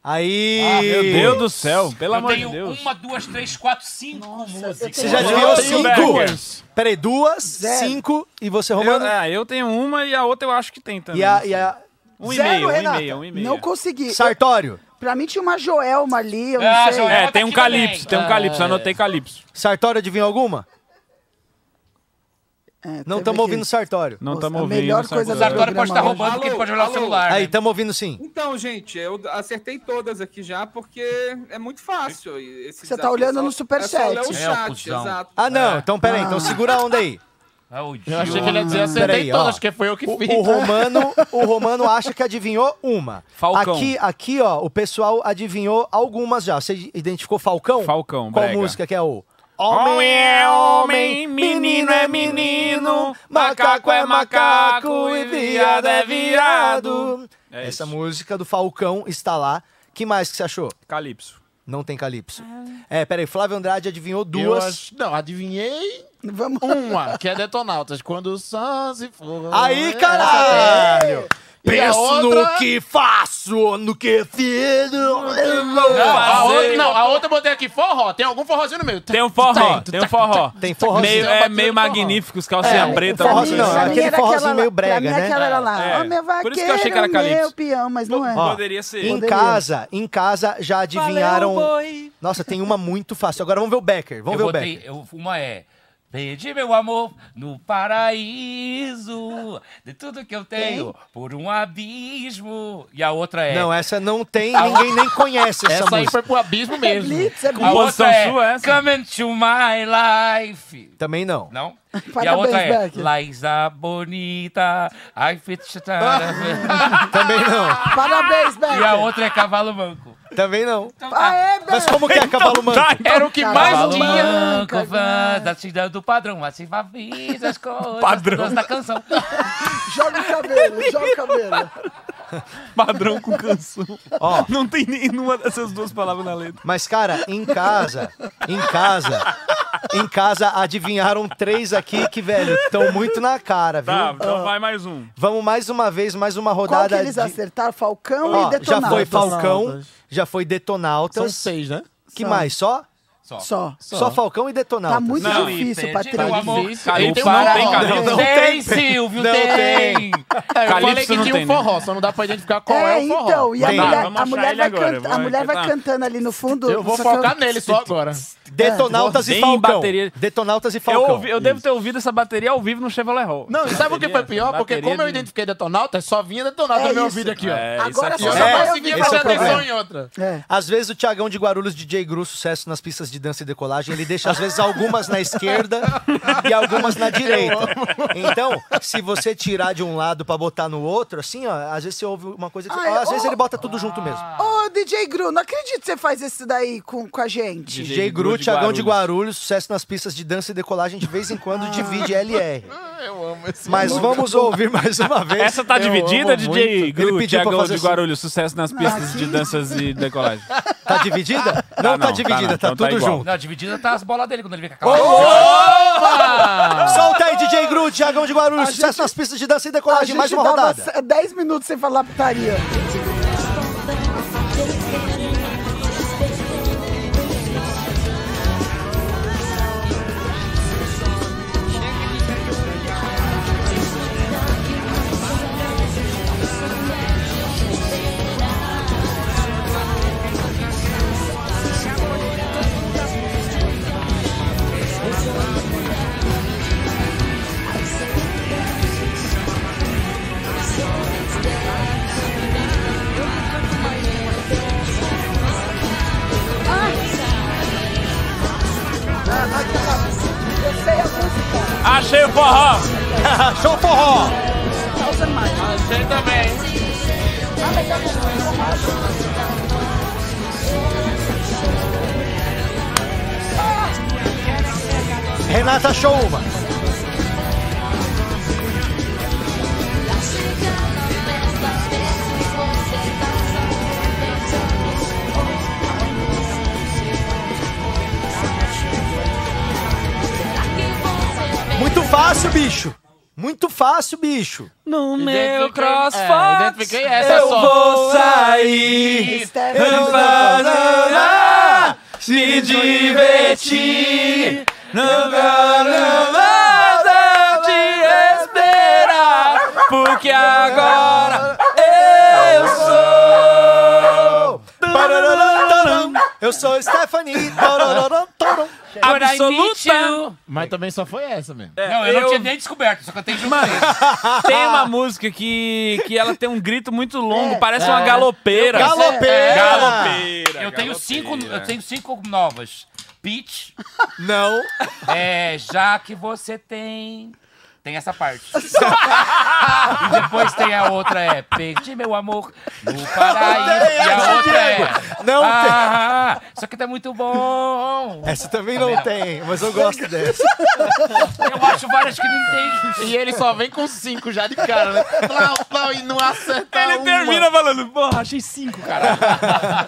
[SPEAKER 3] Aí!
[SPEAKER 2] Ah, Meu Deus do céu, pelo
[SPEAKER 4] Eu
[SPEAKER 2] amor de
[SPEAKER 4] tenho
[SPEAKER 2] Deus.
[SPEAKER 4] uma, duas, três, quatro, cinco músicas.
[SPEAKER 3] Você já adivinhou cinco? Peraí, duas, cinco e você,
[SPEAKER 2] Eu,
[SPEAKER 3] Romano?
[SPEAKER 2] ah, eu tenho uma e a outra eu acho que tem também.
[SPEAKER 3] E a, e a-
[SPEAKER 2] Um
[SPEAKER 3] Zero,
[SPEAKER 2] e meio, um e
[SPEAKER 3] Renata.
[SPEAKER 2] meio, um e meio.
[SPEAKER 5] Não consegui.
[SPEAKER 3] Sartório.
[SPEAKER 5] Eu- pra mim tinha uma Joelma ali, eu não
[SPEAKER 4] Ah,
[SPEAKER 5] sei.
[SPEAKER 4] Joelma.
[SPEAKER 2] É, tem um
[SPEAKER 4] Bota aqui
[SPEAKER 2] calypso,
[SPEAKER 4] também.
[SPEAKER 2] tem um calypso, anotei calypso.
[SPEAKER 3] Sartório adivinhou alguma?
[SPEAKER 5] É,
[SPEAKER 3] Não
[SPEAKER 5] teve
[SPEAKER 3] estamos
[SPEAKER 5] aqui.
[SPEAKER 3] ouvindo Sartório.
[SPEAKER 2] Não
[SPEAKER 5] Nossa,
[SPEAKER 2] estamos
[SPEAKER 5] a
[SPEAKER 2] ouvindo.
[SPEAKER 5] melhor
[SPEAKER 2] sabe
[SPEAKER 5] coisa
[SPEAKER 4] O
[SPEAKER 2] qual é?
[SPEAKER 5] da-
[SPEAKER 4] Sartori pode estar roubando
[SPEAKER 7] Alô,
[SPEAKER 4] porque ele pode olhar o
[SPEAKER 7] alô.
[SPEAKER 4] celular.
[SPEAKER 3] Aí, tá.
[SPEAKER 4] né?
[SPEAKER 3] estamos ouvindo sim.
[SPEAKER 7] Então, gente, eu acertei todas aqui já, porque é muito fácil. e Esse
[SPEAKER 5] Você tá
[SPEAKER 7] desafio.
[SPEAKER 5] olhando
[SPEAKER 7] É só-
[SPEAKER 5] no superchat.
[SPEAKER 7] É, só ler o
[SPEAKER 4] É,
[SPEAKER 7] chat,
[SPEAKER 4] cuzão.
[SPEAKER 7] exato.
[SPEAKER 3] Ah, não. Então, peraí. Então segura a onda aí.
[SPEAKER 4] É o
[SPEAKER 6] Eu achei
[SPEAKER 4] idiota.
[SPEAKER 6] que ele ia dizer, acertei
[SPEAKER 3] Peraí, ó.
[SPEAKER 6] todas, acho que foi eu que fiz.
[SPEAKER 3] O Romano, o Romano acha que adivinhou uma.
[SPEAKER 2] Falcão.
[SPEAKER 3] Aqui, aqui, ó, o pessoal adivinhou algumas já. Você identificou Falcão?
[SPEAKER 2] Falcão,
[SPEAKER 3] Qual
[SPEAKER 2] brega.
[SPEAKER 3] música que é o...
[SPEAKER 2] Homem é homem, menino é menino,
[SPEAKER 3] menino, macaco é macaco e viado é viado.
[SPEAKER 2] É
[SPEAKER 3] Essa
[SPEAKER 2] isso.
[SPEAKER 3] música do Falcão está lá. Que mais que você achou?
[SPEAKER 2] Calypso.
[SPEAKER 3] Não tem calypso. É, peraí, Flávio Andrade adivinhou
[SPEAKER 6] Eu
[SPEAKER 3] duas.
[SPEAKER 6] acho- Não, adivinhei
[SPEAKER 5] Vamos.
[SPEAKER 6] uma, que é Detonautas. Quando o Sun se for... É,
[SPEAKER 3] Aí,
[SPEAKER 6] Essa
[SPEAKER 3] caralho!
[SPEAKER 6] E a
[SPEAKER 3] Penso
[SPEAKER 6] outra-
[SPEAKER 3] no que faço, no que fiz.
[SPEAKER 6] Não, a
[SPEAKER 2] Fazer.
[SPEAKER 6] outra, não, a outra eu botei aqui forró. Tem algum forrozinho no meio.
[SPEAKER 2] Tem um forró, tem um forró.
[SPEAKER 3] Tem forró. assim.
[SPEAKER 2] Meio,
[SPEAKER 6] Tem uma
[SPEAKER 2] é
[SPEAKER 6] batida
[SPEAKER 2] meio
[SPEAKER 6] de forró.
[SPEAKER 2] magníficos, calcinha
[SPEAKER 3] É,
[SPEAKER 2] preta,
[SPEAKER 3] o
[SPEAKER 2] uma
[SPEAKER 3] forró
[SPEAKER 2] coisa
[SPEAKER 3] não,
[SPEAKER 2] assim.
[SPEAKER 3] é aquele forrozinho meio brega,
[SPEAKER 5] pra mim
[SPEAKER 3] né?
[SPEAKER 5] aquela era lá.
[SPEAKER 2] É.
[SPEAKER 5] Ó, meu vaqueiro,
[SPEAKER 2] Por isso que eu achei que era
[SPEAKER 5] meu
[SPEAKER 2] calypso.
[SPEAKER 5] peão, mas não é.
[SPEAKER 3] Ó,
[SPEAKER 2] Poderia ser.
[SPEAKER 3] Em
[SPEAKER 5] Poderia.
[SPEAKER 3] casa, em casa já adivinharam.
[SPEAKER 2] Valeu, boi.
[SPEAKER 3] Nossa, tem uma muito fácil. Agora vamos ver o Becker. Vamos
[SPEAKER 4] eu
[SPEAKER 3] ver o
[SPEAKER 4] botei,
[SPEAKER 3] Becker.
[SPEAKER 4] eu- uma é. Perdi meu amor no paraíso, de tudo que eu tenho, por um abismo. E a outra é.
[SPEAKER 3] Não, essa não tem, ninguém nem conhece essa,
[SPEAKER 6] Essa aí
[SPEAKER 3] música.
[SPEAKER 6] foi pro abismo mesmo.
[SPEAKER 5] Blitz, é
[SPEAKER 4] a
[SPEAKER 5] Blitz.
[SPEAKER 2] Composição
[SPEAKER 4] outra é
[SPEAKER 2] sua, essa?
[SPEAKER 4] Come into my life.
[SPEAKER 3] Também não.
[SPEAKER 4] Não? e a
[SPEAKER 5] Parabéns,
[SPEAKER 4] outra é
[SPEAKER 5] Beck.
[SPEAKER 4] Laísa Bonita. Ai, fechada.
[SPEAKER 3] Também não.
[SPEAKER 5] Parabéns, Beck.
[SPEAKER 4] e a outra é Cavalo Manco.
[SPEAKER 3] Também não.
[SPEAKER 5] Aê,
[SPEAKER 3] Mas
[SPEAKER 5] Beck.
[SPEAKER 3] como que é cavalo
[SPEAKER 2] [laughs]
[SPEAKER 3] manco?
[SPEAKER 2] Tá,
[SPEAKER 4] Era o que mais
[SPEAKER 5] Cavalo
[SPEAKER 4] tinha.
[SPEAKER 5] Manco,
[SPEAKER 4] Manco,
[SPEAKER 5] cara.
[SPEAKER 4] fãs da cidade do padrão, assim, favis as coisas.
[SPEAKER 2] Padrão.
[SPEAKER 4] todas da canção.
[SPEAKER 5] Joga o cabelo, joga o cabelo.
[SPEAKER 2] padrão com canção.
[SPEAKER 3] Ó.
[SPEAKER 2] Não tem nenhuma dessas duas palavras na letra.
[SPEAKER 3] Mas, cara, em casa, em casa, em casa adivinharam três aqui que, velho, estão muito na cara, viu?
[SPEAKER 2] Tá, então vai mais um.
[SPEAKER 3] Vamos mais uma vez, mais uma
[SPEAKER 5] Qual
[SPEAKER 3] rodada.
[SPEAKER 5] que eles
[SPEAKER 3] de-
[SPEAKER 5] acertaram? Falcão
[SPEAKER 3] Ó,
[SPEAKER 5] e
[SPEAKER 3] já
[SPEAKER 5] Detonautas.
[SPEAKER 3] foi Falcão,
[SPEAKER 6] Detonautas.
[SPEAKER 3] já foi
[SPEAKER 6] São
[SPEAKER 3] Detonautas.
[SPEAKER 6] seis, né?
[SPEAKER 3] Que
[SPEAKER 5] São.
[SPEAKER 3] mais? Só?
[SPEAKER 5] Só.
[SPEAKER 3] Só, Falcão e Detonautas.
[SPEAKER 5] Tá muito
[SPEAKER 2] Não,
[SPEAKER 5] difícil,
[SPEAKER 3] Tá
[SPEAKER 4] Perdi
[SPEAKER 5] Patrícia.
[SPEAKER 4] meu amor.
[SPEAKER 6] Difícil.
[SPEAKER 4] Ele
[SPEAKER 6] Ele tem
[SPEAKER 4] um
[SPEAKER 6] um
[SPEAKER 4] para-
[SPEAKER 6] forró.
[SPEAKER 4] Não,
[SPEAKER 2] Não
[SPEAKER 4] tem, Silvio,
[SPEAKER 3] Não
[SPEAKER 4] tem.
[SPEAKER 6] É, eu
[SPEAKER 2] Calypso
[SPEAKER 6] falei que
[SPEAKER 2] não
[SPEAKER 6] tinha
[SPEAKER 2] tem,
[SPEAKER 6] um
[SPEAKER 2] né?
[SPEAKER 6] forró, só não dá pra identificar qual é,
[SPEAKER 5] É,
[SPEAKER 6] o forró.
[SPEAKER 5] então, e a
[SPEAKER 3] Tem.
[SPEAKER 5] mulher,
[SPEAKER 2] Vamos
[SPEAKER 5] a
[SPEAKER 2] achar
[SPEAKER 5] mulher,
[SPEAKER 2] ele
[SPEAKER 5] vai,
[SPEAKER 2] agora,
[SPEAKER 5] canta- a
[SPEAKER 2] vai,
[SPEAKER 5] mulher vai
[SPEAKER 2] tá.
[SPEAKER 5] cantando ali no fundo.
[SPEAKER 6] Eu vou
[SPEAKER 5] só que
[SPEAKER 6] focar nele
[SPEAKER 5] [laughs]
[SPEAKER 6] só agora.
[SPEAKER 3] Detonautas e
[SPEAKER 2] Bem
[SPEAKER 3] Falcão.
[SPEAKER 2] bateria.
[SPEAKER 3] Detonautas e
[SPEAKER 2] Eu,
[SPEAKER 3] Falcão.
[SPEAKER 2] ouvi- eu devo ter ouvido essa bateria ao vivo no Chevrolet Hall.
[SPEAKER 6] Não, e sabe o que foi pior? Porque
[SPEAKER 2] Bateria
[SPEAKER 6] como eu
[SPEAKER 2] de-
[SPEAKER 6] identifiquei detonauta, só vinha detonauta
[SPEAKER 5] É
[SPEAKER 6] no meu
[SPEAKER 5] isso.
[SPEAKER 6] ouvido aqui, ó.
[SPEAKER 2] É, isso
[SPEAKER 5] Agora
[SPEAKER 2] aqui
[SPEAKER 6] E eu
[SPEAKER 5] só
[SPEAKER 2] é-
[SPEAKER 6] não
[SPEAKER 5] vai
[SPEAKER 6] conseguia
[SPEAKER 5] ouvir
[SPEAKER 3] esse
[SPEAKER 6] prestar
[SPEAKER 3] é o problema.
[SPEAKER 6] atenção em outra.
[SPEAKER 5] É.
[SPEAKER 3] Às vezes o Tiagão de Guarulhos, DJ Gru, sucesso nas pistas de dança e decolagem, ele deixa às vezes algumas na esquerda e algumas
[SPEAKER 2] [laughs]
[SPEAKER 3] na direita. Então, se você tirar de um lado pra botar no outro, assim, ó, às vezes você ouve uma coisa que você...
[SPEAKER 5] Ai,
[SPEAKER 3] ó, às vezes
[SPEAKER 5] ô-
[SPEAKER 3] ele bota tudo junto mesmo.
[SPEAKER 5] Ô, DJ Gru, não acredito que você faz isso daí com, com a gente.
[SPEAKER 3] DJ Gru, Tiagão de Guarulhos, sucesso nas pistas de dança e decolagem, de vez em quando divide LR.
[SPEAKER 6] Eu amo esse
[SPEAKER 3] Mas vamos ouvir mais uma vez.
[SPEAKER 2] Essa tá
[SPEAKER 6] Eu
[SPEAKER 2] dividida,
[SPEAKER 6] amo
[SPEAKER 2] DJ
[SPEAKER 6] muito.
[SPEAKER 3] Ele
[SPEAKER 2] Gru,
[SPEAKER 3] pediu pra
[SPEAKER 2] Tiagão
[SPEAKER 3] fazer
[SPEAKER 2] de
[SPEAKER 3] assim.
[SPEAKER 2] Guarulhos, sucesso nas pistas
[SPEAKER 5] aqui-
[SPEAKER 2] de danças e decolagem.
[SPEAKER 3] Tá
[SPEAKER 2] [laughs]
[SPEAKER 3] dividida? Não, tá
[SPEAKER 2] não, tá
[SPEAKER 3] dividida,
[SPEAKER 2] não,
[SPEAKER 3] tá
[SPEAKER 2] então tá
[SPEAKER 3] tudo
[SPEAKER 2] igual.
[SPEAKER 3] junto.
[SPEAKER 4] Não, dividida tá as bolas dele quando ele vem com a calça.
[SPEAKER 3] Solta aí, DJ Gru, Tiagão de Guarulhos, sucesso nas pistas de dança e
[SPEAKER 5] A
[SPEAKER 3] decolagem,
[SPEAKER 5] gente
[SPEAKER 3] mais uma
[SPEAKER 5] dava
[SPEAKER 3] rodada.
[SPEAKER 5] se- 10 minutos sem falar putaria.
[SPEAKER 2] Achei o forró!
[SPEAKER 3] Show forró! também. Renata achou uma. Muito fácil, bicho. Muito fácil, bicho.
[SPEAKER 2] No meu
[SPEAKER 6] Identifiquei-
[SPEAKER 2] crossfire.
[SPEAKER 6] É, identifiquei essa só.
[SPEAKER 2] sair se divertir. Não quero nada te esperar, porque agora eu sou
[SPEAKER 3] Eu sou Stephanie.
[SPEAKER 4] When I meet
[SPEAKER 2] absoluta.
[SPEAKER 4] you.
[SPEAKER 6] Mas também só foi essa mesmo.
[SPEAKER 4] Não, eu, não tinha nem descoberto, só que eu tenho junto.
[SPEAKER 2] Mano, tem uma música que, que ela tem um grito muito longo, parece uma galopeira. É.
[SPEAKER 3] Galopeira!
[SPEAKER 4] Eu tenho cinco, eu tenho cinco novas. [laughs] Peach,
[SPEAKER 3] Não.
[SPEAKER 4] é, já que você tem. Tem essa [laughs] parte. e depois tem a outra, é Perdi meu amor no paraíso. E a outra é
[SPEAKER 3] Não
[SPEAKER 4] ah, isso aqui tá muito bom.
[SPEAKER 3] tem. Essa também não tem, mas eu gosto dessa.
[SPEAKER 4] Eu acho várias que não tem.
[SPEAKER 6] E ele só vem com cinco já de cara, né? Plau, plau, e não acertar
[SPEAKER 2] Ele
[SPEAKER 6] uma.
[SPEAKER 2] termina falando, porra, achei cinco, cara.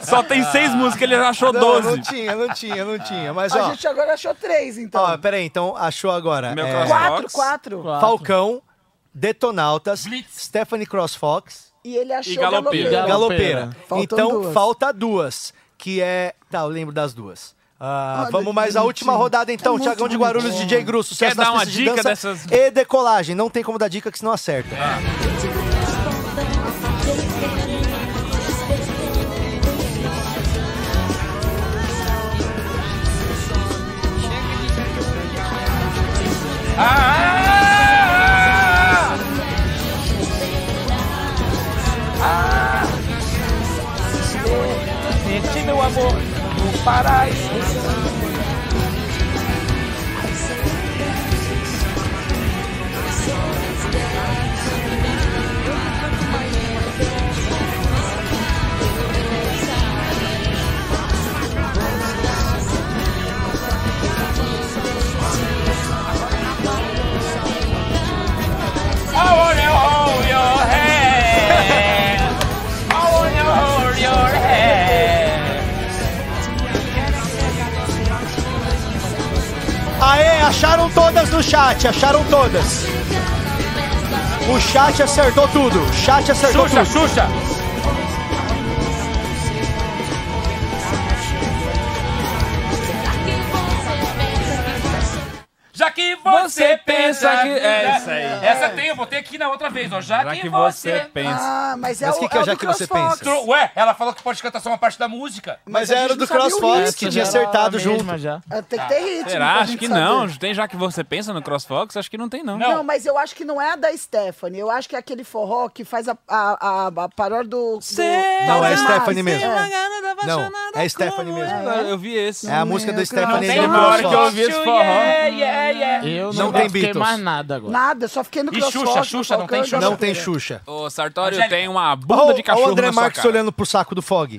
[SPEAKER 2] Só tem seis músicas, ele já achou
[SPEAKER 3] Não,
[SPEAKER 2] doze.
[SPEAKER 3] não tinha, não tinha, não tinha. Mas
[SPEAKER 5] A
[SPEAKER 3] ó,
[SPEAKER 5] gente agora achou três, então.
[SPEAKER 3] ó, peraí, então achou agora.
[SPEAKER 2] Meu
[SPEAKER 3] É,
[SPEAKER 2] Cross
[SPEAKER 5] quatro,
[SPEAKER 2] Fox.
[SPEAKER 5] quatro.
[SPEAKER 3] Falcão, Detonautas,
[SPEAKER 4] Blitz.
[SPEAKER 3] Stephanie Crossfox,
[SPEAKER 5] E ele achou
[SPEAKER 2] E galopeira.
[SPEAKER 5] galopeira.
[SPEAKER 6] Galopeira.
[SPEAKER 3] Galopeira.
[SPEAKER 5] Faltam
[SPEAKER 3] então
[SPEAKER 5] duas.
[SPEAKER 3] falta duas, que é. Tá, eu lembro das duas. Ah,
[SPEAKER 5] Olha
[SPEAKER 3] vamos mais a
[SPEAKER 5] que
[SPEAKER 3] última
[SPEAKER 5] bonitinho.
[SPEAKER 3] rodada então,
[SPEAKER 5] É
[SPEAKER 3] Tiagão
[SPEAKER 5] muito
[SPEAKER 3] de Guarulhos,
[SPEAKER 5] bonitinho.
[SPEAKER 3] DJ Gru, sucesso
[SPEAKER 2] Quer
[SPEAKER 3] nas
[SPEAKER 2] dar uma
[SPEAKER 3] pistas de
[SPEAKER 2] dica
[SPEAKER 3] dança
[SPEAKER 2] dessas-
[SPEAKER 3] e decolagem, não tem como dar dica que senão acerta.
[SPEAKER 4] Senti meu amor no paraíso. I wanna hold your hand. I wanna hold your hand.
[SPEAKER 3] Aê, acharam todas no chat, acharam todas. O chat acertou tudo, o chat acertou
[SPEAKER 4] Xuxa,
[SPEAKER 3] tudo.
[SPEAKER 4] Xuxa. Já que você pensa que.
[SPEAKER 2] É isso aí.
[SPEAKER 4] Essa tem, eu botei aqui na outra vez, ó. Já,
[SPEAKER 2] Será
[SPEAKER 4] que, você.
[SPEAKER 2] pensa?
[SPEAKER 5] Ah, mas é
[SPEAKER 3] Mas
[SPEAKER 5] o
[SPEAKER 3] que que é
[SPEAKER 5] é o
[SPEAKER 3] já
[SPEAKER 5] do
[SPEAKER 3] que você
[SPEAKER 5] CrossFox.
[SPEAKER 3] pensa?
[SPEAKER 4] Ué, ela falou que pode cantar só uma parte da música.
[SPEAKER 3] Mas,
[SPEAKER 5] a gente
[SPEAKER 3] era
[SPEAKER 5] não
[SPEAKER 3] do
[SPEAKER 5] sabia o né?
[SPEAKER 3] CrossFox
[SPEAKER 5] ritmo.
[SPEAKER 3] que tinha acertado junto.
[SPEAKER 6] já.
[SPEAKER 5] Ah, Tem que ter ritmo. pra
[SPEAKER 2] Tá. Será? Acho
[SPEAKER 5] gente
[SPEAKER 2] que
[SPEAKER 5] saber.
[SPEAKER 2] não. Tem já que você pensa no CrossFox? Acho que não tem, não.
[SPEAKER 4] Não.
[SPEAKER 5] Não, mas eu acho que não é a da Stephanie. Eu acho que é aquele forró que faz a, a, a, a paródia do, do-
[SPEAKER 3] Não, é a
[SPEAKER 5] Mas-
[SPEAKER 3] Stephanie mesmo.
[SPEAKER 5] É.
[SPEAKER 3] Não, é Stephanie mesmo.
[SPEAKER 2] Eu- Eu vi esse.
[SPEAKER 3] É a música do Stephanie
[SPEAKER 2] tem
[SPEAKER 3] do
[SPEAKER 2] uma hora que eu
[SPEAKER 3] CrossFox.
[SPEAKER 2] ouvi esse forró.
[SPEAKER 4] Yeah, yeah, yeah.
[SPEAKER 6] Eu
[SPEAKER 3] Não
[SPEAKER 6] não,
[SPEAKER 3] tem
[SPEAKER 6] toquei
[SPEAKER 3] Beatles.
[SPEAKER 6] mais nada agora.
[SPEAKER 5] Nada, só fiquei no
[SPEAKER 4] E
[SPEAKER 5] CrossFox.
[SPEAKER 4] Xuxa,
[SPEAKER 5] no
[SPEAKER 4] Xuxa, não
[SPEAKER 5] Falcão
[SPEAKER 4] tem
[SPEAKER 5] e
[SPEAKER 4] Xuxa?
[SPEAKER 3] Não tem Xuxa.
[SPEAKER 2] Ô, Sartório
[SPEAKER 4] Angélica.
[SPEAKER 2] tem uma bunda de
[SPEAKER 3] Ó,
[SPEAKER 2] cachorro
[SPEAKER 3] o é André
[SPEAKER 2] na sua
[SPEAKER 3] Marques
[SPEAKER 2] cara.
[SPEAKER 3] olhando pro saco
[SPEAKER 2] [laughs]
[SPEAKER 3] do Fog.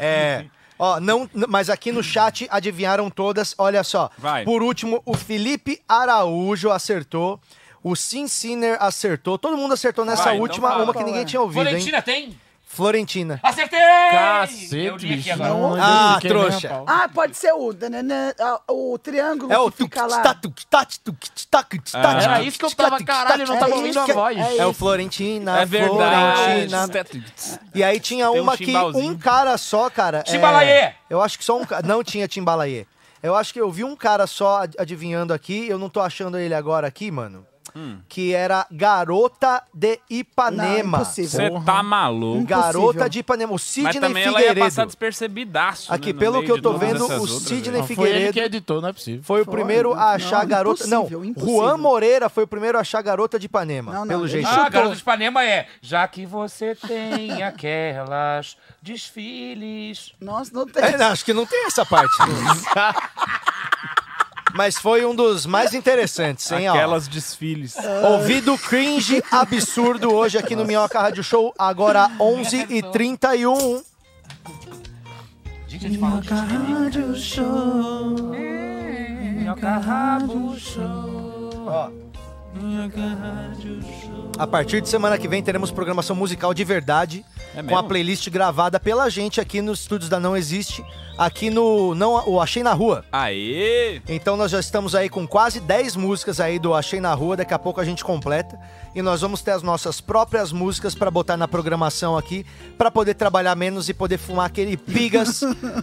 [SPEAKER 3] é. Ó, não, n- mas aqui no chat adivinharam todas. Olha só.
[SPEAKER 2] Vai.
[SPEAKER 3] Por último, o Felipe Araújo acertou. O Sin Sinner acertou. Todo mundo acertou nessa
[SPEAKER 2] Vai, então
[SPEAKER 3] última,
[SPEAKER 2] fala.
[SPEAKER 3] uma que ninguém tinha ouvido, hein?
[SPEAKER 4] Valentina tem?
[SPEAKER 3] Florentina.
[SPEAKER 4] Acertei! eu
[SPEAKER 6] Cacete,
[SPEAKER 4] li aqui
[SPEAKER 6] bicho.
[SPEAKER 4] agora.
[SPEAKER 6] Não, eu
[SPEAKER 3] Ah,
[SPEAKER 6] não toquei nem a
[SPEAKER 3] trouxa.
[SPEAKER 6] pau.
[SPEAKER 5] Ah, pode ser o, dananã, ah, o triângulo
[SPEAKER 3] É o
[SPEAKER 5] que fica lá.
[SPEAKER 2] Ah.
[SPEAKER 6] Era isso que eu tava, caralho, eu não tava
[SPEAKER 5] É
[SPEAKER 6] ouvindo a
[SPEAKER 5] isso que-
[SPEAKER 6] voz.
[SPEAKER 5] é
[SPEAKER 3] É o Florentina.
[SPEAKER 2] É verdade.
[SPEAKER 3] Florentina.
[SPEAKER 2] Stat-
[SPEAKER 3] E aí tinha
[SPEAKER 2] Tem um
[SPEAKER 3] uma que
[SPEAKER 2] chimbalzinho.
[SPEAKER 3] um cara só, cara. é,
[SPEAKER 4] Timbalaê!
[SPEAKER 3] eu acho que só um cara. Não tinha Timbalaê. Eu acho que eu vi um cara só ad- adivinhando aqui, eu não tô achando ele agora aqui, mano.
[SPEAKER 2] Hum.
[SPEAKER 3] Que era Garota de
[SPEAKER 5] Não,
[SPEAKER 3] Ipanema.
[SPEAKER 5] impossível.
[SPEAKER 2] Você tá maluco.
[SPEAKER 3] Garota de Ipanema. O
[SPEAKER 2] Mas
[SPEAKER 3] Sidney
[SPEAKER 2] também ela ia
[SPEAKER 3] Figueiredo.
[SPEAKER 2] passar despercebidaço.
[SPEAKER 3] Aqui,
[SPEAKER 2] né, no
[SPEAKER 3] pelo
[SPEAKER 2] meio
[SPEAKER 3] que eu
[SPEAKER 2] de
[SPEAKER 3] tô
[SPEAKER 2] todas
[SPEAKER 3] vendo,
[SPEAKER 2] essas
[SPEAKER 3] o
[SPEAKER 2] outras,
[SPEAKER 3] Sidney
[SPEAKER 6] Não, foi ele
[SPEAKER 3] Figueiredo
[SPEAKER 6] que editou, não é possível.
[SPEAKER 3] foi o primeiro
[SPEAKER 5] não,
[SPEAKER 3] a achar
[SPEAKER 5] não,
[SPEAKER 3] Garota... Não,
[SPEAKER 5] impossível, impossível.
[SPEAKER 3] Juan Moreira foi o primeiro a achar Garota de Ipanema,
[SPEAKER 5] Não, não,
[SPEAKER 3] pelo
[SPEAKER 5] ele
[SPEAKER 3] jeito.
[SPEAKER 4] Ah, Garota de Ipanema é. Já que você tem [laughs] aquelas desfiles.
[SPEAKER 5] Nossa, não tem.
[SPEAKER 3] É, não, acho que não tem essa parte.
[SPEAKER 2] [laughs]
[SPEAKER 3] Mas foi um dos mais interessantes, hein? ó.
[SPEAKER 2] Aquelas desfiles.
[SPEAKER 3] É. Ouvido cringe absurdo hoje aqui no Minhoca Rádio Show, agora 11h31.
[SPEAKER 4] Gente, né? a gente falou de É,
[SPEAKER 3] A partir de semana que vem teremos programação musical de verdade, com
[SPEAKER 2] mesmo?
[SPEAKER 3] a playlist gravada pela gente aqui nos estúdios da Não Existe, aqui no não o Achei na Rua.
[SPEAKER 2] Aê!
[SPEAKER 3] Então nós já estamos aí com quase 10 músicas aí do Achei na Rua, daqui a pouco a gente completa e nós vamos ter as nossas próprias músicas pra botar na programação aqui, pra poder trabalhar menos e poder fumar aquele pigas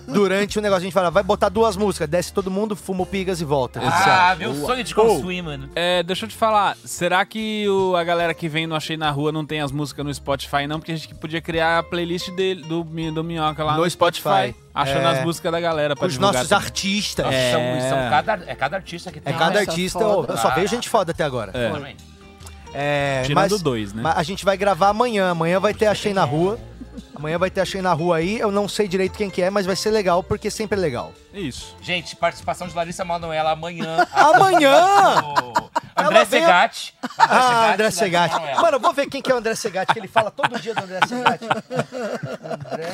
[SPEAKER 3] durante o negócio. A gente fala, vai botar duas músicas, desce todo mundo, fuma o pigas e volta.
[SPEAKER 4] Ah, meu sonho de consumir, mano.
[SPEAKER 2] É, deixa eu te falar, será que o- a galera que vem no Achei na Rua não tem as músicas no Spotify, não? Porque a gente podia criar a playlist dele, do, Mi- do Minhoca lá
[SPEAKER 3] No
[SPEAKER 2] no,
[SPEAKER 3] Spotify.
[SPEAKER 2] Achando
[SPEAKER 3] É.
[SPEAKER 2] as músicas da galera pra
[SPEAKER 3] Os
[SPEAKER 2] divulgar.
[SPEAKER 3] nossos
[SPEAKER 2] também.
[SPEAKER 3] artistas.
[SPEAKER 4] Nossa,
[SPEAKER 3] É,
[SPEAKER 4] São, são cada, é cada artista que tem. né?
[SPEAKER 3] cada
[SPEAKER 5] Nossa,
[SPEAKER 3] artista,
[SPEAKER 5] foda.
[SPEAKER 3] ó, só veio gente foda até agora.
[SPEAKER 2] É.
[SPEAKER 4] Também.
[SPEAKER 3] É,
[SPEAKER 2] Tirando dois, né?
[SPEAKER 3] mas a gente vai gravar amanhã. Amanhã vai ter Achei na Rua. Amanhã vai ter Achei na Rua aí. Eu não sei direito quem que é, mas vai ser legal, porque sempre é legal.
[SPEAKER 2] Isso.
[SPEAKER 3] [laughs]
[SPEAKER 4] Gente, participação de Larissa Manoela amanhã.
[SPEAKER 3] Amanhã!
[SPEAKER 4] O André
[SPEAKER 3] Ela vem-
[SPEAKER 4] Segatti.
[SPEAKER 3] Ah, André Segatti.
[SPEAKER 4] Não, é.
[SPEAKER 3] Mano, eu vou ver quem que é o André Segatti, que ele fala todo dia do André Segatti.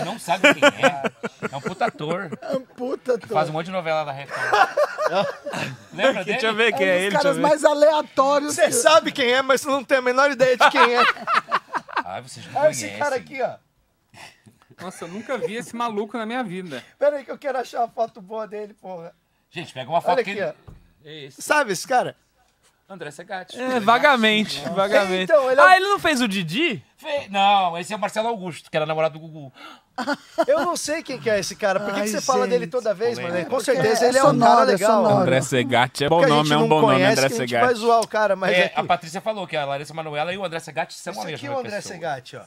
[SPEAKER 4] Não sabe quem é. É um puta ator.
[SPEAKER 5] Puta, tô.
[SPEAKER 4] Faz um monte de novela
[SPEAKER 3] [laughs]
[SPEAKER 4] da Record. Lembra dele?
[SPEAKER 2] Deixa eu ver quem é,
[SPEAKER 5] um
[SPEAKER 2] ele.
[SPEAKER 5] dos
[SPEAKER 2] Deixa eu
[SPEAKER 5] caras
[SPEAKER 2] ver.
[SPEAKER 5] mais aleatórios.
[SPEAKER 3] Você sabe quem é, mas você não tem a menor ideia de quem é.
[SPEAKER 4] Ah, vocês não
[SPEAKER 3] É
[SPEAKER 4] conhecem.
[SPEAKER 3] esse cara aqui, ó.
[SPEAKER 7] Nossa, eu nunca vi esse maluco na minha vida.
[SPEAKER 3] Pera aí que eu quero achar uma foto boa dele, porra.
[SPEAKER 4] Gente, pega uma foto
[SPEAKER 3] Olha
[SPEAKER 4] que
[SPEAKER 3] aqui, ó.
[SPEAKER 4] Esse.
[SPEAKER 3] Sabe É esse cara?
[SPEAKER 4] André Segatti.
[SPEAKER 2] É, vagamente, vagamente.
[SPEAKER 3] Então, ele é o-
[SPEAKER 2] Ah, ele não fez o Didi?
[SPEAKER 4] Fe- Não, esse é o Marcelo Augusto, que era namorado do Gugu.
[SPEAKER 3] Eu não sei quem que é esse cara. Por que,
[SPEAKER 5] Ai,
[SPEAKER 3] que você fala
[SPEAKER 5] gente.
[SPEAKER 3] dele toda vez, mano? Com
[SPEAKER 5] porque
[SPEAKER 3] certeza
[SPEAKER 5] é
[SPEAKER 3] ele é um
[SPEAKER 5] sonoro,
[SPEAKER 3] cara
[SPEAKER 5] é
[SPEAKER 3] legal.
[SPEAKER 5] sonoro.
[SPEAKER 2] André Segatti é
[SPEAKER 3] Que
[SPEAKER 2] bom
[SPEAKER 3] a gente
[SPEAKER 2] nome, é um
[SPEAKER 3] não
[SPEAKER 2] bom nome,
[SPEAKER 3] conhece,
[SPEAKER 2] André
[SPEAKER 3] que a gente vai
[SPEAKER 2] Segatti.
[SPEAKER 3] zoar o cara, mas
[SPEAKER 4] É,
[SPEAKER 3] é que-
[SPEAKER 4] a Patrícia falou que a Larissa Manoela e o André Segatti são a
[SPEAKER 3] esse aqui é
[SPEAKER 4] mesma
[SPEAKER 3] o André
[SPEAKER 4] pessoa.
[SPEAKER 3] Segatti, ó.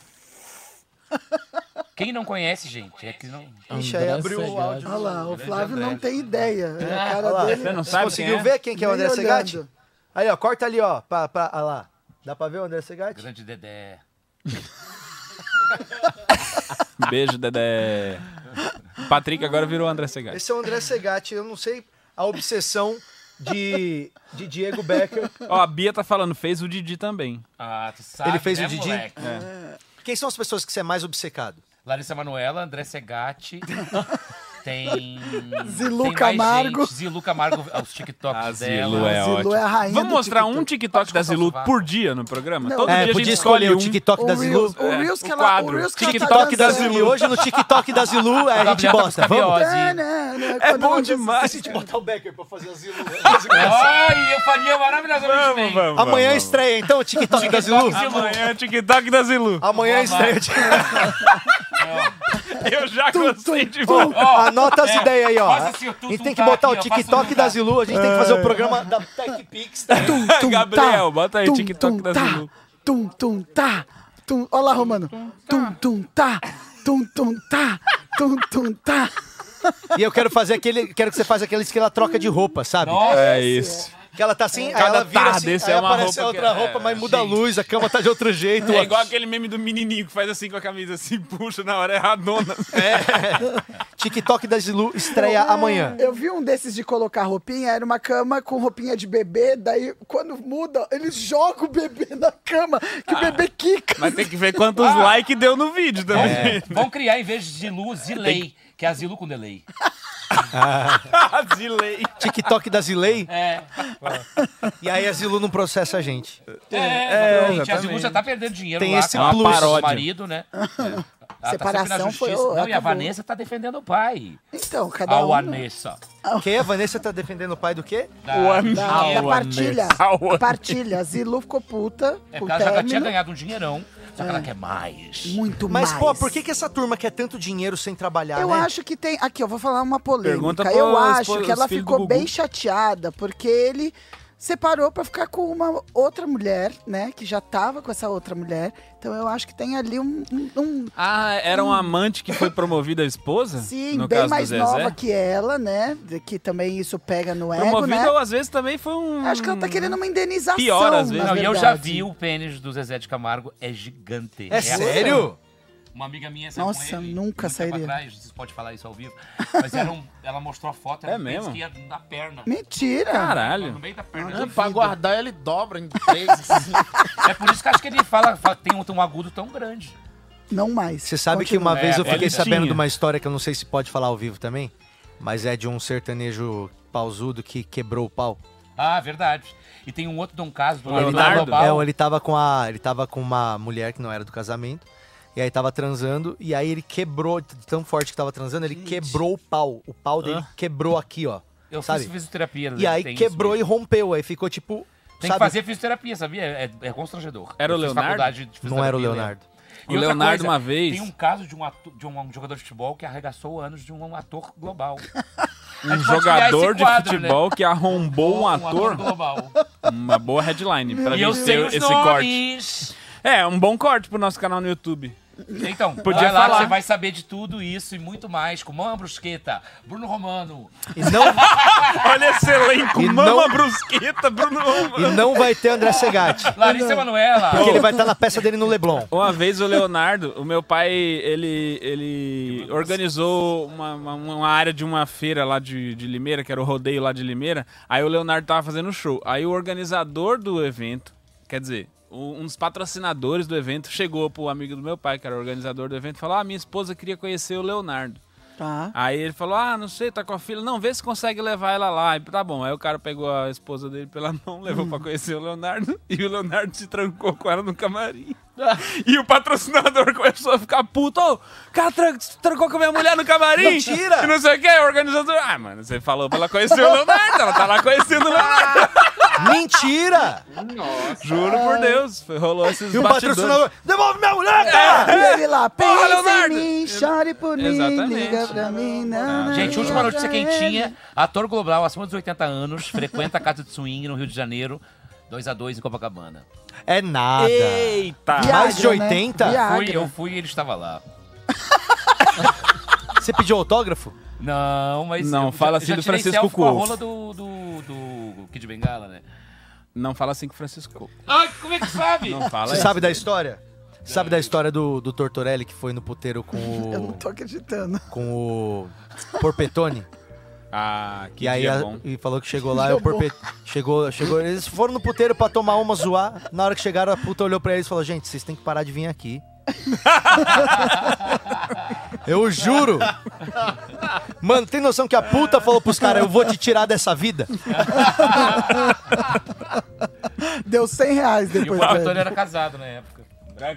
[SPEAKER 4] Quem não conhece, gente, é que não...
[SPEAKER 3] Ixi, aí
[SPEAKER 6] André
[SPEAKER 3] abriu o
[SPEAKER 6] Segatti.
[SPEAKER 3] áudio.
[SPEAKER 5] Olha lá, o Flávio
[SPEAKER 4] André.
[SPEAKER 5] não tem ideia.
[SPEAKER 3] É,
[SPEAKER 5] A cara dele.
[SPEAKER 2] Você não
[SPEAKER 3] Você
[SPEAKER 2] sabe
[SPEAKER 3] conseguiu
[SPEAKER 2] quem é?
[SPEAKER 3] ver quem que é o
[SPEAKER 5] Nem
[SPEAKER 3] André
[SPEAKER 5] olhando.
[SPEAKER 3] Segatti? Aí, ó, corta ali, ó. Pra, pra, ah lá. Dá pra ver o André Segatti?
[SPEAKER 4] Grande Dedé.
[SPEAKER 2] Beijo, Dedé. Patrick agora virou André Segatti.
[SPEAKER 3] Esse é o André Segatti. Eu não sei a obsessão de, de Diego Becker.
[SPEAKER 2] Ó, a Bia tá falando, fez o Didi também.
[SPEAKER 4] Ah, tu sabe,
[SPEAKER 3] Ele fez
[SPEAKER 4] né,
[SPEAKER 3] o Didi?
[SPEAKER 4] moleque?
[SPEAKER 3] Quem são as pessoas que você é mais obcecado?
[SPEAKER 4] Larissa Manoela,
[SPEAKER 3] [laughs]
[SPEAKER 4] André Segatti. tem.
[SPEAKER 5] Zilu
[SPEAKER 4] tem mais
[SPEAKER 5] Camargo.
[SPEAKER 4] gente. Zilu Camargo, ah, os TikToks
[SPEAKER 2] A
[SPEAKER 4] dela.
[SPEAKER 2] Zilu é
[SPEAKER 5] Zilu é a
[SPEAKER 2] ótima.
[SPEAKER 5] rainha
[SPEAKER 2] Vamos
[SPEAKER 5] do
[SPEAKER 2] mostrar
[SPEAKER 5] TikTok.
[SPEAKER 2] um TikTok da
[SPEAKER 4] cortar o
[SPEAKER 2] Zilu
[SPEAKER 4] sovaco.
[SPEAKER 2] por dia no programa?
[SPEAKER 5] Não.
[SPEAKER 2] Todo
[SPEAKER 5] É,
[SPEAKER 2] dia a gente escolhe um.
[SPEAKER 3] TikTok
[SPEAKER 5] O Reels, o
[SPEAKER 2] É,
[SPEAKER 5] Reels que
[SPEAKER 2] o
[SPEAKER 5] ela, o
[SPEAKER 2] quadro.
[SPEAKER 5] Reels que ela
[SPEAKER 2] TikTok
[SPEAKER 5] tá
[SPEAKER 2] da
[SPEAKER 5] dançando.
[SPEAKER 3] E hoje no TikTok da Zilu é, a
[SPEAKER 4] Gabriela
[SPEAKER 3] gente
[SPEAKER 4] tá com
[SPEAKER 3] bosta. Vamos?
[SPEAKER 4] cabiose.
[SPEAKER 5] Tá, né, né,
[SPEAKER 2] É
[SPEAKER 5] quando
[SPEAKER 2] bom
[SPEAKER 5] ela dança-
[SPEAKER 2] demais.
[SPEAKER 3] botar o Becker pra fazer a Zilu.
[SPEAKER 4] Ai, eu faria maravilhosamente bem.
[SPEAKER 2] Vamos, vamos.
[SPEAKER 3] Amanhã
[SPEAKER 2] vamos,
[SPEAKER 3] estreia, então, o TikTok da Zilu?
[SPEAKER 4] Zilu.
[SPEAKER 2] Amanhã é TikTok da
[SPEAKER 3] [laughs]
[SPEAKER 2] Zilu.
[SPEAKER 3] Amanhã estreia. o TikTok.
[SPEAKER 2] Eu já gostei de
[SPEAKER 3] Pô,
[SPEAKER 2] falar.
[SPEAKER 3] Anota as
[SPEAKER 4] é,
[SPEAKER 3] ideias aí, ó.
[SPEAKER 4] faça assim, o
[SPEAKER 3] a gente
[SPEAKER 4] tum-tum
[SPEAKER 3] tem que
[SPEAKER 4] tá
[SPEAKER 3] botar
[SPEAKER 4] aqui,
[SPEAKER 3] o
[SPEAKER 4] ó, faça o
[SPEAKER 3] TikTok
[SPEAKER 4] tum-tum
[SPEAKER 3] da
[SPEAKER 4] tá.
[SPEAKER 3] Zilu, a gente tem que fazer o programa da né? TechPix. também.
[SPEAKER 5] Tum,
[SPEAKER 2] [laughs]
[SPEAKER 5] tum,
[SPEAKER 2] Gabriel,
[SPEAKER 5] tá.
[SPEAKER 2] bota aí,
[SPEAKER 5] Tum,
[SPEAKER 2] TikTok
[SPEAKER 5] tum,
[SPEAKER 2] da
[SPEAKER 5] tá.
[SPEAKER 2] Zilu.
[SPEAKER 5] Tum, tum, tá. Tum, olha lá, Romano. Tum, tum, tá. Tum, tum, tá. Tum, tum, tá.
[SPEAKER 3] E eu quero fazer aquele. Quero que você faça aquele que ela troca de roupa, sabe?
[SPEAKER 4] Nossa,
[SPEAKER 2] É isso.
[SPEAKER 3] Que ela tá assim, aí
[SPEAKER 2] Cada
[SPEAKER 3] ela vira
[SPEAKER 2] tarde,
[SPEAKER 3] assim,
[SPEAKER 2] esse
[SPEAKER 3] aí
[SPEAKER 2] é uma
[SPEAKER 3] aparece a
[SPEAKER 2] roupa que-
[SPEAKER 3] outra roupa,
[SPEAKER 2] é,
[SPEAKER 3] mas muda a
[SPEAKER 4] gente.
[SPEAKER 3] luz, a cama tá de outro jeito.
[SPEAKER 2] [laughs] É igual aquele meme do menininho que faz assim com a camisa assim, puxa na hora erradona.
[SPEAKER 3] TikTok da Zilu estreia amanhã.
[SPEAKER 5] Eu vi um desses de colocar roupinha, era uma cama com roupinha de bebê, daí quando muda, eles jogam o bebê na cama, que o bebê quica.
[SPEAKER 2] Mas tem que ver
[SPEAKER 5] [laughs]
[SPEAKER 2] quantos
[SPEAKER 5] Ah.
[SPEAKER 2] likes deu no vídeo também.
[SPEAKER 5] É.
[SPEAKER 4] Vão criar, em vez de Zilu, Zilei, que é a Zilu com delay.
[SPEAKER 2] Zilei.
[SPEAKER 3] TikTok da Zilei,
[SPEAKER 4] É,
[SPEAKER 3] e aí a Zilu não processa a gente.
[SPEAKER 4] é, exatamente. A Zilu já tá perdendo dinheiro
[SPEAKER 3] Tem
[SPEAKER 4] lá
[SPEAKER 3] esse
[SPEAKER 4] com a
[SPEAKER 3] plus.
[SPEAKER 4] parada do
[SPEAKER 2] Paródia.
[SPEAKER 4] marido, né? Ela
[SPEAKER 5] Separação
[SPEAKER 4] sempre na
[SPEAKER 5] foi-
[SPEAKER 4] justiça.
[SPEAKER 5] ô,
[SPEAKER 4] Não, e a
[SPEAKER 5] acabou.
[SPEAKER 4] Vanessa tá defendendo o pai.
[SPEAKER 5] Então, cada
[SPEAKER 4] A
[SPEAKER 5] um...
[SPEAKER 4] Vanessa.
[SPEAKER 3] Quem é? A Vanessa tá defendendo o pai do quê?
[SPEAKER 4] da-
[SPEAKER 2] O amigo.
[SPEAKER 5] Da, da É partilha.
[SPEAKER 2] Ah, o Anderson.
[SPEAKER 5] Partilha. Zilu ficou puta
[SPEAKER 4] É
[SPEAKER 5] com o
[SPEAKER 4] porque ela já tinha
[SPEAKER 5] término. É.
[SPEAKER 4] ganhado um dinheirão, só que ela quer mais.
[SPEAKER 5] Muito
[SPEAKER 3] Mas,
[SPEAKER 5] mais.
[SPEAKER 3] pô, por que, que essa turma quer tanto dinheiro sem trabalhar,
[SPEAKER 5] Eu
[SPEAKER 3] né?
[SPEAKER 5] acho que tem. Aqui, eu vou falar uma polêmica.
[SPEAKER 2] Pergunta pro-
[SPEAKER 5] eu
[SPEAKER 2] pro-
[SPEAKER 5] acho
[SPEAKER 2] os
[SPEAKER 5] que ela
[SPEAKER 2] filhos do
[SPEAKER 5] ficou
[SPEAKER 2] Gugu.
[SPEAKER 5] bem chateada, porque ele separou pra ficar com uma outra mulher, né? Que já tava com essa outra mulher. Então eu acho que tem ali um. um- um-
[SPEAKER 2] Ah, era um amante que foi promovida a esposa?
[SPEAKER 5] sim,
[SPEAKER 2] no
[SPEAKER 5] bem
[SPEAKER 2] caso
[SPEAKER 5] mais
[SPEAKER 2] do Zezé?
[SPEAKER 5] nova que ela, né? de- Que também isso pega no ego,
[SPEAKER 2] Promovida
[SPEAKER 5] né?
[SPEAKER 2] ou às vezes também foi um.
[SPEAKER 5] Acho que ela tá querendo uma indenização.
[SPEAKER 2] Pior, às vezes.
[SPEAKER 5] na
[SPEAKER 4] Não, e eu já
[SPEAKER 5] verdade.
[SPEAKER 4] vi um o pênis do Zezé de Camargo, é gigante.
[SPEAKER 3] É
[SPEAKER 4] assim.
[SPEAKER 3] sério?
[SPEAKER 4] Uma amiga minha saiu
[SPEAKER 5] Nossa,
[SPEAKER 4] com ele,
[SPEAKER 5] nunca
[SPEAKER 4] muito tempo
[SPEAKER 5] sairia.
[SPEAKER 4] Atrás, vocês podem falar isso ao vivo. Mas era um- [laughs] ela mostrou a foto, era
[SPEAKER 2] É
[SPEAKER 4] um pênis
[SPEAKER 2] mesmo?
[SPEAKER 4] que ia da perna.
[SPEAKER 5] Mentira!
[SPEAKER 4] No
[SPEAKER 2] Caralho.
[SPEAKER 4] meio da perna.
[SPEAKER 6] Não, pra guardar ele dobra em três. assim.
[SPEAKER 4] É por isso que eu acho que ele fala, fala tem um, tem um agudo tão grande.
[SPEAKER 5] Não mais.
[SPEAKER 3] Você sabe que
[SPEAKER 5] Continua.
[SPEAKER 3] uma vez eu
[SPEAKER 4] É,
[SPEAKER 3] fiquei
[SPEAKER 2] velhinha.
[SPEAKER 3] sabendo de uma história que eu não sei se pode falar ao vivo também, mas é de um sertanejo pausudo que quebrou o pau.
[SPEAKER 4] Ah, verdade. E tem um outro Dom Caso, do
[SPEAKER 3] Ele
[SPEAKER 4] Leonardo
[SPEAKER 2] Leonardo?
[SPEAKER 3] tava,
[SPEAKER 4] Global.
[SPEAKER 3] é, ele tava com a, ele tava com uma mulher que não era do casamento. E aí tava transando e aí ele quebrou de tão forte que tava transando, ele quebrou o pau. O pau dele quebrou aqui, ó.
[SPEAKER 4] Eu
[SPEAKER 3] sabe?
[SPEAKER 4] fiz fisioterapia.
[SPEAKER 3] E aí quebrou e rompeu, aí ficou tipo,
[SPEAKER 4] Tem
[SPEAKER 3] sabe?
[SPEAKER 4] que fazer fisioterapia, sabia? É, é constrangedor.
[SPEAKER 2] Era o
[SPEAKER 4] Eu fiz
[SPEAKER 2] Leonardo?
[SPEAKER 4] faculdade de
[SPEAKER 3] Não era o
[SPEAKER 4] fisioterapia, né?
[SPEAKER 3] Leonardo.
[SPEAKER 4] E
[SPEAKER 2] O
[SPEAKER 4] outra
[SPEAKER 2] Leonardo,
[SPEAKER 4] coisa,
[SPEAKER 2] uma vez-
[SPEAKER 4] Tem um caso de um, atu- de um jogador de futebol que arregaçou anos de um ator global.
[SPEAKER 2] Um jogador de
[SPEAKER 4] quadro, né?
[SPEAKER 2] futebol que arrombou [laughs] um ator.
[SPEAKER 4] global.
[SPEAKER 2] Uma boa headline pra
[SPEAKER 4] E eu
[SPEAKER 2] gente ter esse
[SPEAKER 4] sei os
[SPEAKER 2] corte.
[SPEAKER 4] nomes.
[SPEAKER 2] É, um bom corte pro nosso canal no YouTube.
[SPEAKER 4] Então,
[SPEAKER 2] Podia
[SPEAKER 4] vai lá
[SPEAKER 2] falar.
[SPEAKER 4] que você vai saber de tudo isso e muito mais com Mama Brusqueta, Bruno Romano.
[SPEAKER 3] E não,
[SPEAKER 2] Olha esse elenco.
[SPEAKER 3] E não-
[SPEAKER 2] Mama Brusqueta, Bruno.
[SPEAKER 3] e não vai ter André Segatti.
[SPEAKER 4] Larissa
[SPEAKER 3] [laughs]
[SPEAKER 4] Manoela.
[SPEAKER 3] Porque ele vai estar na peça dele no
[SPEAKER 4] [laughs]
[SPEAKER 3] Leblon.
[SPEAKER 2] Uma vez o Leonardo, o meu pai, ele, ele organizou uma, uma, uma área de uma feira lá de, de Limeira, que era o rodeio lá de Limeira. Aí o Leonardo tava fazendo show. Aí o organizador do evento, quer dizer, o- um dos patrocinadores do evento, chegou pro amigo do meu pai, que era o organizador do evento, e falou: Ah, minha esposa queria conhecer o Leonardo.
[SPEAKER 5] Tá.
[SPEAKER 2] Aí ele falou: Ah, não sei, tá com a filha. Não, vê se consegue levar ela lá. E tá bom. Aí o cara pegou a esposa dele pela mão, [laughs] levou pra conhecer o Leonardo. [laughs] E o Leonardo se trancou com ela no camarim. E o patrocinador começou a ficar puto. Ô, o cara tran- trancou com a minha mulher no camarim.
[SPEAKER 3] Mentira!
[SPEAKER 2] [laughs] E não sei o que. O organizador. Ah, mano, você falou pra ela conhecer o Leonardo. Ela tá lá conhecendo o Leonardo.
[SPEAKER 3] Mentira!
[SPEAKER 2] Juro por Deus. foi- Rolou esses
[SPEAKER 3] E o
[SPEAKER 2] bastidores.
[SPEAKER 3] patrocinador. Devolve minha
[SPEAKER 2] É,
[SPEAKER 3] mulher, cara!
[SPEAKER 5] E ele lá,
[SPEAKER 2] Porra,
[SPEAKER 5] pensa em
[SPEAKER 2] Leonardo!
[SPEAKER 5] mim, chore por mim,
[SPEAKER 2] Exatamente.
[SPEAKER 5] liga pra mim. na,
[SPEAKER 2] Ah.
[SPEAKER 5] na,
[SPEAKER 4] Gente, última
[SPEAKER 5] na,
[SPEAKER 4] notícia
[SPEAKER 5] na, na.
[SPEAKER 4] quentinha. Ator global acima dos 80 anos, frequenta a casa de swing no Rio de Janeiro. 2x2 em Copacabana.
[SPEAKER 3] É nada.
[SPEAKER 2] Eita!
[SPEAKER 5] Viagra,
[SPEAKER 3] Mais de
[SPEAKER 5] né?
[SPEAKER 3] 80?
[SPEAKER 4] Fui,
[SPEAKER 5] Viagra.
[SPEAKER 4] eu fui e ele estava lá.
[SPEAKER 3] Você pediu autógrafo?
[SPEAKER 4] Não, mas.
[SPEAKER 2] Não,
[SPEAKER 4] eu
[SPEAKER 2] fala
[SPEAKER 4] já-
[SPEAKER 2] assim
[SPEAKER 4] já
[SPEAKER 2] do
[SPEAKER 4] tirei
[SPEAKER 2] Francisco
[SPEAKER 4] selfie com a
[SPEAKER 2] Cuoco.
[SPEAKER 4] rola do, do, do Kid Bengala, né?
[SPEAKER 2] Não fala assim com o Francisco.
[SPEAKER 4] Ai, como é que sabe?
[SPEAKER 2] Não fala
[SPEAKER 3] Você
[SPEAKER 2] isso.
[SPEAKER 3] sabe da história? Você sabe da história do, do Tortorelli que foi no puteiro com
[SPEAKER 5] [laughs] Eu não
[SPEAKER 3] o.
[SPEAKER 5] tô acreditando.
[SPEAKER 3] com o Porpetone?
[SPEAKER 2] Ah, que
[SPEAKER 3] e aí
[SPEAKER 2] dia
[SPEAKER 3] a-
[SPEAKER 2] bom.
[SPEAKER 3] e falou que chegou lá, e o Porpet... chegou, chegou, eles foram no puteiro pra tomar uma zoar. Na hora que chegaram, a puta olhou pra eles e falou: "Gente, vocês têm que parar de
[SPEAKER 2] [laughs]
[SPEAKER 3] vir aqui". eu juro. Mano, tem noção que a puta falou pros caras: "Eu vou te tirar dessa vida".
[SPEAKER 5] Deu 100 reais
[SPEAKER 4] E o
[SPEAKER 5] depois.
[SPEAKER 4] Bartolomeu
[SPEAKER 5] velho.
[SPEAKER 4] era casado na época. É,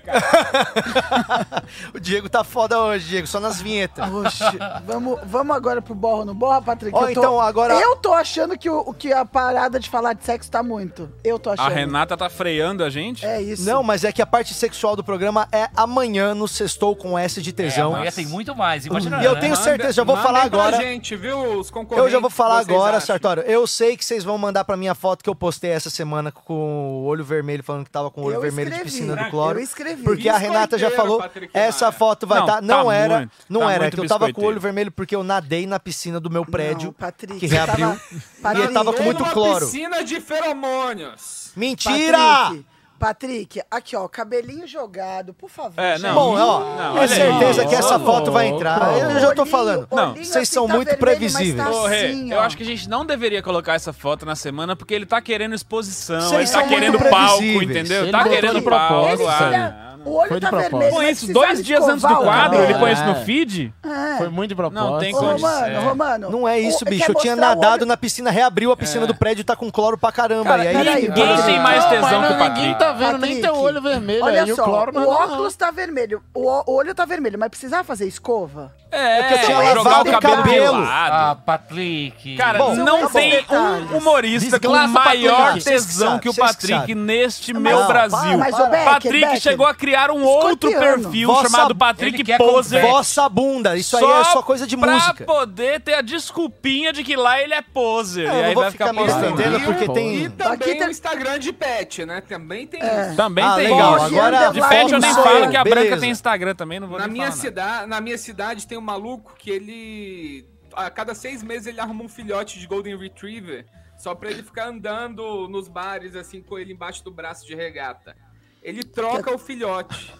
[SPEAKER 3] O Diego tá foda hoje, Diego, só nas vinhetas.
[SPEAKER 5] Oxe, vamos, vamos agora pro borro no borra, Patrick?
[SPEAKER 3] Ó,
[SPEAKER 5] eu tô,
[SPEAKER 3] então, agora-
[SPEAKER 5] Eu tô achando que, o, que a parada de falar de sexo tá muito. Eu tô
[SPEAKER 2] A
[SPEAKER 5] achando.
[SPEAKER 2] Renata tá freando a gente?
[SPEAKER 5] É isso.
[SPEAKER 3] Não, mas é que a parte sexual do programa é amanhã no Sextou com S de
[SPEAKER 4] É,
[SPEAKER 3] tesão.
[SPEAKER 4] amanhã tem muito mais. Imagina.
[SPEAKER 3] Uhum. e eu
[SPEAKER 4] né?
[SPEAKER 3] tenho certeza, já vou
[SPEAKER 7] Mandem
[SPEAKER 3] falar
[SPEAKER 7] pra
[SPEAKER 3] agora.
[SPEAKER 7] gente, viu, os concorrentes,
[SPEAKER 3] Eu já vou falar
[SPEAKER 7] vocês
[SPEAKER 3] agora,
[SPEAKER 7] acham.
[SPEAKER 3] Sartório. Eu sei que vocês vão mandar pra minha foto que eu postei essa semana com o olho vermelho, falando que tava com o olho
[SPEAKER 5] Eu
[SPEAKER 3] vermelho
[SPEAKER 5] escrevi. Ah,
[SPEAKER 3] de piscina do cloro.
[SPEAKER 5] Eu escrevi.
[SPEAKER 3] Porque a Renata já
[SPEAKER 7] Biscoiteiro,
[SPEAKER 3] falou,
[SPEAKER 7] Patrick
[SPEAKER 3] essa
[SPEAKER 7] Maia.
[SPEAKER 3] foto vai
[SPEAKER 2] Não,
[SPEAKER 3] estar.
[SPEAKER 2] tá
[SPEAKER 3] não era,
[SPEAKER 2] muito,
[SPEAKER 3] não
[SPEAKER 2] tá
[SPEAKER 3] era. É
[SPEAKER 2] muito
[SPEAKER 3] que eu tava com o olho
[SPEAKER 2] biscoiteiro.
[SPEAKER 3] vermelho porque eu nadei na piscina do meu prédio,
[SPEAKER 5] Não, Patrick,
[SPEAKER 3] que
[SPEAKER 5] você
[SPEAKER 3] reabriu.
[SPEAKER 5] tava- Patrick,
[SPEAKER 3] ele tava com
[SPEAKER 7] Tem
[SPEAKER 3] muito
[SPEAKER 7] uma
[SPEAKER 3] cloro.
[SPEAKER 7] piscina de feromônios.
[SPEAKER 3] Mentira!
[SPEAKER 5] Patrick, Patrick, aqui ó, cabelinho jogado, por favor.
[SPEAKER 2] É,
[SPEAKER 5] gente.
[SPEAKER 2] não.
[SPEAKER 3] Bom, ó,
[SPEAKER 2] Não,
[SPEAKER 3] tenho
[SPEAKER 2] olha
[SPEAKER 3] certeza
[SPEAKER 2] aí.
[SPEAKER 3] que essa
[SPEAKER 2] Ô,
[SPEAKER 3] foto vai entrar. Eu já tô falando.
[SPEAKER 2] Não,
[SPEAKER 3] vocês são
[SPEAKER 5] tá
[SPEAKER 3] muito previsíveis.
[SPEAKER 2] Ô, Rê, eu acho que a gente não deveria colocar essa foto na semana porque ele tá querendo exposição,
[SPEAKER 3] Vocês
[SPEAKER 2] ele tá
[SPEAKER 3] são muito
[SPEAKER 2] querendo palco,
[SPEAKER 3] previsíveis.
[SPEAKER 2] entendeu?
[SPEAKER 6] Ele
[SPEAKER 2] tá
[SPEAKER 6] botou
[SPEAKER 2] querendo
[SPEAKER 6] de propósito,
[SPEAKER 2] palco.
[SPEAKER 6] isso aí.
[SPEAKER 2] Ah.
[SPEAKER 5] O olho
[SPEAKER 6] Foi de
[SPEAKER 5] tá
[SPEAKER 6] propósito.
[SPEAKER 5] vermelho.
[SPEAKER 2] Põe
[SPEAKER 5] mas
[SPEAKER 2] isso
[SPEAKER 5] se
[SPEAKER 2] dois
[SPEAKER 5] sabe
[SPEAKER 2] dias antes do
[SPEAKER 5] escovar o
[SPEAKER 2] quadro,
[SPEAKER 5] cabelo.
[SPEAKER 2] ele põe
[SPEAKER 6] É.
[SPEAKER 2] isso no feed?
[SPEAKER 6] Foi muito de propósito.
[SPEAKER 2] tem
[SPEAKER 5] Ô,
[SPEAKER 2] como.
[SPEAKER 5] Romano,
[SPEAKER 2] É.
[SPEAKER 5] Romano.
[SPEAKER 3] Não é isso,
[SPEAKER 5] o-
[SPEAKER 3] bicho.
[SPEAKER 5] quer
[SPEAKER 3] Eu tinha
[SPEAKER 5] mostrar o
[SPEAKER 3] nadado
[SPEAKER 5] olho-
[SPEAKER 3] na piscina, reabriu a
[SPEAKER 2] É.
[SPEAKER 3] piscina do prédio, tá com cloro pra caramba.
[SPEAKER 5] Cara,
[SPEAKER 3] e aí,
[SPEAKER 5] peraí,
[SPEAKER 3] fica-
[SPEAKER 2] Ninguém
[SPEAKER 5] Patrick.
[SPEAKER 2] tem mais
[SPEAKER 6] Não,
[SPEAKER 2] tesão
[SPEAKER 6] mas
[SPEAKER 2] que o
[SPEAKER 6] não, ninguém
[SPEAKER 2] Patrick.
[SPEAKER 6] tá vendo nem
[SPEAKER 5] Patrick,
[SPEAKER 6] teu olho vermelho
[SPEAKER 5] Olha
[SPEAKER 6] aí,
[SPEAKER 5] só,
[SPEAKER 6] o cloro não
[SPEAKER 5] o
[SPEAKER 6] é
[SPEAKER 5] óculos tá vermelho, o, ó- o olho tá vermelho, mas precisava fazer escova?
[SPEAKER 2] É,
[SPEAKER 3] porque eu tinha
[SPEAKER 2] jogar
[SPEAKER 3] lavado
[SPEAKER 2] o
[SPEAKER 3] o
[SPEAKER 2] cabelo
[SPEAKER 3] cabelo.
[SPEAKER 2] de
[SPEAKER 4] Ah,
[SPEAKER 2] lado.
[SPEAKER 4] Patrick.
[SPEAKER 2] Cara,
[SPEAKER 3] Bom,
[SPEAKER 2] não
[SPEAKER 5] tá bom.
[SPEAKER 2] tem
[SPEAKER 5] Detalhes.
[SPEAKER 2] um humorista com
[SPEAKER 3] Desgraça,
[SPEAKER 2] maior
[SPEAKER 3] Patrick. Vocês que
[SPEAKER 2] tesão que o
[SPEAKER 3] sabem, vocês que
[SPEAKER 2] Patrick
[SPEAKER 3] sabem.
[SPEAKER 2] neste
[SPEAKER 3] Mas,
[SPEAKER 2] meu
[SPEAKER 3] ó,
[SPEAKER 2] Brasil.
[SPEAKER 5] mas, ô, Becker,
[SPEAKER 2] Patrick
[SPEAKER 5] Becker.
[SPEAKER 2] chegou a criar um outro
[SPEAKER 5] Escorpiano.
[SPEAKER 2] perfil
[SPEAKER 3] Vossa-
[SPEAKER 2] chamado
[SPEAKER 4] Ele
[SPEAKER 2] Patrick
[SPEAKER 4] quer com
[SPEAKER 2] Poser.
[SPEAKER 4] velho.
[SPEAKER 3] Vossa bunda, isso aí é só coisa de
[SPEAKER 2] pra
[SPEAKER 3] música.
[SPEAKER 2] poder ter a desculpinha de que lá ele é poser.
[SPEAKER 3] É, eu
[SPEAKER 2] e
[SPEAKER 3] não
[SPEAKER 2] aí
[SPEAKER 3] vou
[SPEAKER 2] vai ficar,
[SPEAKER 3] ficar me
[SPEAKER 2] postando.
[SPEAKER 3] estendendo
[SPEAKER 7] E
[SPEAKER 3] porque
[SPEAKER 7] o-
[SPEAKER 3] tem-
[SPEAKER 7] E também
[SPEAKER 5] Aqui tem-
[SPEAKER 7] o Instagram de pet, né? Também tem isso.
[SPEAKER 2] Também
[SPEAKER 3] Ah,
[SPEAKER 2] tem.
[SPEAKER 3] legal.
[SPEAKER 2] isso.
[SPEAKER 3] Agora
[SPEAKER 2] de pet eu nem
[SPEAKER 5] Fala,
[SPEAKER 2] falo que a
[SPEAKER 3] beleza.
[SPEAKER 2] Branca tem Instagram também, não vou
[SPEAKER 7] Na
[SPEAKER 2] nem
[SPEAKER 7] minha,
[SPEAKER 2] falar nada.
[SPEAKER 7] cida... Na minha cidade tem um maluco que ele. A cada seis meses ele arruma um filhote de Golden Retriever só pra ele ficar andando nos bares, assim, com ele embaixo do braço de regata. Ele troca o filhote.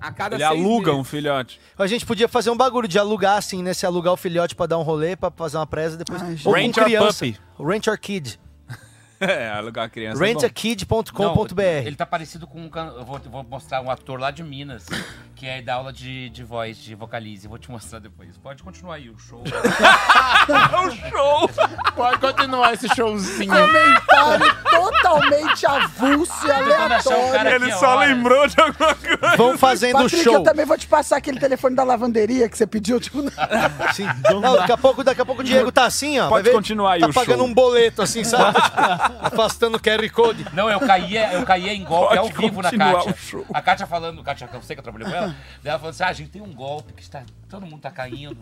[SPEAKER 7] A cada
[SPEAKER 2] Ele
[SPEAKER 7] seis
[SPEAKER 2] aluga um
[SPEAKER 7] meses.
[SPEAKER 2] filhote.
[SPEAKER 3] A gente podia fazer um bagulho de alugar, assim, né? Se alugar o filhote pra dar um rolê, pra fazer uma presa depois.
[SPEAKER 5] Ai,
[SPEAKER 3] Ou
[SPEAKER 2] Rent
[SPEAKER 3] com
[SPEAKER 2] our
[SPEAKER 3] criança.
[SPEAKER 2] puppy.
[SPEAKER 3] Rent our kid.
[SPEAKER 2] [laughs] é, alugar a criança. é bom.
[SPEAKER 4] Não,
[SPEAKER 3] Rentakid.com.br.
[SPEAKER 4] Ele tá parecido com um. can- Eu vou, vou mostrar um ator lá de Minas, que é da aula de, de voz, de vocalize. Vou te mostrar depois. Pode continuar aí o show.
[SPEAKER 6] Pode continuar esse showzinho.
[SPEAKER 5] Comentário totalmente avulso e
[SPEAKER 2] tá
[SPEAKER 4] Tentando achar um cara
[SPEAKER 5] aleatório.
[SPEAKER 4] aqui, ó, olha.
[SPEAKER 2] de alguma coisa.
[SPEAKER 3] Vão
[SPEAKER 2] tá
[SPEAKER 3] fazendo o
[SPEAKER 5] Patrick,
[SPEAKER 3] show.
[SPEAKER 5] eu também vou te passar aquele telefone da lavanderia que você
[SPEAKER 2] [laughs]
[SPEAKER 5] pediu, tipo...
[SPEAKER 3] [laughs] Sim. Não, daqui a pouco, daqui a pouco o Diego tá assim, ó. vai
[SPEAKER 2] Pode
[SPEAKER 3] ver?
[SPEAKER 2] continuar aí
[SPEAKER 3] Tá
[SPEAKER 2] o
[SPEAKER 3] pagando
[SPEAKER 2] show.
[SPEAKER 3] um boleto, assim, sabe?
[SPEAKER 2] [laughs]
[SPEAKER 3] Tipo, afastando o QR Code. Tá
[SPEAKER 4] Não, eu caía, eu caía em golpe
[SPEAKER 2] Pode
[SPEAKER 4] ao vivo na
[SPEAKER 2] continuar
[SPEAKER 4] Kátia.
[SPEAKER 2] o show.
[SPEAKER 4] A Kátia falando, Kátia Fonseca, eu trabalhei com ela, daí ela falou assim: ah, a gente tem um golpe que está todo mundo tá caindo,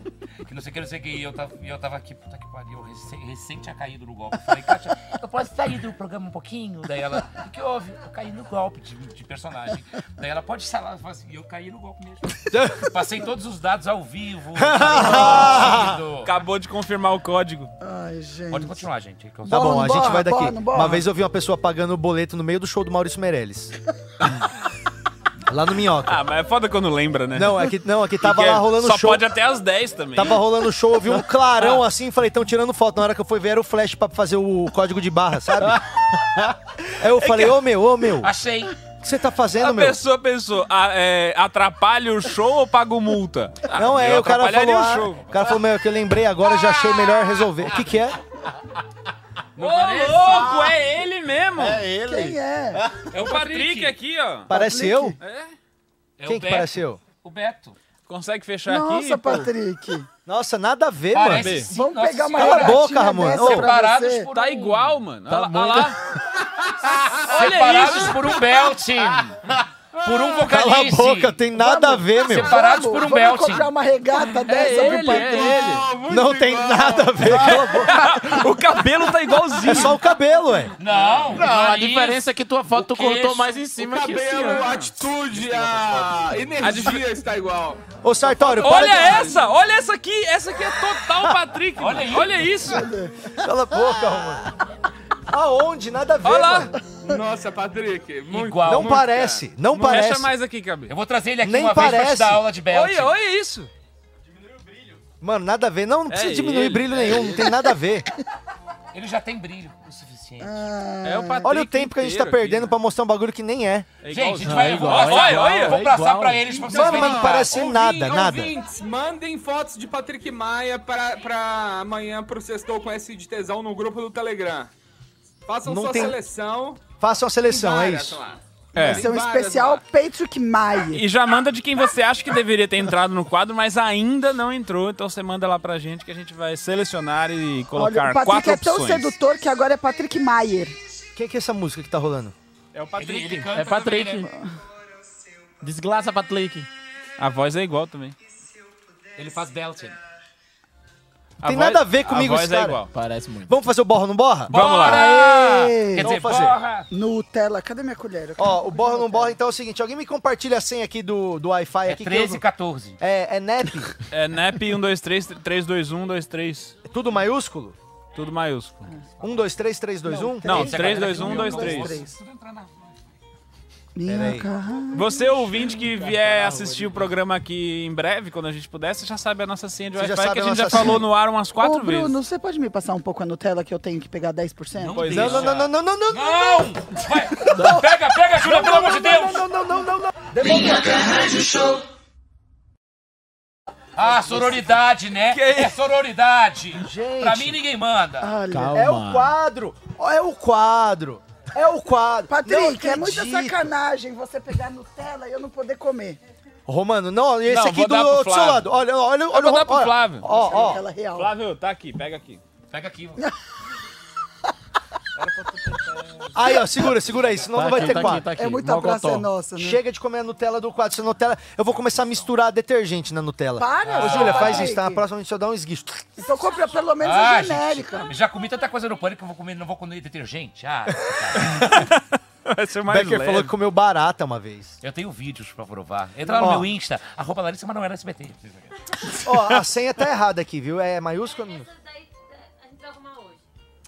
[SPEAKER 4] que não sei o que, não sei o que. E eu tava, e eu tava aqui, puta que pariu, eu recém, recém tinha caído no golpe. Eu falei, Kátia, eu posso sair do programa um pouquinho? Daí ela, o que houve? Eu caí no golpe de, de personagem. Daí ela, pode estar lá. Eu falei assim, e eu caí no golpe
[SPEAKER 2] [laughs]
[SPEAKER 4] mesmo. Passei todos os dados ao vivo. Acabou.
[SPEAKER 2] Acabou de confirmar o código.
[SPEAKER 5] Ai, gente.
[SPEAKER 4] Pode continuar, gente. que eu-
[SPEAKER 3] Tá bom,
[SPEAKER 5] Borra,
[SPEAKER 3] a gente
[SPEAKER 5] borra,
[SPEAKER 3] vai daqui.
[SPEAKER 5] borra, borra.
[SPEAKER 3] Uma vez eu vi uma pessoa pagando o boleto no meio do show do
[SPEAKER 2] [laughs]
[SPEAKER 3] Maurício Meirelles. lá no Minhoca.
[SPEAKER 2] Ah, mas é foda quando lembra, né?
[SPEAKER 3] Não, aqui, não, aqui tava lá rolando
[SPEAKER 2] Só
[SPEAKER 3] show.
[SPEAKER 2] pode
[SPEAKER 3] Tá
[SPEAKER 2] assim. Ah. até às 10 também.
[SPEAKER 3] Tava rolando show, eu vi um
[SPEAKER 2] [laughs]
[SPEAKER 3] clarão assim, falei, tão tirando foto. Na hora que eu fui ver, era o flash pra fazer o código de
[SPEAKER 2] [laughs]
[SPEAKER 3] barra, sabe? Aí eu falei, ô meu, ô meu, o
[SPEAKER 4] Achei.
[SPEAKER 3] que você tá fazendo,
[SPEAKER 2] É a
[SPEAKER 3] meu?
[SPEAKER 2] pessoa pensou, ah, é, atrapalha o show ou pago multa? Ah,
[SPEAKER 3] Não, é,
[SPEAKER 2] eu
[SPEAKER 3] o cara falou,
[SPEAKER 2] atrapalharia
[SPEAKER 3] ah,
[SPEAKER 2] o show.
[SPEAKER 3] o cara falou, meu, é que eu lembrei agora, já achei melhor resolver. O que que é?
[SPEAKER 2] Ah, Ô, louco, é ele mesmo. É,
[SPEAKER 5] Quem é?
[SPEAKER 2] o Patrick aqui, ó.
[SPEAKER 3] Parece eu?
[SPEAKER 4] É
[SPEAKER 3] Quem que
[SPEAKER 4] o Beto.
[SPEAKER 3] parece eu?
[SPEAKER 4] O Beto.
[SPEAKER 2] Consegue fechar
[SPEAKER 5] Nossa,
[SPEAKER 2] aqui? pô?
[SPEAKER 5] Patrick.
[SPEAKER 3] Nossa, nada a ver, mano.
[SPEAKER 4] Parece, sim,
[SPEAKER 5] Vamos
[SPEAKER 4] nossa
[SPEAKER 5] pegar uma
[SPEAKER 4] senhora.
[SPEAKER 3] Cala a boca,
[SPEAKER 5] regatinha
[SPEAKER 3] Ramon.
[SPEAKER 5] dessa
[SPEAKER 3] Ô,
[SPEAKER 5] pra
[SPEAKER 4] separados
[SPEAKER 5] você.
[SPEAKER 4] por
[SPEAKER 2] Tá
[SPEAKER 4] um-
[SPEAKER 2] igual, mano.
[SPEAKER 6] Tá
[SPEAKER 2] olha, lá-
[SPEAKER 6] muito-
[SPEAKER 2] olha lá. Olha
[SPEAKER 4] separados
[SPEAKER 2] isso.
[SPEAKER 4] por um belt. Por um
[SPEAKER 3] Cala a
[SPEAKER 4] vocalista.
[SPEAKER 3] boca, tem nada a ver, meu.
[SPEAKER 4] Separados
[SPEAKER 5] Vamos,
[SPEAKER 4] por um
[SPEAKER 5] vamos
[SPEAKER 4] belting.
[SPEAKER 5] comprar uma regata
[SPEAKER 2] É
[SPEAKER 5] dessa pro
[SPEAKER 2] ele,
[SPEAKER 5] Patrick.
[SPEAKER 2] é ele.
[SPEAKER 7] Ah,
[SPEAKER 3] Não tem nada a ver, cala a
[SPEAKER 2] [laughs]
[SPEAKER 3] boca.
[SPEAKER 2] O cabelo tá igualzinho.
[SPEAKER 3] É só o cabelo, ué.
[SPEAKER 4] Não,
[SPEAKER 6] Não, a
[SPEAKER 4] nariz.
[SPEAKER 6] diferença é que tua foto tu
[SPEAKER 4] O queixo,
[SPEAKER 6] cortou mais em
[SPEAKER 7] O
[SPEAKER 6] cima que assim,
[SPEAKER 7] cabelo, a
[SPEAKER 6] ó.
[SPEAKER 7] atitude, a energia está igual.
[SPEAKER 3] Ô, Sartório, para
[SPEAKER 2] Olha
[SPEAKER 3] de...
[SPEAKER 2] essa, olha essa aqui. Essa aqui é total Patrick. mano.
[SPEAKER 4] Olha aí.
[SPEAKER 2] Olha isso.
[SPEAKER 3] Cala a boca, mano. Aonde? Nada a ver,
[SPEAKER 2] Olha lá.
[SPEAKER 3] mano.
[SPEAKER 7] Nossa, Patrick, é muito
[SPEAKER 4] Igual.
[SPEAKER 3] Não
[SPEAKER 7] muito,
[SPEAKER 3] parece, não,
[SPEAKER 2] Não
[SPEAKER 3] parece.
[SPEAKER 2] Fecha mais aqui, cabelo.
[SPEAKER 4] Eu vou trazer ele aqui
[SPEAKER 3] Nem
[SPEAKER 4] uma vez pra
[SPEAKER 3] parece.
[SPEAKER 4] te dar aula de
[SPEAKER 6] É
[SPEAKER 4] belt.
[SPEAKER 2] Olha, olha isso.
[SPEAKER 3] Mano, nada a ver. Não, não precisa
[SPEAKER 2] É
[SPEAKER 3] diminuir
[SPEAKER 2] ele,
[SPEAKER 3] brilho nenhum, não tem nada
[SPEAKER 2] [laughs]
[SPEAKER 3] a ver.
[SPEAKER 4] Ele já tem brilho o suficiente.
[SPEAKER 2] É o Patrick
[SPEAKER 3] Olha o tempo que a gente tá
[SPEAKER 2] inteiro aqui, né?
[SPEAKER 3] perdendo pra mostrar um bagulho que nem é.
[SPEAKER 2] mano. É
[SPEAKER 4] Gente, a gente
[SPEAKER 2] igualzinho.
[SPEAKER 4] vai.
[SPEAKER 6] é
[SPEAKER 4] eu vou-
[SPEAKER 6] igual, é
[SPEAKER 4] olha,
[SPEAKER 6] igual,
[SPEAKER 4] eu vou
[SPEAKER 6] é
[SPEAKER 4] passar
[SPEAKER 6] igual.
[SPEAKER 4] pra eles pra vocês
[SPEAKER 3] Mano, mas
[SPEAKER 4] verem.
[SPEAKER 3] não parece
[SPEAKER 7] Ouvinte-
[SPEAKER 3] nada, nada.
[SPEAKER 7] Ouvintes, mandem fotos de Patrick Maia pra, pra amanhã pro Sextou com S de Tesão no grupo do Telegram. Façam
[SPEAKER 3] Não
[SPEAKER 7] sua
[SPEAKER 3] tem-
[SPEAKER 7] seleção.
[SPEAKER 3] Faça uma seleção, é
[SPEAKER 7] Várias
[SPEAKER 3] isso.
[SPEAKER 7] lá.
[SPEAKER 2] É.
[SPEAKER 5] Esse é um
[SPEAKER 7] Várias
[SPEAKER 5] especial
[SPEAKER 7] lá.
[SPEAKER 5] Patrick Maia.
[SPEAKER 2] E já manda de quem você acha que deveria ter entrado no quadro, mas ainda não entrou. Então você manda lá pra gente que a gente vai selecionar e
[SPEAKER 5] Olha,
[SPEAKER 2] colocar
[SPEAKER 5] o Patrick
[SPEAKER 2] quatro
[SPEAKER 5] é tão
[SPEAKER 2] opções.
[SPEAKER 5] sedutor que agora é Patrick Maier.
[SPEAKER 3] Quem que é essa música que tá rolando?
[SPEAKER 2] É o
[SPEAKER 4] Ele,
[SPEAKER 2] Patrick.
[SPEAKER 4] ele canta
[SPEAKER 6] É Patrick.
[SPEAKER 4] também, né?
[SPEAKER 6] Desglaça, Patrick.
[SPEAKER 2] A voz é igual também.
[SPEAKER 4] Ele faz belt.
[SPEAKER 2] A
[SPEAKER 3] Tem
[SPEAKER 2] voz-
[SPEAKER 3] nada a ver comigo
[SPEAKER 2] a voz
[SPEAKER 3] esse
[SPEAKER 2] é
[SPEAKER 3] cara.
[SPEAKER 2] igual.
[SPEAKER 6] Parece muito.
[SPEAKER 3] Vamos fazer o borra ou não borra?
[SPEAKER 2] Vamos lá.
[SPEAKER 5] Ei,
[SPEAKER 4] Quer dizer,
[SPEAKER 3] Vamos fazer.
[SPEAKER 4] porra.
[SPEAKER 5] Nutella, cadê minha colher? Eu quero
[SPEAKER 3] Ó, o
[SPEAKER 5] colher
[SPEAKER 3] borra ou não
[SPEAKER 5] Nutella.
[SPEAKER 3] borra, então é o seguinte. Alguém me compartilha a senha aqui do, do Wi-Fi
[SPEAKER 4] É
[SPEAKER 3] aqui.
[SPEAKER 4] 13
[SPEAKER 3] que
[SPEAKER 4] e
[SPEAKER 3] eu...
[SPEAKER 4] 14.
[SPEAKER 3] É, é NEP,
[SPEAKER 2] É NEP 123 321 23.
[SPEAKER 3] é tudo maiúsculo?
[SPEAKER 2] um, Tudo maiúsculo.
[SPEAKER 3] 1, 2, 3, 3, 2, 1?
[SPEAKER 2] Não,
[SPEAKER 4] Esse é
[SPEAKER 2] 3,
[SPEAKER 4] a galera
[SPEAKER 2] 2,
[SPEAKER 4] que
[SPEAKER 2] 1,
[SPEAKER 4] não
[SPEAKER 2] 2,
[SPEAKER 4] viu, não
[SPEAKER 2] 3.
[SPEAKER 4] ouço. Tudo entrar na-
[SPEAKER 5] Minha cara.
[SPEAKER 2] Você, ouvinte, que vier assistir o programa aqui em breve, quando a gente puder, você já sabe a nossa senha de
[SPEAKER 3] Você já
[SPEAKER 2] Wi-Fi,
[SPEAKER 3] sabe
[SPEAKER 2] que a
[SPEAKER 3] a
[SPEAKER 2] gente já
[SPEAKER 3] nossa
[SPEAKER 2] falou
[SPEAKER 3] senha.
[SPEAKER 2] no ar umas quatro
[SPEAKER 5] Ô, Bruno,
[SPEAKER 2] vezes.
[SPEAKER 5] você pode me passar um pouco a Nutella que eu tenho que pegar 10%?
[SPEAKER 4] Não
[SPEAKER 2] Pois
[SPEAKER 4] deixa.
[SPEAKER 3] é. Não, não, não, não, não, não, não, não.
[SPEAKER 4] Não! Vai! Pega, pega, Júlia, pelo amor de Deus!
[SPEAKER 3] Não, não, não, não, não.
[SPEAKER 4] Ah, sororidade, né? É sororidade!
[SPEAKER 3] Gente.
[SPEAKER 4] Pra mim ninguém manda.
[SPEAKER 5] Olha,
[SPEAKER 6] Calma.
[SPEAKER 3] É o quadro. Ó, É o quadro. É o quadro. Não
[SPEAKER 5] Patrick, é
[SPEAKER 3] acredito.
[SPEAKER 5] muita sacanagem você pegar Nutella e eu não poder comer.
[SPEAKER 3] Romano, não, esse
[SPEAKER 2] Não,
[SPEAKER 3] aqui
[SPEAKER 2] vou
[SPEAKER 3] do
[SPEAKER 2] dar pro
[SPEAKER 3] outro seu
[SPEAKER 2] Flávio.
[SPEAKER 3] lado. Olha, olha, olha.
[SPEAKER 2] vou
[SPEAKER 3] o-
[SPEAKER 2] dar pro
[SPEAKER 3] olha.
[SPEAKER 2] Flávio.
[SPEAKER 3] Ó, ó.
[SPEAKER 5] É Nutella real.
[SPEAKER 2] Flávio, tá aqui, pega aqui.
[SPEAKER 4] Pega aqui. ó.
[SPEAKER 3] Aí, ó, segura, segura aí, senão
[SPEAKER 6] Tá
[SPEAKER 3] não vai
[SPEAKER 6] aqui,
[SPEAKER 3] ter
[SPEAKER 6] tá aqui,
[SPEAKER 3] quadro.
[SPEAKER 6] tá aqui.
[SPEAKER 5] É muita
[SPEAKER 6] Mocotó.
[SPEAKER 5] praça é nossa, né?
[SPEAKER 3] Chega de comer a Nutella do quadro. Se a Nutella, eu vou começar a misturar detergente na Nutella.
[SPEAKER 5] Para,
[SPEAKER 3] Ô, Júlia, faz
[SPEAKER 5] Patrick.
[SPEAKER 3] isso, tá? Na próxima a gente só dá um esguicho.
[SPEAKER 5] Então compra pelo menos a
[SPEAKER 4] Ah,
[SPEAKER 5] genérica.
[SPEAKER 4] gente, já comi tanta coisa no pânico que eu vou comer, não vou comer detergente. Ah,
[SPEAKER 2] Vai ser mais
[SPEAKER 3] Becker
[SPEAKER 2] é leve.
[SPEAKER 3] falou que comeu barata uma vez.
[SPEAKER 4] eu tenho vídeos pra provar. Entra lá no
[SPEAKER 3] Ó.
[SPEAKER 4] meu Insta, arroba Larissa Manoela SBT.
[SPEAKER 3] [laughs] Ó, a senha tá errada aqui, viu? É maiúsculo. ou não?
[SPEAKER 9] Essa daí é, a gente vai arrumar hoje.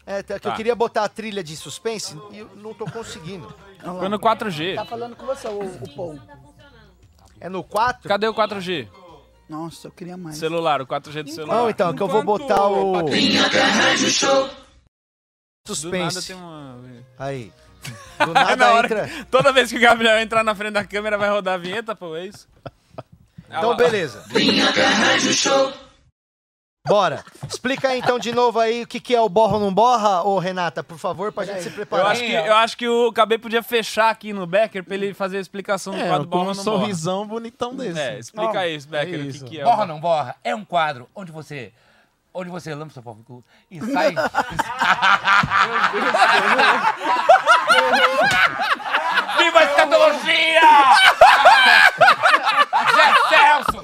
[SPEAKER 3] É, tá, que eu queria botar a trilha de suspense e eu não tô conseguindo.
[SPEAKER 2] Foi no 4G.
[SPEAKER 5] Tá falando com você, o, o Paul.
[SPEAKER 9] Tá funcionando.
[SPEAKER 3] É no 4?
[SPEAKER 2] Cadê o 4G?
[SPEAKER 5] Nossa, eu queria mais.
[SPEAKER 2] Celular, o 4G do celular.
[SPEAKER 3] Não, então, que eu vou
[SPEAKER 7] Enquanto
[SPEAKER 3] botar
[SPEAKER 7] o
[SPEAKER 3] o.
[SPEAKER 7] Patrick-
[SPEAKER 2] Do nada
[SPEAKER 3] Suspense.
[SPEAKER 2] tem uma... [laughs]
[SPEAKER 3] Aí. Do nada
[SPEAKER 2] Na hora
[SPEAKER 3] entra.
[SPEAKER 2] que- toda vez que o Gabriel entrar na frente da câmera, vai rodar a vinheta, pô, é isso?
[SPEAKER 3] Então, beleza. Bora. Explica aí, então, de novo aí o que, que é o borra ou não borra, ô Renata, por favor, pra gente se
[SPEAKER 2] Eu
[SPEAKER 3] preparar.
[SPEAKER 2] acho, que, é eu acho que o KB podia fechar aqui no Becker pra ele fazer a explicação do
[SPEAKER 6] É,
[SPEAKER 2] quadro
[SPEAKER 6] com
[SPEAKER 2] Borra não
[SPEAKER 6] um
[SPEAKER 2] né? Borra.
[SPEAKER 6] sorrisão bonitão desse.
[SPEAKER 2] É, explica aí, Becker, o
[SPEAKER 6] isso.
[SPEAKER 2] que, que é. o-
[SPEAKER 4] Borra não borra é um quadro onde você... Onde você lambe seu próprio cu
[SPEAKER 3] [laughs]
[SPEAKER 4] e sai... Viva a
[SPEAKER 3] [laughs]
[SPEAKER 4] escatologia! Zé Celso!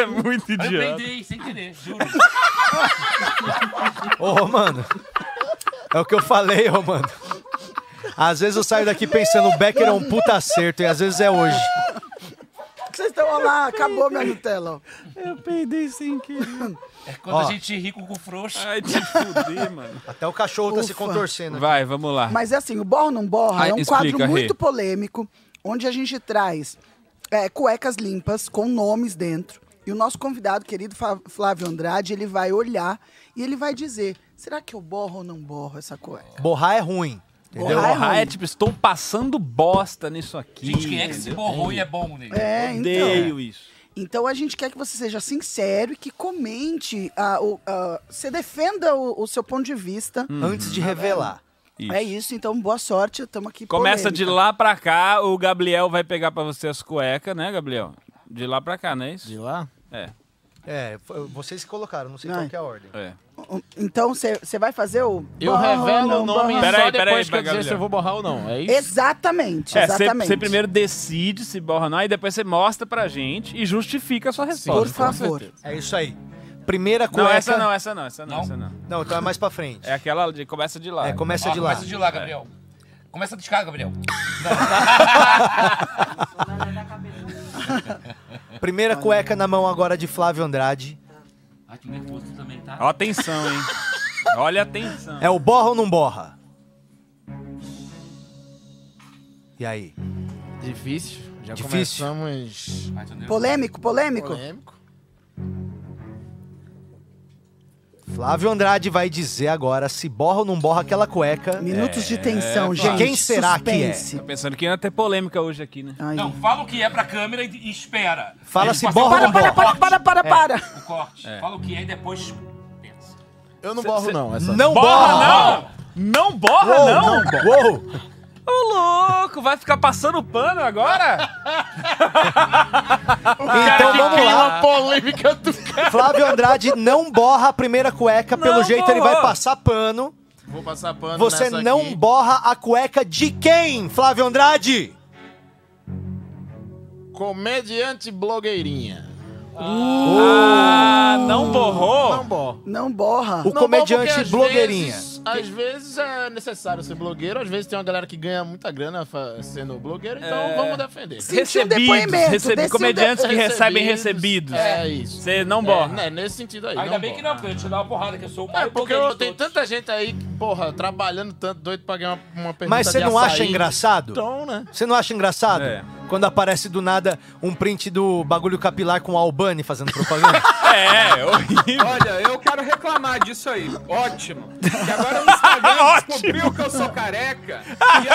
[SPEAKER 2] é muito
[SPEAKER 4] Eu
[SPEAKER 2] idiota.
[SPEAKER 4] peidei, sem querer, juro.
[SPEAKER 3] Ô, mano. É o que eu falei, ô, mano. Às vezes eu saio daqui pensando, o Becker é um puta acerto, e às vezes é hoje.
[SPEAKER 5] Por que vocês estão Olha lá? Acabou minha Nutella. ó.
[SPEAKER 2] Eu peidei sem querer.
[SPEAKER 4] É quando
[SPEAKER 3] Ó.
[SPEAKER 4] a gente ri com o cu frouxo.
[SPEAKER 2] Ai, te fuder, mano.
[SPEAKER 3] Até o cachorro tá se contorcendo.
[SPEAKER 2] [laughs] Vai, vamos lá.
[SPEAKER 5] Mas é assim, o Borra Não Borra
[SPEAKER 2] Ai,
[SPEAKER 5] é um
[SPEAKER 2] explica, Rê.
[SPEAKER 5] quadro muito polêmico, onde a gente traz é, cuecas limpas com nomes dentro. E o nosso convidado, querido Fa- Flávio Andrade, ele vai olhar e ele vai dizer: será que eu borro ou não borro essa cueca?
[SPEAKER 3] Borrar é ruim. Entendeu?
[SPEAKER 5] Borrar é
[SPEAKER 2] Borrar é
[SPEAKER 5] ruim.
[SPEAKER 2] tipo, estou passando bosta nisso aqui.
[SPEAKER 4] Gente, quem é que se
[SPEAKER 2] entendeu?
[SPEAKER 4] borrou e é bom nele?
[SPEAKER 5] É, então.
[SPEAKER 2] Odeio isso.
[SPEAKER 5] Então a gente quer que você seja sincero e que comente, ah, o- ah, você defenda o, o seu ponto de vista.
[SPEAKER 3] Antes de revelar.
[SPEAKER 2] Isso.
[SPEAKER 5] É isso, então boa sorte, estamos aqui.
[SPEAKER 2] Começa
[SPEAKER 5] polêmica.
[SPEAKER 2] de lá pra cá, o Gabriel vai pegar pra você as cuecas, né, Gabriel? De lá pra cá, não é isso?
[SPEAKER 6] De lá?
[SPEAKER 2] É,
[SPEAKER 3] É, foi- vocês que colocaram, não sei qual
[SPEAKER 5] Ai.
[SPEAKER 3] que é a ordem.
[SPEAKER 2] é.
[SPEAKER 5] Então você vai fazer o.
[SPEAKER 6] Eu
[SPEAKER 5] borra ou
[SPEAKER 6] revelo
[SPEAKER 5] não
[SPEAKER 6] o nome
[SPEAKER 5] borra?
[SPEAKER 2] Pera
[SPEAKER 6] só
[SPEAKER 2] aí, pera aí,
[SPEAKER 6] depois que eu
[SPEAKER 2] Gabriel.
[SPEAKER 6] dizer se eu vou borrar ou não. É isso?
[SPEAKER 5] Exatamente, exatamente.
[SPEAKER 2] Você É, primeiro decide se borra ou não, e depois você mostra pra gente e justifica a sua resposta.
[SPEAKER 5] Por favor.
[SPEAKER 3] É isso aí. Primeira cueca.
[SPEAKER 2] Não, essa não, essa não, essa não,
[SPEAKER 4] Não?
[SPEAKER 2] essa não.
[SPEAKER 3] Não, então é mais pra frente.
[SPEAKER 2] É aquela de começa de lá.
[SPEAKER 3] É, começa
[SPEAKER 4] Ó,
[SPEAKER 3] de lá.
[SPEAKER 4] Começa de lá, Gabriel. Começa de cá, Gabriel.
[SPEAKER 3] Primeira cueca na mão agora de Flávio Andrade.
[SPEAKER 4] Ai, tô nervoso também, tá?
[SPEAKER 2] Ó, atenção, [laughs] hein? Olha a atenção.
[SPEAKER 3] É o borra ou não borra? E aí?
[SPEAKER 5] É.
[SPEAKER 6] Difícil. Já
[SPEAKER 3] Difícil.
[SPEAKER 6] começamos
[SPEAKER 4] Ai, tô nervoso.
[SPEAKER 5] Polêmico, polêmico?
[SPEAKER 6] polêmico.
[SPEAKER 3] Flávio Andrade vai dizer agora se borra ou não borra aquela cueca.
[SPEAKER 5] Minutos
[SPEAKER 2] É,
[SPEAKER 5] de tensão,
[SPEAKER 3] claro.
[SPEAKER 5] gente.
[SPEAKER 3] Quem será que é?
[SPEAKER 5] Suspense.
[SPEAKER 2] Tô pensando que ia ter polêmica hoje aqui, né?
[SPEAKER 5] Ai.
[SPEAKER 4] Não, fala o que é pra câmera e e espera.
[SPEAKER 3] Fala
[SPEAKER 4] Aí
[SPEAKER 3] se
[SPEAKER 4] passa o
[SPEAKER 3] borra ou
[SPEAKER 5] Para,
[SPEAKER 3] não
[SPEAKER 5] para,
[SPEAKER 3] borra.
[SPEAKER 5] para, para, para, para.
[SPEAKER 4] O corte. Fala o que é e depois pensa.
[SPEAKER 6] Eu não borro, não. Essa...
[SPEAKER 3] Não borra!
[SPEAKER 2] Borra não! Não borra
[SPEAKER 3] Uou,
[SPEAKER 2] não!
[SPEAKER 3] Uou!
[SPEAKER 2] Ô louco, vai ficar passando pano agora?
[SPEAKER 3] Então vamos lá.
[SPEAKER 6] polêmica do cara.
[SPEAKER 3] Flávio Andrade não borra a primeira cueca, pelo
[SPEAKER 2] Não
[SPEAKER 3] jeito ele vai
[SPEAKER 2] borrou.
[SPEAKER 3] passar pano.
[SPEAKER 6] Vou passar pano
[SPEAKER 3] Você
[SPEAKER 6] nessa
[SPEAKER 3] não
[SPEAKER 6] aqui.
[SPEAKER 3] borra a cueca de quem, Flávio Andrade?
[SPEAKER 6] Comediante blogueirinha.
[SPEAKER 2] Ah, não borrou?
[SPEAKER 6] Não borro.
[SPEAKER 5] Não borra.
[SPEAKER 3] O
[SPEAKER 6] Não
[SPEAKER 3] comediante
[SPEAKER 6] borro porque às
[SPEAKER 3] blogueirinha.
[SPEAKER 6] vezes- às vezes é necessário ser blogueiro, às vezes tem uma galera que ganha muita grana fa- sendo blogueiro, então vamos defender.
[SPEAKER 5] Sim, Sentiu um depoimento,
[SPEAKER 2] recebi,
[SPEAKER 5] desceu
[SPEAKER 2] comediantes que
[SPEAKER 6] Recebidos,
[SPEAKER 2] recebem recebidos.
[SPEAKER 6] É isso.
[SPEAKER 2] Você não
[SPEAKER 6] É,
[SPEAKER 2] borra.
[SPEAKER 6] né, nesse sentido aí.
[SPEAKER 4] Ainda bem
[SPEAKER 6] borro.
[SPEAKER 4] que não, porque eu ia te dar uma porrada, que eu sou um o
[SPEAKER 6] É,
[SPEAKER 4] maior
[SPEAKER 6] porque
[SPEAKER 4] blogueiro de
[SPEAKER 6] tem
[SPEAKER 4] todos.
[SPEAKER 6] tanta gente aí, que, porra, trabalhando tanto, doido pra ganhar uma, uma pergunta
[SPEAKER 3] Mas você
[SPEAKER 6] de
[SPEAKER 3] não acha
[SPEAKER 6] açaí.
[SPEAKER 3] engraçado?
[SPEAKER 6] Então, né?
[SPEAKER 3] Você não acha engraçado?
[SPEAKER 2] É.
[SPEAKER 3] Quando aparece do nada um print do bagulho capilar com o Albani
[SPEAKER 2] [laughs]
[SPEAKER 3] fazendo propaganda? [laughs]
[SPEAKER 2] É, horrível.
[SPEAKER 7] Olha, eu quero reclamar disso aí. Ótimo. Que agora o
[SPEAKER 3] [laughs]
[SPEAKER 7] Instagram descobriu que eu sou careca. E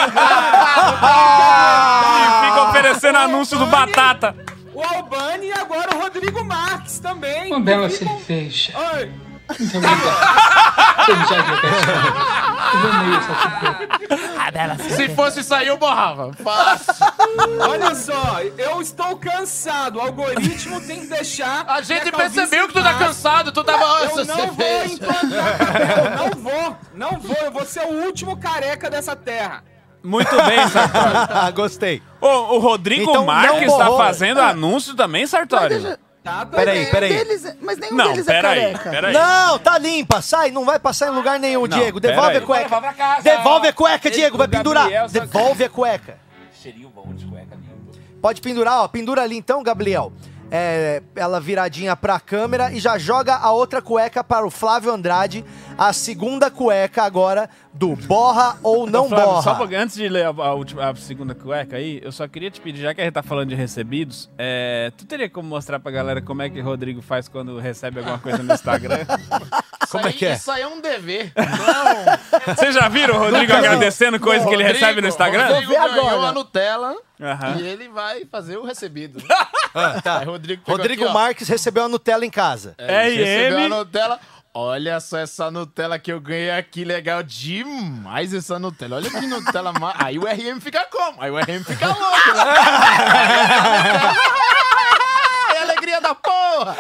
[SPEAKER 7] agora...
[SPEAKER 2] Fica oferecendo anúncio do Batata.
[SPEAKER 7] O Albani e agora o Rodrigo Marques também.
[SPEAKER 8] Uma bela
[SPEAKER 7] Ficam-
[SPEAKER 8] cerveja.
[SPEAKER 7] Ai,
[SPEAKER 8] Muito obrigado. Você já viu essa Eu amei essa cerveja.
[SPEAKER 6] Se fosse sair, eu borrava. Fácil.
[SPEAKER 7] Olha só, eu estou cansado. O algoritmo tem que deixar.
[SPEAKER 6] A gente
[SPEAKER 7] minha calvície
[SPEAKER 6] percebeu que tu tá
[SPEAKER 7] em paz.
[SPEAKER 6] cansado, tu tava...
[SPEAKER 7] Eu
[SPEAKER 6] Nossa,
[SPEAKER 7] não vou
[SPEAKER 6] cerveja.
[SPEAKER 7] implantar cabelo, não vou, não vou, eu vou ser o último careca dessa terra.
[SPEAKER 2] Muito bem, Sartori.
[SPEAKER 3] ah, gostei.
[SPEAKER 2] Ô, o Rodrigo
[SPEAKER 3] Então não
[SPEAKER 2] Marques tá
[SPEAKER 3] borrou.
[SPEAKER 2] fazendo anúncio também, Sartori?
[SPEAKER 7] Tá, tá
[SPEAKER 3] Peraí,
[SPEAKER 7] bem.
[SPEAKER 3] peraí.
[SPEAKER 5] Deles, é- mas nenhum
[SPEAKER 2] Não,
[SPEAKER 5] deles é
[SPEAKER 2] peraí,
[SPEAKER 5] careca.
[SPEAKER 2] peraí.
[SPEAKER 3] Não, tá limpa, sai, não vai passar em lugar nenhum, Diego.
[SPEAKER 2] pera aí.
[SPEAKER 3] Devolve a cueca.
[SPEAKER 4] Vai pra casa.
[SPEAKER 3] Devolve a cueca,
[SPEAKER 2] Esse
[SPEAKER 3] Diego,
[SPEAKER 2] do
[SPEAKER 3] vai pendurar.
[SPEAKER 2] Gabriel só-
[SPEAKER 3] Devolve a cueca.
[SPEAKER 4] Cheirinho bom de cueca, lindo.
[SPEAKER 3] Pode pendurar, ó, pendura ali então, Gabriel. É, ela viradinha pra câmera e já joga a outra cueca para o Flávio Andrade. A segunda cueca agora do borra ou não
[SPEAKER 2] Flávio,
[SPEAKER 3] Então borra.
[SPEAKER 2] Só um pouquinho, antes de ler a, a última- a segunda cueca aí, eu só queria te pedir, já que a gente tá falando de recebidos, é, tu teria como mostrar pra galera como é que o Rodrigo faz quando recebe alguma coisa no Instagram?
[SPEAKER 3] Como é
[SPEAKER 6] Isso
[SPEAKER 3] que
[SPEAKER 6] aí-
[SPEAKER 3] é?
[SPEAKER 6] Isso aí é
[SPEAKER 2] [laughs]
[SPEAKER 6] um dever. Não.
[SPEAKER 2] Vocês já viram o Rodrigo agradecendo coisa que ele
[SPEAKER 6] Rodrigo-
[SPEAKER 2] recebe no Instagram?
[SPEAKER 6] Rodrigo
[SPEAKER 5] Vou ver
[SPEAKER 6] ganhou
[SPEAKER 5] agora.
[SPEAKER 6] a Nutella
[SPEAKER 2] Aham.
[SPEAKER 6] e ele vai fazer o recebido.
[SPEAKER 3] Ah, tá.
[SPEAKER 6] Aí Rodrigo pegou
[SPEAKER 3] Rodrigo
[SPEAKER 6] aqui, ó.
[SPEAKER 3] Marques recebeu a Nutella em casa.
[SPEAKER 2] É,
[SPEAKER 6] Ele recebeu
[SPEAKER 2] IM.
[SPEAKER 6] a Nutella. Olha só essa Nutella que eu ganhei aqui, legal demais essa Nutella. Olha que Nutella mais. [laughs] Aí o RM fica como? Aí o RM fica louco,
[SPEAKER 2] [laughs]
[SPEAKER 6] né?
[SPEAKER 2] [laughs]
[SPEAKER 6] [laughs] É Ai, alegria da porra!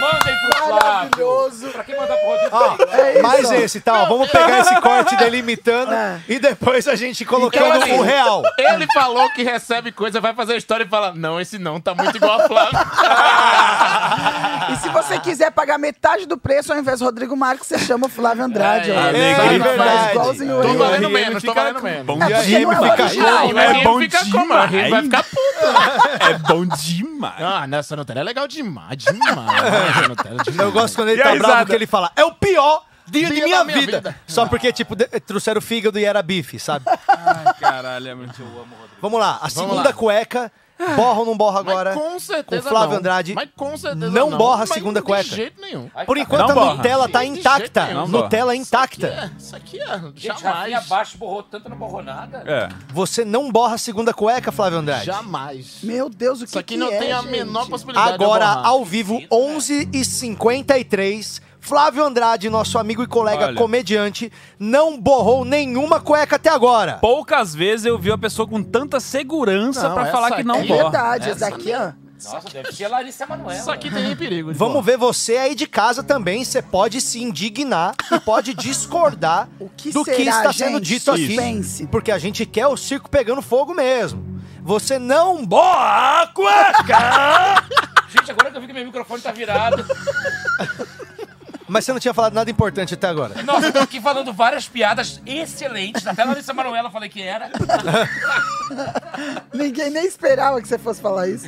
[SPEAKER 4] Mandem pro
[SPEAKER 5] maravilhoso.
[SPEAKER 4] Pra quem mandar pro Rodrigo?
[SPEAKER 3] Ó,
[SPEAKER 5] É isso.
[SPEAKER 3] mais esse, tá? Ó, vamos pegar esse
[SPEAKER 5] [laughs]
[SPEAKER 3] corte delimitando
[SPEAKER 5] É.
[SPEAKER 3] e depois a gente colocando
[SPEAKER 6] Então, assim,
[SPEAKER 3] um real.
[SPEAKER 6] Ele falou que recebe coisa, vai fazer a história e fala: Não, esse não, tá muito igual
[SPEAKER 2] [laughs]
[SPEAKER 6] a Flávio.
[SPEAKER 5] E se você quiser pagar metade do preço ao invés do Rodrigo Marques, você chama o Flávio Andrade.
[SPEAKER 6] É,
[SPEAKER 5] ó.
[SPEAKER 6] é,
[SPEAKER 5] Ele
[SPEAKER 3] é
[SPEAKER 5] faz
[SPEAKER 3] verdade.
[SPEAKER 5] igualzinho
[SPEAKER 6] tô
[SPEAKER 2] Então
[SPEAKER 5] ele.
[SPEAKER 6] valendo
[SPEAKER 2] O
[SPEAKER 6] menos, tô
[SPEAKER 2] fica
[SPEAKER 6] valendo
[SPEAKER 2] com-
[SPEAKER 6] menos.
[SPEAKER 2] bom
[SPEAKER 5] É,
[SPEAKER 3] E
[SPEAKER 5] porque
[SPEAKER 3] aí
[SPEAKER 5] não é
[SPEAKER 3] fica
[SPEAKER 5] original,
[SPEAKER 3] show,
[SPEAKER 6] Aí
[SPEAKER 3] né?
[SPEAKER 6] ele
[SPEAKER 2] bom
[SPEAKER 6] fica
[SPEAKER 2] demais.
[SPEAKER 6] como? Ele vai ficar puto.
[SPEAKER 2] É bom demais.
[SPEAKER 6] Ah, nessa Nutella é legal demais,
[SPEAKER 3] [laughs]
[SPEAKER 6] demais. Essa Nutella é demais.
[SPEAKER 3] Eu gosto quando ele
[SPEAKER 2] E a
[SPEAKER 3] tá
[SPEAKER 2] risada?
[SPEAKER 3] bravo que ele fala, é o pior dia, de
[SPEAKER 6] Dia
[SPEAKER 3] minha,
[SPEAKER 6] da minha
[SPEAKER 3] vida.
[SPEAKER 6] vida.
[SPEAKER 3] Só porque, tipo, de- trouxeram fígado e era bife, sabe?
[SPEAKER 2] Caralho, é muito- eu amo o Rodrigo.
[SPEAKER 3] Vamos lá, a segunda
[SPEAKER 6] lá.
[SPEAKER 3] cueca,
[SPEAKER 5] Ah.
[SPEAKER 3] borra ou não borra [laughs]
[SPEAKER 6] Mas
[SPEAKER 3] agora?
[SPEAKER 6] com certeza.
[SPEAKER 3] com Flávio
[SPEAKER 6] não.
[SPEAKER 3] Andrade,
[SPEAKER 6] Mas com certeza.
[SPEAKER 3] não
[SPEAKER 6] Não,
[SPEAKER 3] borra a segunda
[SPEAKER 6] mas
[SPEAKER 3] cueca.
[SPEAKER 6] De jeito nenhum.
[SPEAKER 3] Por enquanto
[SPEAKER 2] Não
[SPEAKER 3] a
[SPEAKER 2] borra.
[SPEAKER 3] Nutella tá
[SPEAKER 6] De jeito
[SPEAKER 3] intacta.
[SPEAKER 6] nenhum.
[SPEAKER 2] Não
[SPEAKER 3] Nutella intacta.
[SPEAKER 6] É, Isso aqui é.
[SPEAKER 4] Gente, Rafinha
[SPEAKER 6] Jamais.
[SPEAKER 4] abaixo borrou tanto, não borrou nada.
[SPEAKER 2] É.
[SPEAKER 3] Você não borra a segunda cueca, Flávio Andrade?
[SPEAKER 6] Jamais.
[SPEAKER 5] Meu Deus, o que
[SPEAKER 6] Isso aqui
[SPEAKER 5] que
[SPEAKER 6] não
[SPEAKER 5] é,
[SPEAKER 6] tem a
[SPEAKER 5] gente?
[SPEAKER 6] menor possibilidade de eu é.
[SPEAKER 3] Agora,
[SPEAKER 6] borrar.
[SPEAKER 3] ao vivo, 11h53, Flávio Andrade, nosso amigo e colega
[SPEAKER 2] Olha.
[SPEAKER 3] comediante, não borrou nenhuma cueca até agora.
[SPEAKER 2] Poucas vezes eu vi uma pessoa com tanta segurança
[SPEAKER 6] Não,
[SPEAKER 2] pra
[SPEAKER 6] essa
[SPEAKER 2] falar que
[SPEAKER 6] aqui
[SPEAKER 2] não
[SPEAKER 5] É
[SPEAKER 2] borra.
[SPEAKER 5] verdade, esse daqui, ó.
[SPEAKER 4] Nossa, deve ser Larissa Manoela.
[SPEAKER 6] Isso aqui tem perigo. de
[SPEAKER 3] Vamos
[SPEAKER 6] borrar.
[SPEAKER 3] ver você aí de casa também. Você pode se indignar e pode discordar
[SPEAKER 5] [laughs] O que
[SPEAKER 3] do
[SPEAKER 5] será,
[SPEAKER 3] que está
[SPEAKER 5] gente?
[SPEAKER 3] sendo dito aqui.
[SPEAKER 5] Suspense.
[SPEAKER 3] Porque a gente quer o circo pegando fogo mesmo. Você não borra a cueca!
[SPEAKER 4] Gente, agora que eu vi que meu microfone tá virado.
[SPEAKER 3] Mas você não tinha falado nada importante até agora.
[SPEAKER 4] [laughs] Nossa, eu tô aqui falando várias piadas excelentes. Até Larissa Manoela eu falei que era.
[SPEAKER 5] Ninguém nem esperava que você fosse falar isso.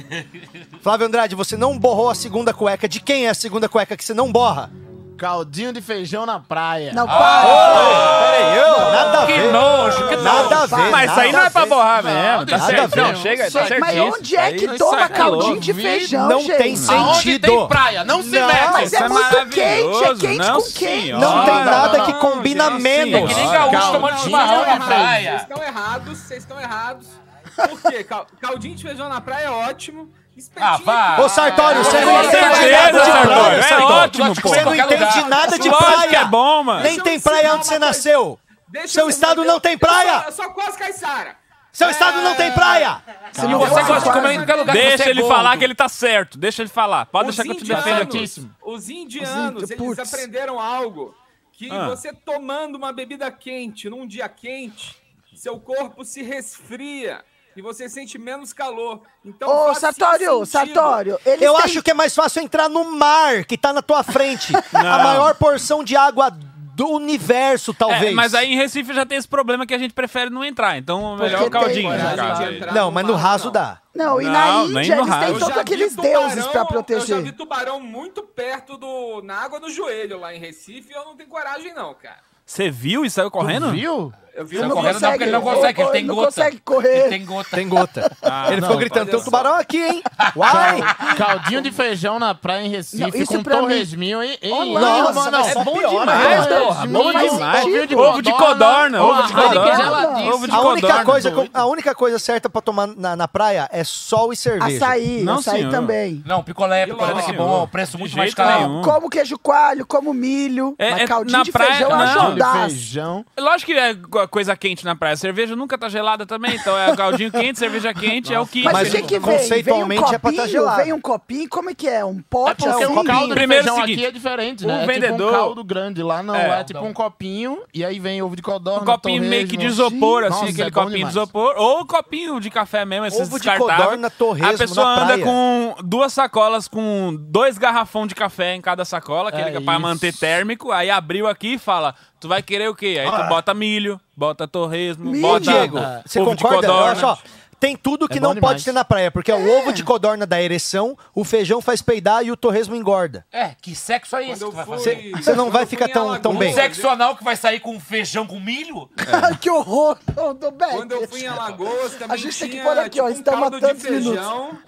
[SPEAKER 3] Flávio Andrade, você não borrou a segunda cueca. De quem é a segunda cueca que você não borra?
[SPEAKER 6] Caldinho de feijão na praia.
[SPEAKER 5] Não, para!
[SPEAKER 2] Ah,
[SPEAKER 3] Peraí, eu? Nada a
[SPEAKER 4] Que
[SPEAKER 3] ver.
[SPEAKER 4] nojo, que
[SPEAKER 3] Nada a ver.
[SPEAKER 2] Mas isso aí não
[SPEAKER 3] nada
[SPEAKER 2] é pra
[SPEAKER 3] a ver.
[SPEAKER 2] borrar
[SPEAKER 6] Não,
[SPEAKER 2] mesmo. Tá
[SPEAKER 6] nada
[SPEAKER 3] a
[SPEAKER 2] certo.
[SPEAKER 3] ver.
[SPEAKER 2] Não, chega, tá certo.
[SPEAKER 5] Mas onde é que
[SPEAKER 2] Aí
[SPEAKER 5] toma
[SPEAKER 2] saca louco.
[SPEAKER 5] caldinho de
[SPEAKER 6] Vi-
[SPEAKER 5] feijão,
[SPEAKER 3] Não
[SPEAKER 5] gente?
[SPEAKER 3] tem sentido.
[SPEAKER 6] Aonde tem praia, não se
[SPEAKER 3] Não,
[SPEAKER 6] mete.
[SPEAKER 5] Mas
[SPEAKER 2] Isso
[SPEAKER 5] é muito quente, é
[SPEAKER 2] maravilhoso.
[SPEAKER 5] quente
[SPEAKER 2] Não,
[SPEAKER 5] com quente.
[SPEAKER 2] senhora.
[SPEAKER 3] Não tem nada que
[SPEAKER 2] Não,
[SPEAKER 3] combina
[SPEAKER 2] gente, assim.
[SPEAKER 3] menos.
[SPEAKER 4] É que nem
[SPEAKER 2] senhora.
[SPEAKER 4] gaúcho
[SPEAKER 6] Caldinho
[SPEAKER 4] tomando chimarrão
[SPEAKER 6] de
[SPEAKER 4] na
[SPEAKER 7] é Vocês
[SPEAKER 4] praia.
[SPEAKER 7] estão errados, vocês estão errados. Por quê? Cal- Caldinho de feijão na praia é ótimo. Espetinho é
[SPEAKER 4] Ah, vá.
[SPEAKER 3] Ô, Sartório, você
[SPEAKER 4] Com
[SPEAKER 3] não
[SPEAKER 2] Com
[SPEAKER 3] entende
[SPEAKER 2] certeza,
[SPEAKER 3] nada de
[SPEAKER 2] Sartori.
[SPEAKER 3] praia,
[SPEAKER 2] É
[SPEAKER 3] Sartório.
[SPEAKER 2] ótimo, pô.
[SPEAKER 3] Você não
[SPEAKER 4] Qualquer
[SPEAKER 3] entende
[SPEAKER 4] lugar.
[SPEAKER 3] nada de
[SPEAKER 2] Lógico que
[SPEAKER 3] praia.
[SPEAKER 2] é bom, mano.
[SPEAKER 3] Nem tem praia onde você nasceu.
[SPEAKER 7] Deixa
[SPEAKER 3] Seu
[SPEAKER 7] eu
[SPEAKER 3] estado
[SPEAKER 7] defender-
[SPEAKER 3] não tem
[SPEAKER 7] eu
[SPEAKER 3] praia.
[SPEAKER 7] sou- Eu sou quase caiçara.
[SPEAKER 3] Seu estado não tem praia.
[SPEAKER 4] E você gosta de comer em qualquer lugar que
[SPEAKER 2] Deixa
[SPEAKER 4] você é
[SPEAKER 2] ele
[SPEAKER 4] gordo.
[SPEAKER 2] falar que ele tá certo. Deixa ele falar. Pode
[SPEAKER 7] Os
[SPEAKER 2] deixar que eu te
[SPEAKER 7] indianos-
[SPEAKER 2] defenda aqui.
[SPEAKER 6] aqui.
[SPEAKER 7] Os indianos,
[SPEAKER 5] Os índios,
[SPEAKER 7] eles
[SPEAKER 5] putz.
[SPEAKER 7] aprenderam algo. Que
[SPEAKER 2] Ah.
[SPEAKER 7] você tomando uma bebida quente num dia quente, seu corpo se resfria e você sente menos calor. Então,
[SPEAKER 5] Ô,
[SPEAKER 7] faz
[SPEAKER 5] Sartório,
[SPEAKER 7] sentido.
[SPEAKER 5] Sartório, eles
[SPEAKER 3] Eu
[SPEAKER 5] têm-
[SPEAKER 3] acho que é mais fácil entrar no mar, que tá na
[SPEAKER 2] [laughs]
[SPEAKER 3] tua frente. A maior porção de água do universo, talvez.
[SPEAKER 2] É, mas aí em Recife já tem esse problema que a gente prefere não entrar. Então, melhor
[SPEAKER 5] Porque
[SPEAKER 2] o caldinho.
[SPEAKER 5] tem,
[SPEAKER 2] no
[SPEAKER 5] né?
[SPEAKER 2] caso aí.
[SPEAKER 7] Entrar
[SPEAKER 3] Não, mas no
[SPEAKER 7] mar,
[SPEAKER 3] raso
[SPEAKER 7] não.
[SPEAKER 3] dá.
[SPEAKER 5] Não, e
[SPEAKER 2] Não,
[SPEAKER 5] na
[SPEAKER 2] nem
[SPEAKER 5] Índia
[SPEAKER 2] no
[SPEAKER 5] eles têm
[SPEAKER 2] raio.
[SPEAKER 7] Eu já
[SPEAKER 5] todos
[SPEAKER 7] vi
[SPEAKER 5] aqueles
[SPEAKER 7] tubarão-
[SPEAKER 5] deuses pra
[SPEAKER 7] Eu já vi
[SPEAKER 5] proteger.
[SPEAKER 7] tubarão muito perto do. na água do joelho lá em Recife e eu não tenho coragem, não, cara.
[SPEAKER 2] Você viu e saiu
[SPEAKER 6] Tá
[SPEAKER 2] correndo?
[SPEAKER 6] Viu?
[SPEAKER 7] Eu vi
[SPEAKER 4] Ele
[SPEAKER 5] Ele
[SPEAKER 7] um
[SPEAKER 4] não
[SPEAKER 5] não
[SPEAKER 4] correndo, não, porque ele não
[SPEAKER 5] consegue.
[SPEAKER 4] consegue, ele tem
[SPEAKER 5] Ele não
[SPEAKER 4] gota.
[SPEAKER 5] consegue correr.
[SPEAKER 4] Ele tem gota.
[SPEAKER 3] Tem gota. ele ficou gritando, tem um
[SPEAKER 7] olha só.
[SPEAKER 3] tubarão aqui, hein? Uai!
[SPEAKER 6] Caldinho de feijão na praia em Recife
[SPEAKER 5] Não, isso
[SPEAKER 6] com
[SPEAKER 5] pra mim-
[SPEAKER 6] torresminho e... é e
[SPEAKER 5] Olá,
[SPEAKER 3] nossa, não, só piora,
[SPEAKER 2] Ah,
[SPEAKER 6] Ah,
[SPEAKER 3] né?
[SPEAKER 2] Mas,
[SPEAKER 3] Não,
[SPEAKER 2] porra,
[SPEAKER 6] torresminho,
[SPEAKER 2] bom
[SPEAKER 5] faz
[SPEAKER 2] demais.
[SPEAKER 5] sentido.
[SPEAKER 6] ovinho
[SPEAKER 2] Ovo de codorna, ovo de
[SPEAKER 6] uma Heineken
[SPEAKER 3] é
[SPEAKER 2] codorna.
[SPEAKER 6] geladíssima.
[SPEAKER 2] Ovo Tipo de
[SPEAKER 3] A única,
[SPEAKER 2] codorna.
[SPEAKER 3] coisa,
[SPEAKER 6] doido.
[SPEAKER 3] a única coisa certa pra tomar na, na praia é sol e cerveja.
[SPEAKER 5] Açaí,
[SPEAKER 2] Não,
[SPEAKER 5] açaí
[SPEAKER 2] senhor.
[SPEAKER 5] também.
[SPEAKER 4] Não, picolé, picolé
[SPEAKER 7] Não,
[SPEAKER 4] tá que
[SPEAKER 2] senhor.
[SPEAKER 4] bom, preço
[SPEAKER 2] De
[SPEAKER 4] muito mais
[SPEAKER 2] jeito
[SPEAKER 4] caro.
[SPEAKER 2] nenhum. Hum.
[SPEAKER 5] Como queijo coalho, como milho.
[SPEAKER 2] É,
[SPEAKER 5] mas
[SPEAKER 2] é,
[SPEAKER 5] caldinho
[SPEAKER 2] na
[SPEAKER 5] de
[SPEAKER 2] praia-
[SPEAKER 5] feijão eu acho
[SPEAKER 2] não.
[SPEAKER 6] Caldinho de
[SPEAKER 5] audácia.
[SPEAKER 6] feijão.
[SPEAKER 2] Lógico que é co- coisa quente na praia. Cerveja nunca tá gelada também, então é caldinho quente, cerveja quente, é o que...
[SPEAKER 5] Mas,
[SPEAKER 3] Mas
[SPEAKER 5] o que que vem?
[SPEAKER 3] conceitualmente
[SPEAKER 5] vem um
[SPEAKER 3] é pra tá
[SPEAKER 5] copinho,
[SPEAKER 3] gelado.
[SPEAKER 5] vem um copinho, como é que é? Um
[SPEAKER 6] É
[SPEAKER 5] pote?
[SPEAKER 6] porque
[SPEAKER 3] um
[SPEAKER 6] o
[SPEAKER 5] assim?
[SPEAKER 3] copinho.
[SPEAKER 6] caldo de
[SPEAKER 2] Primeiro
[SPEAKER 6] feijão
[SPEAKER 2] seguinte,
[SPEAKER 6] aqui é diferente,
[SPEAKER 2] o
[SPEAKER 6] né? É tipo
[SPEAKER 2] vendedor-
[SPEAKER 6] um caldo grande lá, não.
[SPEAKER 2] É.
[SPEAKER 6] É, tipo um copinho e aí vem ovo de codorna,
[SPEAKER 2] Um copinho meio que de
[SPEAKER 6] torresmo.
[SPEAKER 2] isopor, assim,
[SPEAKER 6] Nossa,
[SPEAKER 2] aquele
[SPEAKER 6] é bom
[SPEAKER 2] copinho
[SPEAKER 6] demais.
[SPEAKER 2] de isopor. Ou copinho de café mesmo, esses
[SPEAKER 3] Ovo de
[SPEAKER 2] descartáveis.
[SPEAKER 3] codorna, torresmo
[SPEAKER 2] A pessoa
[SPEAKER 3] na
[SPEAKER 2] anda
[SPEAKER 3] praia.
[SPEAKER 2] com duas sacolas com dois garrafões de café em cada sacola, aquele
[SPEAKER 6] É
[SPEAKER 2] que é pra
[SPEAKER 6] isso.
[SPEAKER 2] manter térmico. Aí abriu aqui e fala, tu vai querer o quê? Aí tu bota milho, bota torresmo,
[SPEAKER 5] Milho.
[SPEAKER 2] bota
[SPEAKER 3] Diego,
[SPEAKER 2] ovo
[SPEAKER 3] você
[SPEAKER 2] de
[SPEAKER 3] concorda?
[SPEAKER 2] codorna.
[SPEAKER 3] Olha só, tem tudo que
[SPEAKER 6] É bom
[SPEAKER 3] não pode
[SPEAKER 6] demais.
[SPEAKER 3] ter na praia, porque é o ovo de codorna dá ereção, o feijão faz peidar e o torresmo engorda.
[SPEAKER 4] É, que sexo é
[SPEAKER 7] Quando
[SPEAKER 4] esse
[SPEAKER 7] eu
[SPEAKER 4] que vai
[SPEAKER 7] fui-
[SPEAKER 4] fazer?
[SPEAKER 3] Você não
[SPEAKER 7] quando
[SPEAKER 3] vai
[SPEAKER 7] eu fui
[SPEAKER 3] ficar
[SPEAKER 7] em
[SPEAKER 3] tão- tão
[SPEAKER 7] Alagoas-
[SPEAKER 3] bem.
[SPEAKER 4] Um sexo anal que vai sair com feijão com milho?
[SPEAKER 5] [laughs] que horror! Ô, do Beck.
[SPEAKER 7] Quando eu fui em Alagoas, também
[SPEAKER 5] É A gente tem
[SPEAKER 7] tinha
[SPEAKER 5] que pôr aqui, ó,
[SPEAKER 7] tipo, um
[SPEAKER 5] estamos a
[SPEAKER 7] caldo de
[SPEAKER 5] tantos minutos. [laughs]
[SPEAKER 7] feijão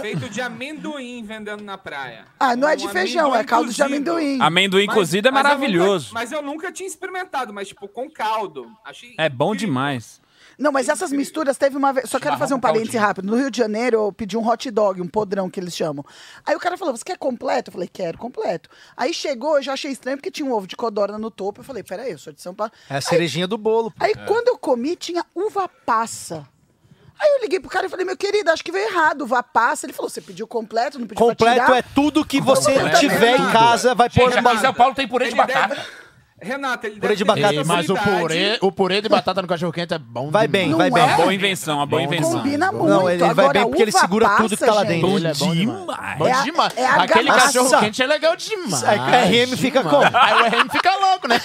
[SPEAKER 7] feito de amendoim vendendo na praia.
[SPEAKER 5] Ah, não é
[SPEAKER 7] Um
[SPEAKER 5] de feijão, é caldo de
[SPEAKER 7] amendoim cozido.
[SPEAKER 5] amendoim.
[SPEAKER 2] Amendoim cozido é
[SPEAKER 7] mas eu nunca-
[SPEAKER 2] maravilhoso.
[SPEAKER 7] mas eu nunca tinha experimentado, mas tipo, com caldo. Achei
[SPEAKER 2] É bom
[SPEAKER 7] incrível.
[SPEAKER 2] demais.
[SPEAKER 5] Não, mas essas misturas teve uma vez. Só quero
[SPEAKER 4] Chimarrão
[SPEAKER 5] fazer um
[SPEAKER 4] com
[SPEAKER 5] parêntese
[SPEAKER 4] caldinho.
[SPEAKER 5] rápido. No Rio de Janeiro, eu pedi um hot dog, um podrão que eles chamam. Aí o cara falou: Você quer completo? Eu falei: Quero completo. Aí chegou, eu já achei estranho porque tinha um ovo de codorna no topo. Eu falei: Peraí, eu sou de São Paulo.
[SPEAKER 3] É a cerejinha do bolo.
[SPEAKER 5] Aí quando eu comi, tinha uva passa. Aí eu liguei pro cara e falei, meu querido, acho que veio errado, vá passa. Ele falou, você pediu completo, não pediu pra
[SPEAKER 3] Completo
[SPEAKER 5] tirar.
[SPEAKER 3] é tudo que você
[SPEAKER 5] Completo é
[SPEAKER 3] tiver em
[SPEAKER 5] tudo.
[SPEAKER 3] casa, vai pôr
[SPEAKER 4] Gente, é um
[SPEAKER 3] numa...
[SPEAKER 4] aqui em São Paulo tem purê de
[SPEAKER 7] Ele é deve-
[SPEAKER 4] batata.
[SPEAKER 7] Renato, ele
[SPEAKER 3] Purê
[SPEAKER 7] deve
[SPEAKER 3] de
[SPEAKER 7] ter
[SPEAKER 3] batata.
[SPEAKER 7] muita
[SPEAKER 6] Ei, mas o
[SPEAKER 7] facilidade.
[SPEAKER 6] purê, o purê de batata no cachorro quente é bom
[SPEAKER 3] Vai bem,
[SPEAKER 6] demais.
[SPEAKER 5] Não
[SPEAKER 3] vai bem.
[SPEAKER 5] é?
[SPEAKER 2] Boa invenção, uma boa invenção.
[SPEAKER 5] Combina muito.
[SPEAKER 3] Não, ele vai
[SPEAKER 5] Agora,
[SPEAKER 3] bem porque ele
[SPEAKER 5] uva
[SPEAKER 3] segura tudo que tá lá
[SPEAKER 5] passa,
[SPEAKER 3] dentro.
[SPEAKER 6] Bom,
[SPEAKER 5] gente.
[SPEAKER 6] ele é bom demais.
[SPEAKER 2] demais.
[SPEAKER 6] Bom
[SPEAKER 5] É a-
[SPEAKER 6] demais.
[SPEAKER 5] é a
[SPEAKER 6] Aquele
[SPEAKER 5] gamaça.
[SPEAKER 6] cachorro quente é legal demais.
[SPEAKER 3] A RM fica
[SPEAKER 6] demais.
[SPEAKER 3] como?
[SPEAKER 6] Aí o RM fica louco, né?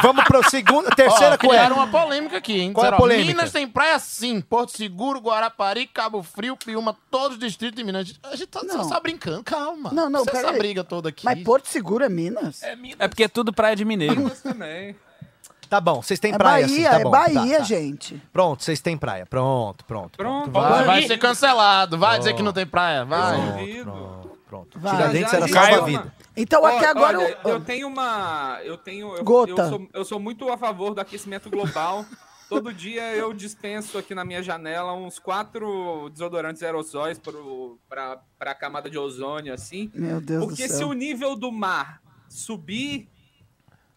[SPEAKER 3] Vamos pro segundo,
[SPEAKER 6] Ó,
[SPEAKER 3] terceira
[SPEAKER 6] criaram
[SPEAKER 3] cueca.
[SPEAKER 6] uma polêmica aqui, hein?
[SPEAKER 3] Qual é a
[SPEAKER 6] Disseram, ó,
[SPEAKER 3] polêmica?
[SPEAKER 6] Minas tem praia sim. Porto Seguro, Guarapari, Cabo Frio, Piuma, todos os distritos de Minas. A gente tá
[SPEAKER 5] Não.
[SPEAKER 6] só tá brincando, calma.
[SPEAKER 5] Não, não,
[SPEAKER 6] Você
[SPEAKER 5] pera
[SPEAKER 6] essa
[SPEAKER 5] aí.
[SPEAKER 6] briga toda aqui.
[SPEAKER 5] Mas Porto Seguro é Minas? É,
[SPEAKER 2] É porque é tudo praia de mineiro.
[SPEAKER 7] Também.
[SPEAKER 3] Tá bom, vocês têm praia,
[SPEAKER 5] Bahia,
[SPEAKER 3] assim, tá bom.
[SPEAKER 5] é Bahia,
[SPEAKER 3] tá, tá.
[SPEAKER 5] gente.
[SPEAKER 3] Pronto, vocês têm praia. Pronto, pronto.
[SPEAKER 7] Pronto.
[SPEAKER 6] Vai, vai
[SPEAKER 4] Ih.
[SPEAKER 6] ser cancelado. Vai dizer que não tem praia. Vai.
[SPEAKER 7] Resolvido.
[SPEAKER 3] Pronto, pronto.
[SPEAKER 5] Vai.
[SPEAKER 3] Tiradentes
[SPEAKER 7] Já,
[SPEAKER 3] era
[SPEAKER 7] já, já.
[SPEAKER 3] salva-vida.
[SPEAKER 5] Então até
[SPEAKER 7] Ó,
[SPEAKER 5] agora
[SPEAKER 7] olha,
[SPEAKER 5] eu...
[SPEAKER 7] eu tenho uma. Eu tenho. Eu,
[SPEAKER 5] Gota.
[SPEAKER 7] eu sou, eu sou muito a favor do aquecimento global. Todo dia eu dispenso aqui na minha janela uns quatro desodorantes aerossóis pro, pra, pra camada de ozônio, assim.
[SPEAKER 5] Oh, Meu Deus
[SPEAKER 7] Porque
[SPEAKER 5] do céu.
[SPEAKER 7] se o nível do mar subir,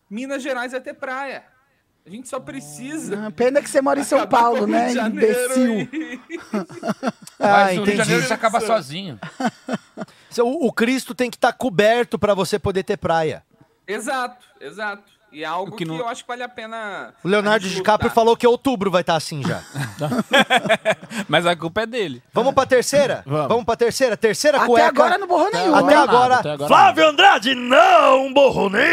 [SPEAKER 7] Minas Gerais vai ter praia. A gente só precisa.
[SPEAKER 5] Ah, Pena que você mora em São
[SPEAKER 7] acabar com o
[SPEAKER 5] Paulo,
[SPEAKER 7] Rio
[SPEAKER 5] né,
[SPEAKER 7] de Janeiro
[SPEAKER 5] imbecil.
[SPEAKER 7] e-
[SPEAKER 3] Ah,
[SPEAKER 4] Mas o Rio de Janeiro
[SPEAKER 3] entendi.
[SPEAKER 4] já acaba sozinho.
[SPEAKER 3] O, o Cristo tem que estar coberto pra você poder ter praia.
[SPEAKER 7] Exato, exato. E é algo
[SPEAKER 2] O que
[SPEAKER 7] que,
[SPEAKER 2] não-
[SPEAKER 7] eu acho que vale a pena.
[SPEAKER 3] O Leonardo
[SPEAKER 7] a gente
[SPEAKER 3] DiCaprio
[SPEAKER 7] lutar.
[SPEAKER 3] falou que outubro vai estar assim já.
[SPEAKER 2] tá? [laughs] Mas a culpa é dele.
[SPEAKER 3] Vamos pra terceira?
[SPEAKER 6] [laughs] Vamos.
[SPEAKER 3] Vamos pra terceira? Terceira
[SPEAKER 5] Até
[SPEAKER 3] cueca.
[SPEAKER 5] agora não borrou nenhum,
[SPEAKER 3] Até
[SPEAKER 5] né?
[SPEAKER 3] agora.
[SPEAKER 6] até agora
[SPEAKER 3] Flávio Andrade não borrou nenhum.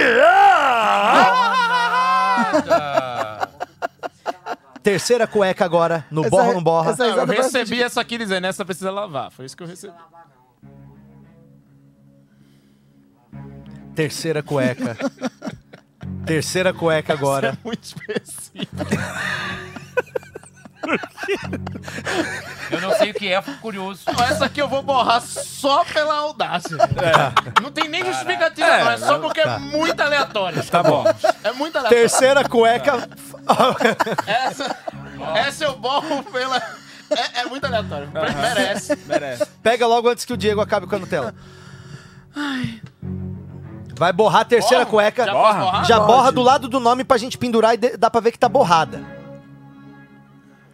[SPEAKER 3] Terceira cueca agora, no
[SPEAKER 5] Essa-
[SPEAKER 3] borra ou não borra.
[SPEAKER 5] essa-
[SPEAKER 6] Eu
[SPEAKER 5] Exato,
[SPEAKER 6] recebi essa aqui dizendo, essa precisa lavar. Foi isso que eu recebi.
[SPEAKER 3] Terceira cueca. Terceira cueca agora.
[SPEAKER 6] É Muito específico.
[SPEAKER 4] Eu não sei o que é, eu fico curioso.
[SPEAKER 6] Essa aqui eu vou borrar só pela audácia. Não tem nem justificativa, não. É só porque é muito aleatório.
[SPEAKER 2] Tá bom.
[SPEAKER 6] É muito aleatório.
[SPEAKER 3] Terceira cueca. [laughs]
[SPEAKER 6] Essa, essa eu borro pela. É, é muito aleatório. Merece.
[SPEAKER 2] Merece.
[SPEAKER 3] Pega logo antes que o Diego acabe com a Nutella. Vai borrar a terceira
[SPEAKER 6] Borra?
[SPEAKER 3] cueca.
[SPEAKER 6] Já
[SPEAKER 3] Já,
[SPEAKER 6] posso borrar?
[SPEAKER 3] borra do lado do nome pra gente pendurar e de- dá pra ver que tá borrada.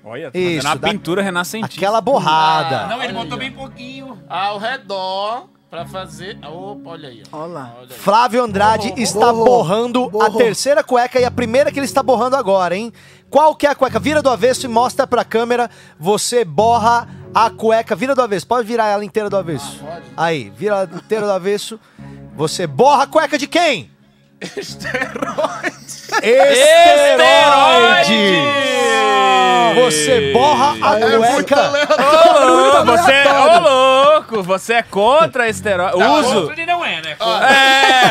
[SPEAKER 2] Olha, tá
[SPEAKER 3] Isso,
[SPEAKER 2] fazendo uma
[SPEAKER 3] dá-
[SPEAKER 2] pintura renascentista.
[SPEAKER 3] Aquela
[SPEAKER 6] Ah,
[SPEAKER 3] borrada.
[SPEAKER 4] Não, ele botou bem pouquinho.
[SPEAKER 6] Ao redor, pra fazer. Opa, olha aí. ó.
[SPEAKER 5] Olha lá.
[SPEAKER 6] Olha aí.
[SPEAKER 3] Flávio Andrade
[SPEAKER 5] Borrou,
[SPEAKER 3] está
[SPEAKER 5] borrou,
[SPEAKER 3] borrando a
[SPEAKER 5] borrou.
[SPEAKER 3] terceira cueca e a primeira que ele está borrando agora, hein? Qual que é a cueca? Vira do avesso e mostra pra câmera. Você borra a cueca. Vira do avesso. Pode virar ela inteira do avesso. Aí, vira ela inteira do avesso. Você borra a cueca de quem? Esteroide. Você borra a
[SPEAKER 6] É muito
[SPEAKER 3] cueca.
[SPEAKER 6] aleatório.
[SPEAKER 2] Ô, você é ô, louco! Você é contra esteroide. Uso!
[SPEAKER 4] Tá, Outro ele não é, né?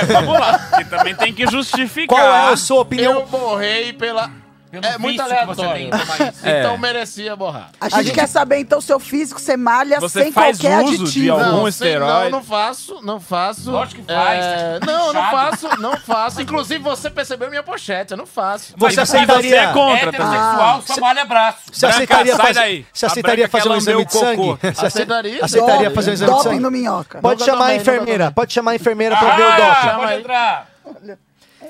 [SPEAKER 2] É, vamos lá. Que também tem que justificar.
[SPEAKER 3] Qual é a sua opinião?
[SPEAKER 6] Eu borrei pela.
[SPEAKER 4] Pelo
[SPEAKER 6] É muito
[SPEAKER 4] vício que você
[SPEAKER 6] aleatório.
[SPEAKER 4] tem em tomar isso.
[SPEAKER 3] É.
[SPEAKER 6] Então merecia borrar.
[SPEAKER 5] A gente, quer saber, então, seu físico, você malha
[SPEAKER 2] Você
[SPEAKER 5] sem
[SPEAKER 2] faz
[SPEAKER 5] qualquer
[SPEAKER 2] uso de
[SPEAKER 4] É
[SPEAKER 5] aditivo.
[SPEAKER 2] algum-
[SPEAKER 6] não, sei,
[SPEAKER 2] esteroide.
[SPEAKER 6] Não, não faço, não faço.
[SPEAKER 4] um Lógico que faz,
[SPEAKER 6] É,
[SPEAKER 4] tá
[SPEAKER 6] não, não
[SPEAKER 4] inchado.
[SPEAKER 6] faço, não faço. Inclusive, você percebeu minha pochete, eu não faço.
[SPEAKER 2] Mas
[SPEAKER 3] Você
[SPEAKER 2] Você é
[SPEAKER 3] aceitaria?
[SPEAKER 2] contra, também.
[SPEAKER 4] Heterossexual, só malha braço.
[SPEAKER 3] Você aceitaria
[SPEAKER 2] sai
[SPEAKER 3] fazer,
[SPEAKER 2] daí.
[SPEAKER 3] você
[SPEAKER 2] A
[SPEAKER 3] aceitaria
[SPEAKER 2] branca quer
[SPEAKER 3] fazer um
[SPEAKER 2] lamber
[SPEAKER 3] exame
[SPEAKER 2] o
[SPEAKER 3] de sangue?
[SPEAKER 2] cocô.
[SPEAKER 3] Você ace-
[SPEAKER 6] Aceitaria?
[SPEAKER 3] Aceitaria fazer um exame de
[SPEAKER 5] Doping
[SPEAKER 3] sangue?
[SPEAKER 5] no minhoca.
[SPEAKER 3] Pode
[SPEAKER 6] Nunca
[SPEAKER 3] chamar a
[SPEAKER 6] tomei, nunca
[SPEAKER 3] enfermeira,
[SPEAKER 6] tomei.
[SPEAKER 3] pode chamar a enfermeira pra ver o
[SPEAKER 4] Ah,
[SPEAKER 3] doping.
[SPEAKER 6] Chama
[SPEAKER 4] pode
[SPEAKER 6] aí.
[SPEAKER 4] entrar.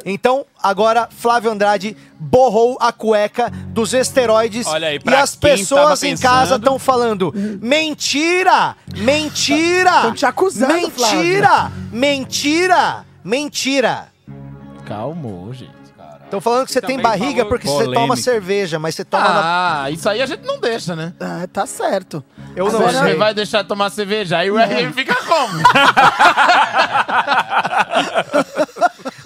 [SPEAKER 3] Então, agora, Flávio Andrade borrou a cueca dos esteroides.
[SPEAKER 2] Olha aí,
[SPEAKER 3] e
[SPEAKER 2] pra
[SPEAKER 3] as
[SPEAKER 2] quem
[SPEAKER 3] pessoas
[SPEAKER 2] tava
[SPEAKER 3] em casa
[SPEAKER 2] pensando-
[SPEAKER 3] estão falando: mentira! Mentira!
[SPEAKER 5] Tão te acusando,
[SPEAKER 3] mentira,
[SPEAKER 5] Flávio.
[SPEAKER 3] mentira! Mentira!
[SPEAKER 6] Calmo, gente.
[SPEAKER 3] Estão falando que você tem
[SPEAKER 7] também
[SPEAKER 3] barriga
[SPEAKER 7] falou-
[SPEAKER 3] porque você
[SPEAKER 2] Polêmico.
[SPEAKER 3] toma cerveja, mas você toma. na-
[SPEAKER 6] Ah, isso aí a gente não deixa, né?
[SPEAKER 5] Ah, tá certo.
[SPEAKER 3] Eu não
[SPEAKER 6] Você
[SPEAKER 3] sei.
[SPEAKER 6] vai deixar de tomar cerveja, aí o RM fica
[SPEAKER 3] [laughs]
[SPEAKER 6] como?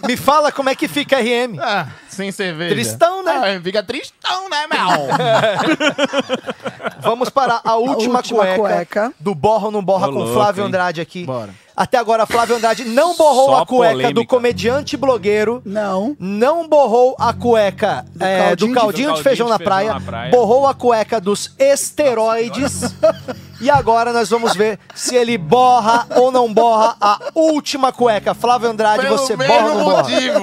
[SPEAKER 3] Me fala como é que fica RM.
[SPEAKER 6] Ah, sem cerveja.
[SPEAKER 3] Tristão, né?
[SPEAKER 6] Ah, o RM fica tristão, né,
[SPEAKER 3] [laughs]
[SPEAKER 6] meu?
[SPEAKER 3] Vamos para a última,
[SPEAKER 5] última
[SPEAKER 3] cueca,
[SPEAKER 5] cueca.
[SPEAKER 3] do Borra ou Não Borra
[SPEAKER 2] Ô,
[SPEAKER 3] com
[SPEAKER 2] louco,
[SPEAKER 3] Flávio
[SPEAKER 2] hein?
[SPEAKER 3] Andrade aqui.
[SPEAKER 6] Bora.
[SPEAKER 3] Até agora, Flávio Andrade não borrou
[SPEAKER 2] Só
[SPEAKER 3] a cueca do
[SPEAKER 2] polêmica.
[SPEAKER 3] comediante blogueiro,
[SPEAKER 5] Não.
[SPEAKER 3] não borrou a cueca é, do, caldinho,
[SPEAKER 5] caldinho de-
[SPEAKER 3] de, feijão, na, praia,
[SPEAKER 2] na praia.
[SPEAKER 3] borrou a cueca dos esteroides [laughs] E agora nós vamos ver se ele borra ou não borra a última cueca. Flávio Andrade,
[SPEAKER 6] Pelo
[SPEAKER 3] É
[SPEAKER 6] um
[SPEAKER 3] você borra ou
[SPEAKER 6] mesmo
[SPEAKER 3] não borra?
[SPEAKER 6] motivo.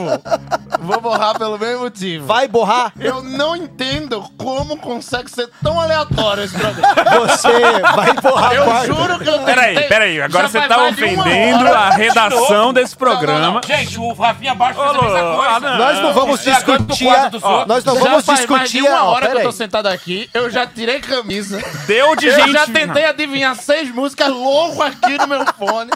[SPEAKER 6] Vou borrar pelo mesmo motivo.
[SPEAKER 3] Vai borrar?
[SPEAKER 6] Eu não entendo como consegue ser tão aleatório esse programa.
[SPEAKER 3] Você vai borrar a
[SPEAKER 6] Eu
[SPEAKER 3] quarta.
[SPEAKER 6] juro que eu
[SPEAKER 2] Peraí,
[SPEAKER 6] tentei.
[SPEAKER 2] peraí, agora
[SPEAKER 6] Já
[SPEAKER 2] você
[SPEAKER 6] vai
[SPEAKER 2] tá
[SPEAKER 6] mais de uma
[SPEAKER 2] ofendendo
[SPEAKER 6] hora.
[SPEAKER 2] a redação desse programa.
[SPEAKER 4] Gente, o Rafinha Baixo fez a
[SPEAKER 2] Ô,
[SPEAKER 4] mesma coisa.
[SPEAKER 2] ah, não.
[SPEAKER 3] Nós não vamos
[SPEAKER 6] é
[SPEAKER 4] Você agora do
[SPEAKER 3] discutir.
[SPEAKER 4] quadro dos
[SPEAKER 3] a-
[SPEAKER 4] outros.
[SPEAKER 3] Nós não
[SPEAKER 6] Já
[SPEAKER 3] vamos
[SPEAKER 6] faz mais de
[SPEAKER 3] discutir.
[SPEAKER 6] uma
[SPEAKER 3] a-
[SPEAKER 6] hora que eu
[SPEAKER 3] peraí.
[SPEAKER 6] tô sentado aqui, eu já tirei
[SPEAKER 2] [laughs]
[SPEAKER 6] camisa.
[SPEAKER 2] Deu de
[SPEAKER 6] eu
[SPEAKER 2] gente.
[SPEAKER 6] já tentei adivinhar seis músicas louco aqui no meu fone.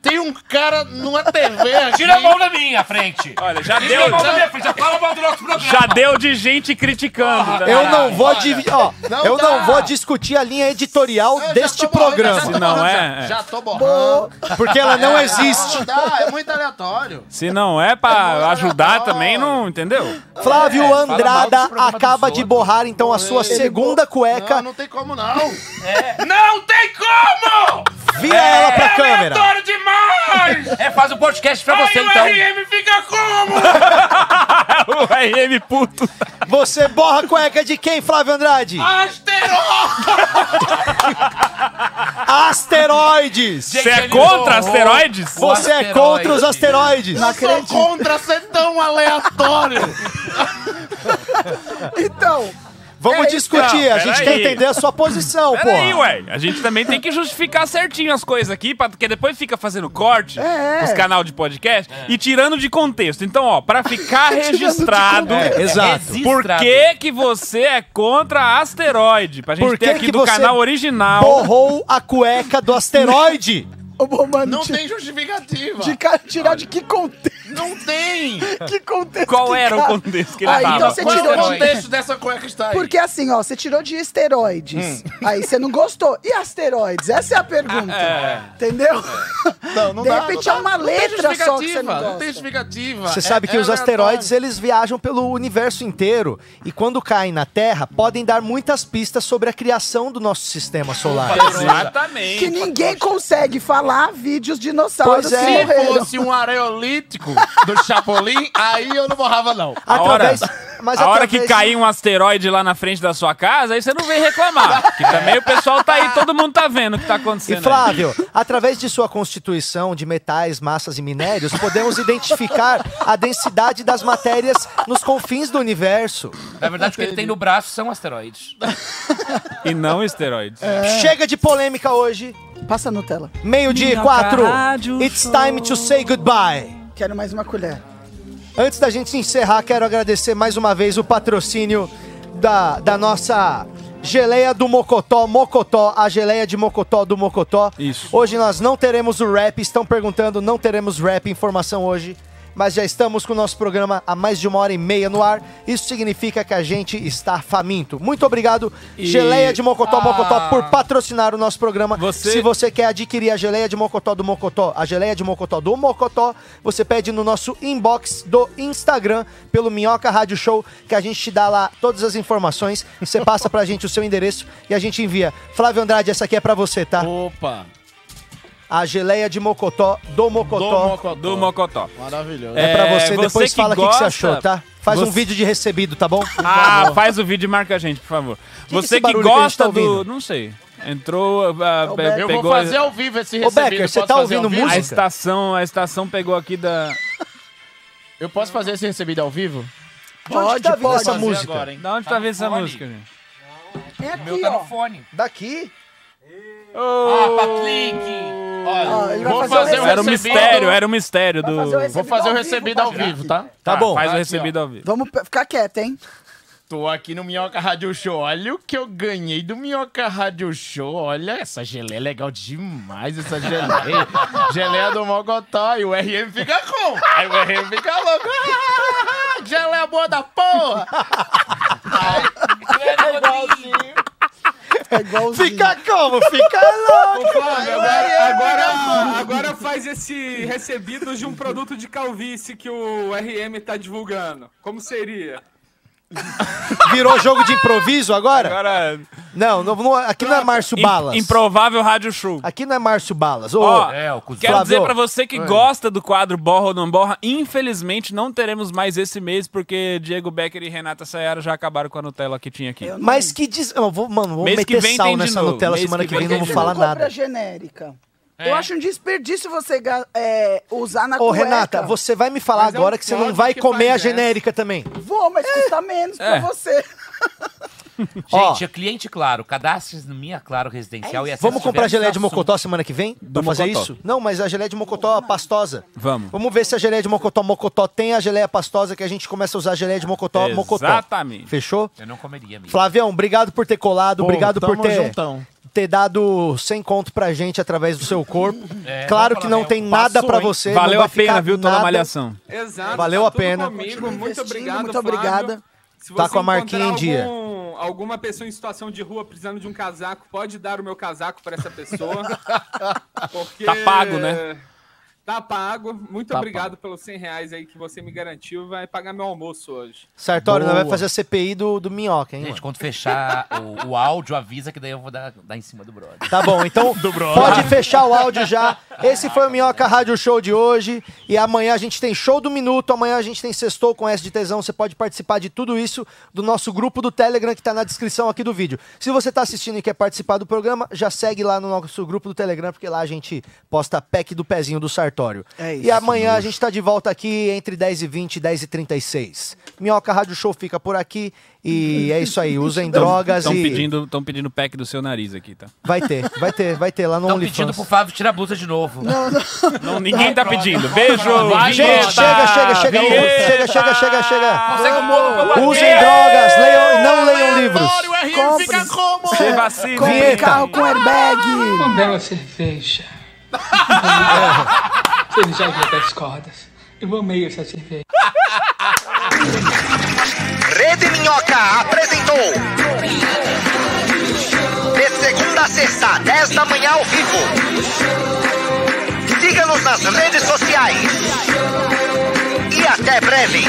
[SPEAKER 6] Tem um cara numa TV aqui.
[SPEAKER 4] Tira a mão da minha frente.
[SPEAKER 2] Olha, já
[SPEAKER 4] Tira a
[SPEAKER 2] deu,
[SPEAKER 4] mão da
[SPEAKER 2] já,
[SPEAKER 4] minha frente. Já fala mal do nosso programa.
[SPEAKER 2] já deu de gente criticando. né?
[SPEAKER 3] Eu não vou dividir. Ó,
[SPEAKER 6] Não
[SPEAKER 3] eu
[SPEAKER 6] dá.
[SPEAKER 3] não vou discutir a linha editorial
[SPEAKER 6] Eu já
[SPEAKER 3] deste
[SPEAKER 6] tô borrando, já
[SPEAKER 3] programa.
[SPEAKER 6] tô
[SPEAKER 2] Não
[SPEAKER 6] borrando,
[SPEAKER 2] é?
[SPEAKER 6] Já,
[SPEAKER 2] É.
[SPEAKER 6] já tô borrando.
[SPEAKER 3] Porque ela não existe.
[SPEAKER 6] Ah, Não dá, é muito aleatório.
[SPEAKER 2] Se não é pra ajudar também, não. Entendeu?
[SPEAKER 3] Flávio
[SPEAKER 4] fala mal
[SPEAKER 3] Andrada
[SPEAKER 4] dos programas
[SPEAKER 3] acaba
[SPEAKER 4] dos
[SPEAKER 3] de
[SPEAKER 4] outros.
[SPEAKER 3] borrar, então, a sua segunda cueca.
[SPEAKER 6] Não, não tem como não.
[SPEAKER 4] Não tem como!
[SPEAKER 3] Vira ela pra câmera.
[SPEAKER 4] Adoro demais! É, faz um podcast
[SPEAKER 3] Tá
[SPEAKER 4] pra você, então.
[SPEAKER 2] RM fica como? [laughs] o RM puto.
[SPEAKER 3] Você borra a cueca de quem, Flávio Andrade? Asteroides!
[SPEAKER 2] Você é contra asteroides?
[SPEAKER 3] Você é contra os asteroides!
[SPEAKER 5] Não
[SPEAKER 6] Sou
[SPEAKER 5] acredito.
[SPEAKER 6] contra ser tão aleatório.
[SPEAKER 5] Então,
[SPEAKER 3] Vamos discutir, a
[SPEAKER 2] Não,
[SPEAKER 3] gente quer
[SPEAKER 2] peraí.
[SPEAKER 3] entender a sua posição, pô.
[SPEAKER 2] Peraí, ué. A gente também tem que justificar certinho as coisas aqui, pra- porque depois fica fazendo corte
[SPEAKER 5] É.
[SPEAKER 2] nos canal de podcast e tirando de contexto. Então, ó, pra ficar
[SPEAKER 5] de
[SPEAKER 2] registrado.
[SPEAKER 3] É, exato.
[SPEAKER 2] Por que, que você é contra asteroide? Pra gente
[SPEAKER 3] Por
[SPEAKER 2] ter
[SPEAKER 3] que
[SPEAKER 2] aqui
[SPEAKER 3] que
[SPEAKER 2] do
[SPEAKER 3] você
[SPEAKER 2] canal original.
[SPEAKER 3] Borrou a cueca do asteroide!
[SPEAKER 5] ô, bom, mano,
[SPEAKER 6] Não
[SPEAKER 5] ti-
[SPEAKER 6] tem justificativa.
[SPEAKER 5] de cara, tirar de que contexto?
[SPEAKER 6] Não tem.
[SPEAKER 5] Que contexto?
[SPEAKER 2] Qual
[SPEAKER 5] que
[SPEAKER 2] era o
[SPEAKER 5] cara-
[SPEAKER 2] contexto que ele
[SPEAKER 5] Ah,
[SPEAKER 2] tava?
[SPEAKER 5] então você
[SPEAKER 6] Qual
[SPEAKER 5] tirou
[SPEAKER 6] é o
[SPEAKER 5] de...
[SPEAKER 6] contexto dessa cueca está aí? Hum.
[SPEAKER 5] Porque assim, ó, você tirou de esteroides. [laughs] Aí você não gostou. E asteroides? Essa é a pergunta. Entendeu?
[SPEAKER 6] Não, não
[SPEAKER 5] de
[SPEAKER 6] dá,
[SPEAKER 5] repente
[SPEAKER 6] não dá.
[SPEAKER 5] é uma
[SPEAKER 6] Não tem
[SPEAKER 5] letra só que você
[SPEAKER 6] justificativa,
[SPEAKER 5] não gosta.
[SPEAKER 6] tem justificativa.
[SPEAKER 3] Você
[SPEAKER 6] É-
[SPEAKER 3] sabe que
[SPEAKER 6] é
[SPEAKER 3] os
[SPEAKER 6] aleatório.
[SPEAKER 3] asteroides eles viajam pelo universo inteiro e quando caem na Terra podem dar muitas pistas sobre a criação do nosso sistema solar.
[SPEAKER 2] Exatamente.
[SPEAKER 5] Que ninguém consegue falar vídeos dinossauros
[SPEAKER 3] Pois é.
[SPEAKER 5] que
[SPEAKER 6] Se
[SPEAKER 5] morreram.
[SPEAKER 6] fosse um areolítico do Chapolin, aí eu não borrava, não.
[SPEAKER 2] A hora,
[SPEAKER 3] Através, mas
[SPEAKER 2] a hora
[SPEAKER 3] através-
[SPEAKER 2] que cair um asteroide lá na frente da sua casa, aí você não vem reclamar. [laughs] que também o pessoal tá aí, todo mundo tá vendo o que tá acontecendo.
[SPEAKER 3] E Flávio, através de sua constituição de metais, massas e minérios, podemos identificar a densidade das matérias nos confins do universo.
[SPEAKER 4] Na verdade, o que ele tem no braço são asteroides.
[SPEAKER 2] aí. E não esteroides.
[SPEAKER 3] É. Chega de polêmica hoje.
[SPEAKER 6] é.
[SPEAKER 5] Passa a Nutella.
[SPEAKER 3] Meio-dia e
[SPEAKER 2] Minhoca
[SPEAKER 3] quatro.
[SPEAKER 2] Rádio
[SPEAKER 3] It's time to say goodbye.
[SPEAKER 5] Quero mais uma colher.
[SPEAKER 3] Antes da gente encerrar, quero agradecer mais uma vez o patrocínio da, da nossa geleia do Mocotó, Mocotó, a geleia de Mocotó do Mocotó.
[SPEAKER 2] Isso.
[SPEAKER 3] Hoje nós não teremos o rap, estão perguntando, não teremos rap, informação hoje. Mas já estamos com o nosso programa há mais de uma hora e meia no ar. Isso significa que a gente está faminto. Muito obrigado, Geleia de Mocotó Mocotó, por patrocinar o nosso programa.
[SPEAKER 2] Ah. Você-
[SPEAKER 3] Se você quer adquirir a geleia de mocotó do Mocotó, a geleia de mocotó do Mocotó, você pede no nosso inbox do Instagram, pelo Minhoca Rádio Show, que a gente te dá lá todas as informações. Você passa pra gente o seu endereço e a gente envia. Flávio Andrade, essa aqui é pra você, tá?
[SPEAKER 6] Opa,
[SPEAKER 3] A geleia de mocotó do
[SPEAKER 6] do
[SPEAKER 3] Mocotó.
[SPEAKER 6] Mocotó.
[SPEAKER 2] Do Mocotó.
[SPEAKER 6] Maravilhoso.
[SPEAKER 3] É pra você,
[SPEAKER 2] É,
[SPEAKER 3] depois
[SPEAKER 2] você que
[SPEAKER 3] fala o que, que você
[SPEAKER 2] gosta,
[SPEAKER 3] achou, tá? Faz um
[SPEAKER 2] você-
[SPEAKER 3] vídeo de recebido, tá bom?
[SPEAKER 2] Ah, faz o vídeo e marca a gente, por favor.
[SPEAKER 3] é esse
[SPEAKER 2] você que
[SPEAKER 3] barulho que a gente
[SPEAKER 2] gosta
[SPEAKER 3] tá
[SPEAKER 2] do.
[SPEAKER 3] ouvindo? É
[SPEAKER 2] Não sei. Entrou. ah, pe-
[SPEAKER 6] Eu
[SPEAKER 2] pegou
[SPEAKER 6] vou fazer ao vivo esse
[SPEAKER 3] Ô,
[SPEAKER 6] recebido.
[SPEAKER 3] Becker, você
[SPEAKER 6] Posso
[SPEAKER 3] tá
[SPEAKER 6] fazer
[SPEAKER 3] ouvindo
[SPEAKER 6] ao vivo?
[SPEAKER 2] a,
[SPEAKER 3] música?
[SPEAKER 2] estação. A estação pegou aqui da.
[SPEAKER 6] Eu posso fazer esse recebido ao vivo?
[SPEAKER 3] De onde que tá vindo essa música?
[SPEAKER 6] Agora, hein?
[SPEAKER 2] Da onde tá vendo essa
[SPEAKER 4] fone.
[SPEAKER 2] música, gente?
[SPEAKER 5] É
[SPEAKER 4] O meu
[SPEAKER 5] aqui,
[SPEAKER 4] tá no
[SPEAKER 5] ó.
[SPEAKER 4] fone.
[SPEAKER 3] Daqui?
[SPEAKER 4] Ah, Patrick!
[SPEAKER 5] Ó,
[SPEAKER 6] Olha,
[SPEAKER 5] ele vai
[SPEAKER 6] vou
[SPEAKER 5] fazer o
[SPEAKER 6] fazer o
[SPEAKER 5] recebido.
[SPEAKER 2] Era um
[SPEAKER 6] recebido-
[SPEAKER 2] mistério, era um mistério do.
[SPEAKER 5] Vai fazer o recebido
[SPEAKER 6] Vou fazer o
[SPEAKER 5] ao
[SPEAKER 6] recebido
[SPEAKER 5] vivo,
[SPEAKER 6] ao
[SPEAKER 5] Patrick.
[SPEAKER 6] vivo, tá?
[SPEAKER 2] Tá bom. Faz o
[SPEAKER 6] Aqui, ó.
[SPEAKER 2] recebido ao vivo.
[SPEAKER 5] Vamos pe- ficar quieto, hein?
[SPEAKER 6] Tô aqui no Minhoca Rádio Show. Olha o que eu ganhei do Minhoca Rádio Show. Olha, essa geleia é legal demais, essa geleia. geleia do Mocotó. E o RM fica com. Aí o RM fica louco. Ah, [laughs] geleia boa da porra.
[SPEAKER 5] É igualzinho.
[SPEAKER 3] Fica como? Fica louco!
[SPEAKER 7] Agora, agora, agora faz esse recebido de um produto de calvície que o RM tá divulgando. Como seria?
[SPEAKER 3] Virou jogo de improviso agora?
[SPEAKER 2] Agora,
[SPEAKER 3] Não, não- não- aqui não é Márcio
[SPEAKER 2] im-
[SPEAKER 3] Balas.
[SPEAKER 2] improvável rádio show.
[SPEAKER 3] Aqui não é Márcio Balas. Ô,
[SPEAKER 2] Ó,
[SPEAKER 4] É, o cuzão.
[SPEAKER 2] quero
[SPEAKER 3] Flávio.
[SPEAKER 2] dizer pra você que gosta do quadro Borra ou Não Borra, infelizmente não teremos mais esse mês, porque Diego Becker e Renata Sayara já acabaram com a Nutella que tinha aqui.
[SPEAKER 3] mas que diz. Eu vou, mano, vou
[SPEAKER 2] Mês que
[SPEAKER 3] meter
[SPEAKER 2] vem
[SPEAKER 3] sal
[SPEAKER 2] tem de
[SPEAKER 3] nessa
[SPEAKER 2] novo.
[SPEAKER 3] Nutella
[SPEAKER 2] Mês
[SPEAKER 3] semana
[SPEAKER 2] que
[SPEAKER 3] que
[SPEAKER 2] vem
[SPEAKER 3] vem, não
[SPEAKER 2] tem de
[SPEAKER 3] vou falar
[SPEAKER 5] não compra
[SPEAKER 3] nada.
[SPEAKER 5] genérica.
[SPEAKER 4] É.
[SPEAKER 5] Eu acho um desperdício você ga- é, usar na
[SPEAKER 3] Ô,
[SPEAKER 5] cueca.
[SPEAKER 3] Renata, você vai me falar
[SPEAKER 7] Mas é um
[SPEAKER 3] agora que você não
[SPEAKER 7] fode
[SPEAKER 3] vai
[SPEAKER 7] que
[SPEAKER 3] comer
[SPEAKER 7] faz
[SPEAKER 3] a
[SPEAKER 7] essa.
[SPEAKER 3] genérica também.
[SPEAKER 5] Vou, mas custa menos
[SPEAKER 2] É.
[SPEAKER 5] pra você.
[SPEAKER 3] Ó. É
[SPEAKER 4] Gente, é cliente claro. Cadastre no Minha Claro Residencial e acesso
[SPEAKER 3] Vamos comprar
[SPEAKER 4] direto
[SPEAKER 3] geleia de
[SPEAKER 4] no assunto.
[SPEAKER 3] mocotó semana que vem? pra fazer
[SPEAKER 2] mocotó.
[SPEAKER 3] isso? Não, mas a geleia de mocotó pastosa.
[SPEAKER 2] Vamos.
[SPEAKER 3] Vamos ver se a geleia de mocotó mocotó tem a geleia pastosa que a gente começa a usar a geleia de mocotó mocotó.
[SPEAKER 2] Exatamente.
[SPEAKER 3] Fechou?
[SPEAKER 4] Eu não comeria, amigo.
[SPEAKER 3] Flavião, obrigado por ter colado, obrigado por
[SPEAKER 6] tamo
[SPEAKER 3] ter
[SPEAKER 6] juntão.
[SPEAKER 3] ter dado 100 conto pra gente através do seu corpo.
[SPEAKER 4] [laughs] É,
[SPEAKER 3] claro
[SPEAKER 4] vamos
[SPEAKER 3] que
[SPEAKER 4] falar
[SPEAKER 3] não
[SPEAKER 4] bem,
[SPEAKER 3] tem
[SPEAKER 4] eu
[SPEAKER 3] nada
[SPEAKER 6] passo,
[SPEAKER 3] pra
[SPEAKER 6] hein?
[SPEAKER 3] você. não
[SPEAKER 2] Valeu
[SPEAKER 3] vai
[SPEAKER 2] a pena,
[SPEAKER 3] ficar
[SPEAKER 2] viu, toda
[SPEAKER 3] nada.
[SPEAKER 2] a malhação.
[SPEAKER 7] Exato.
[SPEAKER 3] Valeu
[SPEAKER 7] tá
[SPEAKER 3] a
[SPEAKER 7] tudo
[SPEAKER 3] pena.
[SPEAKER 7] Comigo.
[SPEAKER 5] Continua
[SPEAKER 7] Muito
[SPEAKER 5] investindo,
[SPEAKER 7] obrigado,
[SPEAKER 5] muito
[SPEAKER 7] Flávio.
[SPEAKER 5] obrigada.
[SPEAKER 7] Se
[SPEAKER 3] Tá
[SPEAKER 7] você
[SPEAKER 3] com a marquinha
[SPEAKER 7] encontrar
[SPEAKER 3] em dia.
[SPEAKER 7] algum- Alguma pessoa em situação de rua precisando de um casaco, pode dar o meu casaco pra essa
[SPEAKER 3] [laughs]
[SPEAKER 7] pessoa. porque-
[SPEAKER 2] Tá pago, né?
[SPEAKER 7] Tá pago. Muito obrigado pelos 100 reais aí que você me garantiu. Vai pagar meu almoço hoje.
[SPEAKER 3] Sartori, nós
[SPEAKER 6] Boa.
[SPEAKER 3] vai fazer a CPI do, do minhoca, hein?
[SPEAKER 4] Gente,
[SPEAKER 3] mano?
[SPEAKER 4] quando fechar o, o áudio, avisa que daí eu vou dar, dar em cima do brother.
[SPEAKER 3] Tá bom,
[SPEAKER 4] [laughs]
[SPEAKER 3] então pode fechar o áudio já. Esse foi o Minhoca Rádio Show de hoje. E amanhã a gente tem show do minuto, amanhã a gente tem sextou com S de tesão. Você pode participar de tudo isso do nosso grupo do Telegram que tá na descrição aqui do vídeo. Se você tá assistindo e quer participar do programa, já segue lá no nosso grupo do Telegram, porque lá a gente posta a pack do pezinho do Sartório.
[SPEAKER 5] É isso.
[SPEAKER 3] E amanhã a gente tá de volta aqui entre 10 e 20 e 10 e 36. Minhoca Rádio Show fica por aqui e é isso aí. Usem drogas
[SPEAKER 2] Estão
[SPEAKER 3] e
[SPEAKER 2] pedindo, tão pedindo pack do seu nariz aqui, tá?
[SPEAKER 3] vai ter, vai ter, vai ter lá no
[SPEAKER 4] Estão pedindo
[SPEAKER 3] OnlyFans.
[SPEAKER 4] pro Fábio tirar a blusa de novo.
[SPEAKER 2] Não, ninguém tá pedindo. Beijo!
[SPEAKER 4] Vai,
[SPEAKER 2] vinheta!
[SPEAKER 3] Gente, chega, chega, chega,
[SPEAKER 2] Vinheta!
[SPEAKER 3] chega, chega, chega, chega.
[SPEAKER 4] Consegue um novo pra bater.
[SPEAKER 3] Usem drogas, leiam, não leiam livros.
[SPEAKER 6] O RM fica como?
[SPEAKER 2] Se vacile.
[SPEAKER 5] Compre carro com airbag.
[SPEAKER 6] Ah.
[SPEAKER 8] Uma bela cerveja.
[SPEAKER 6] [laughs]
[SPEAKER 8] cervejaria das cordas. Eu amei essa cerveja.
[SPEAKER 1] Rede Minhoca apresentou. De segunda a sexta, 10 da manhã ao vivo. Siga-nos nas redes sociais. E até breve.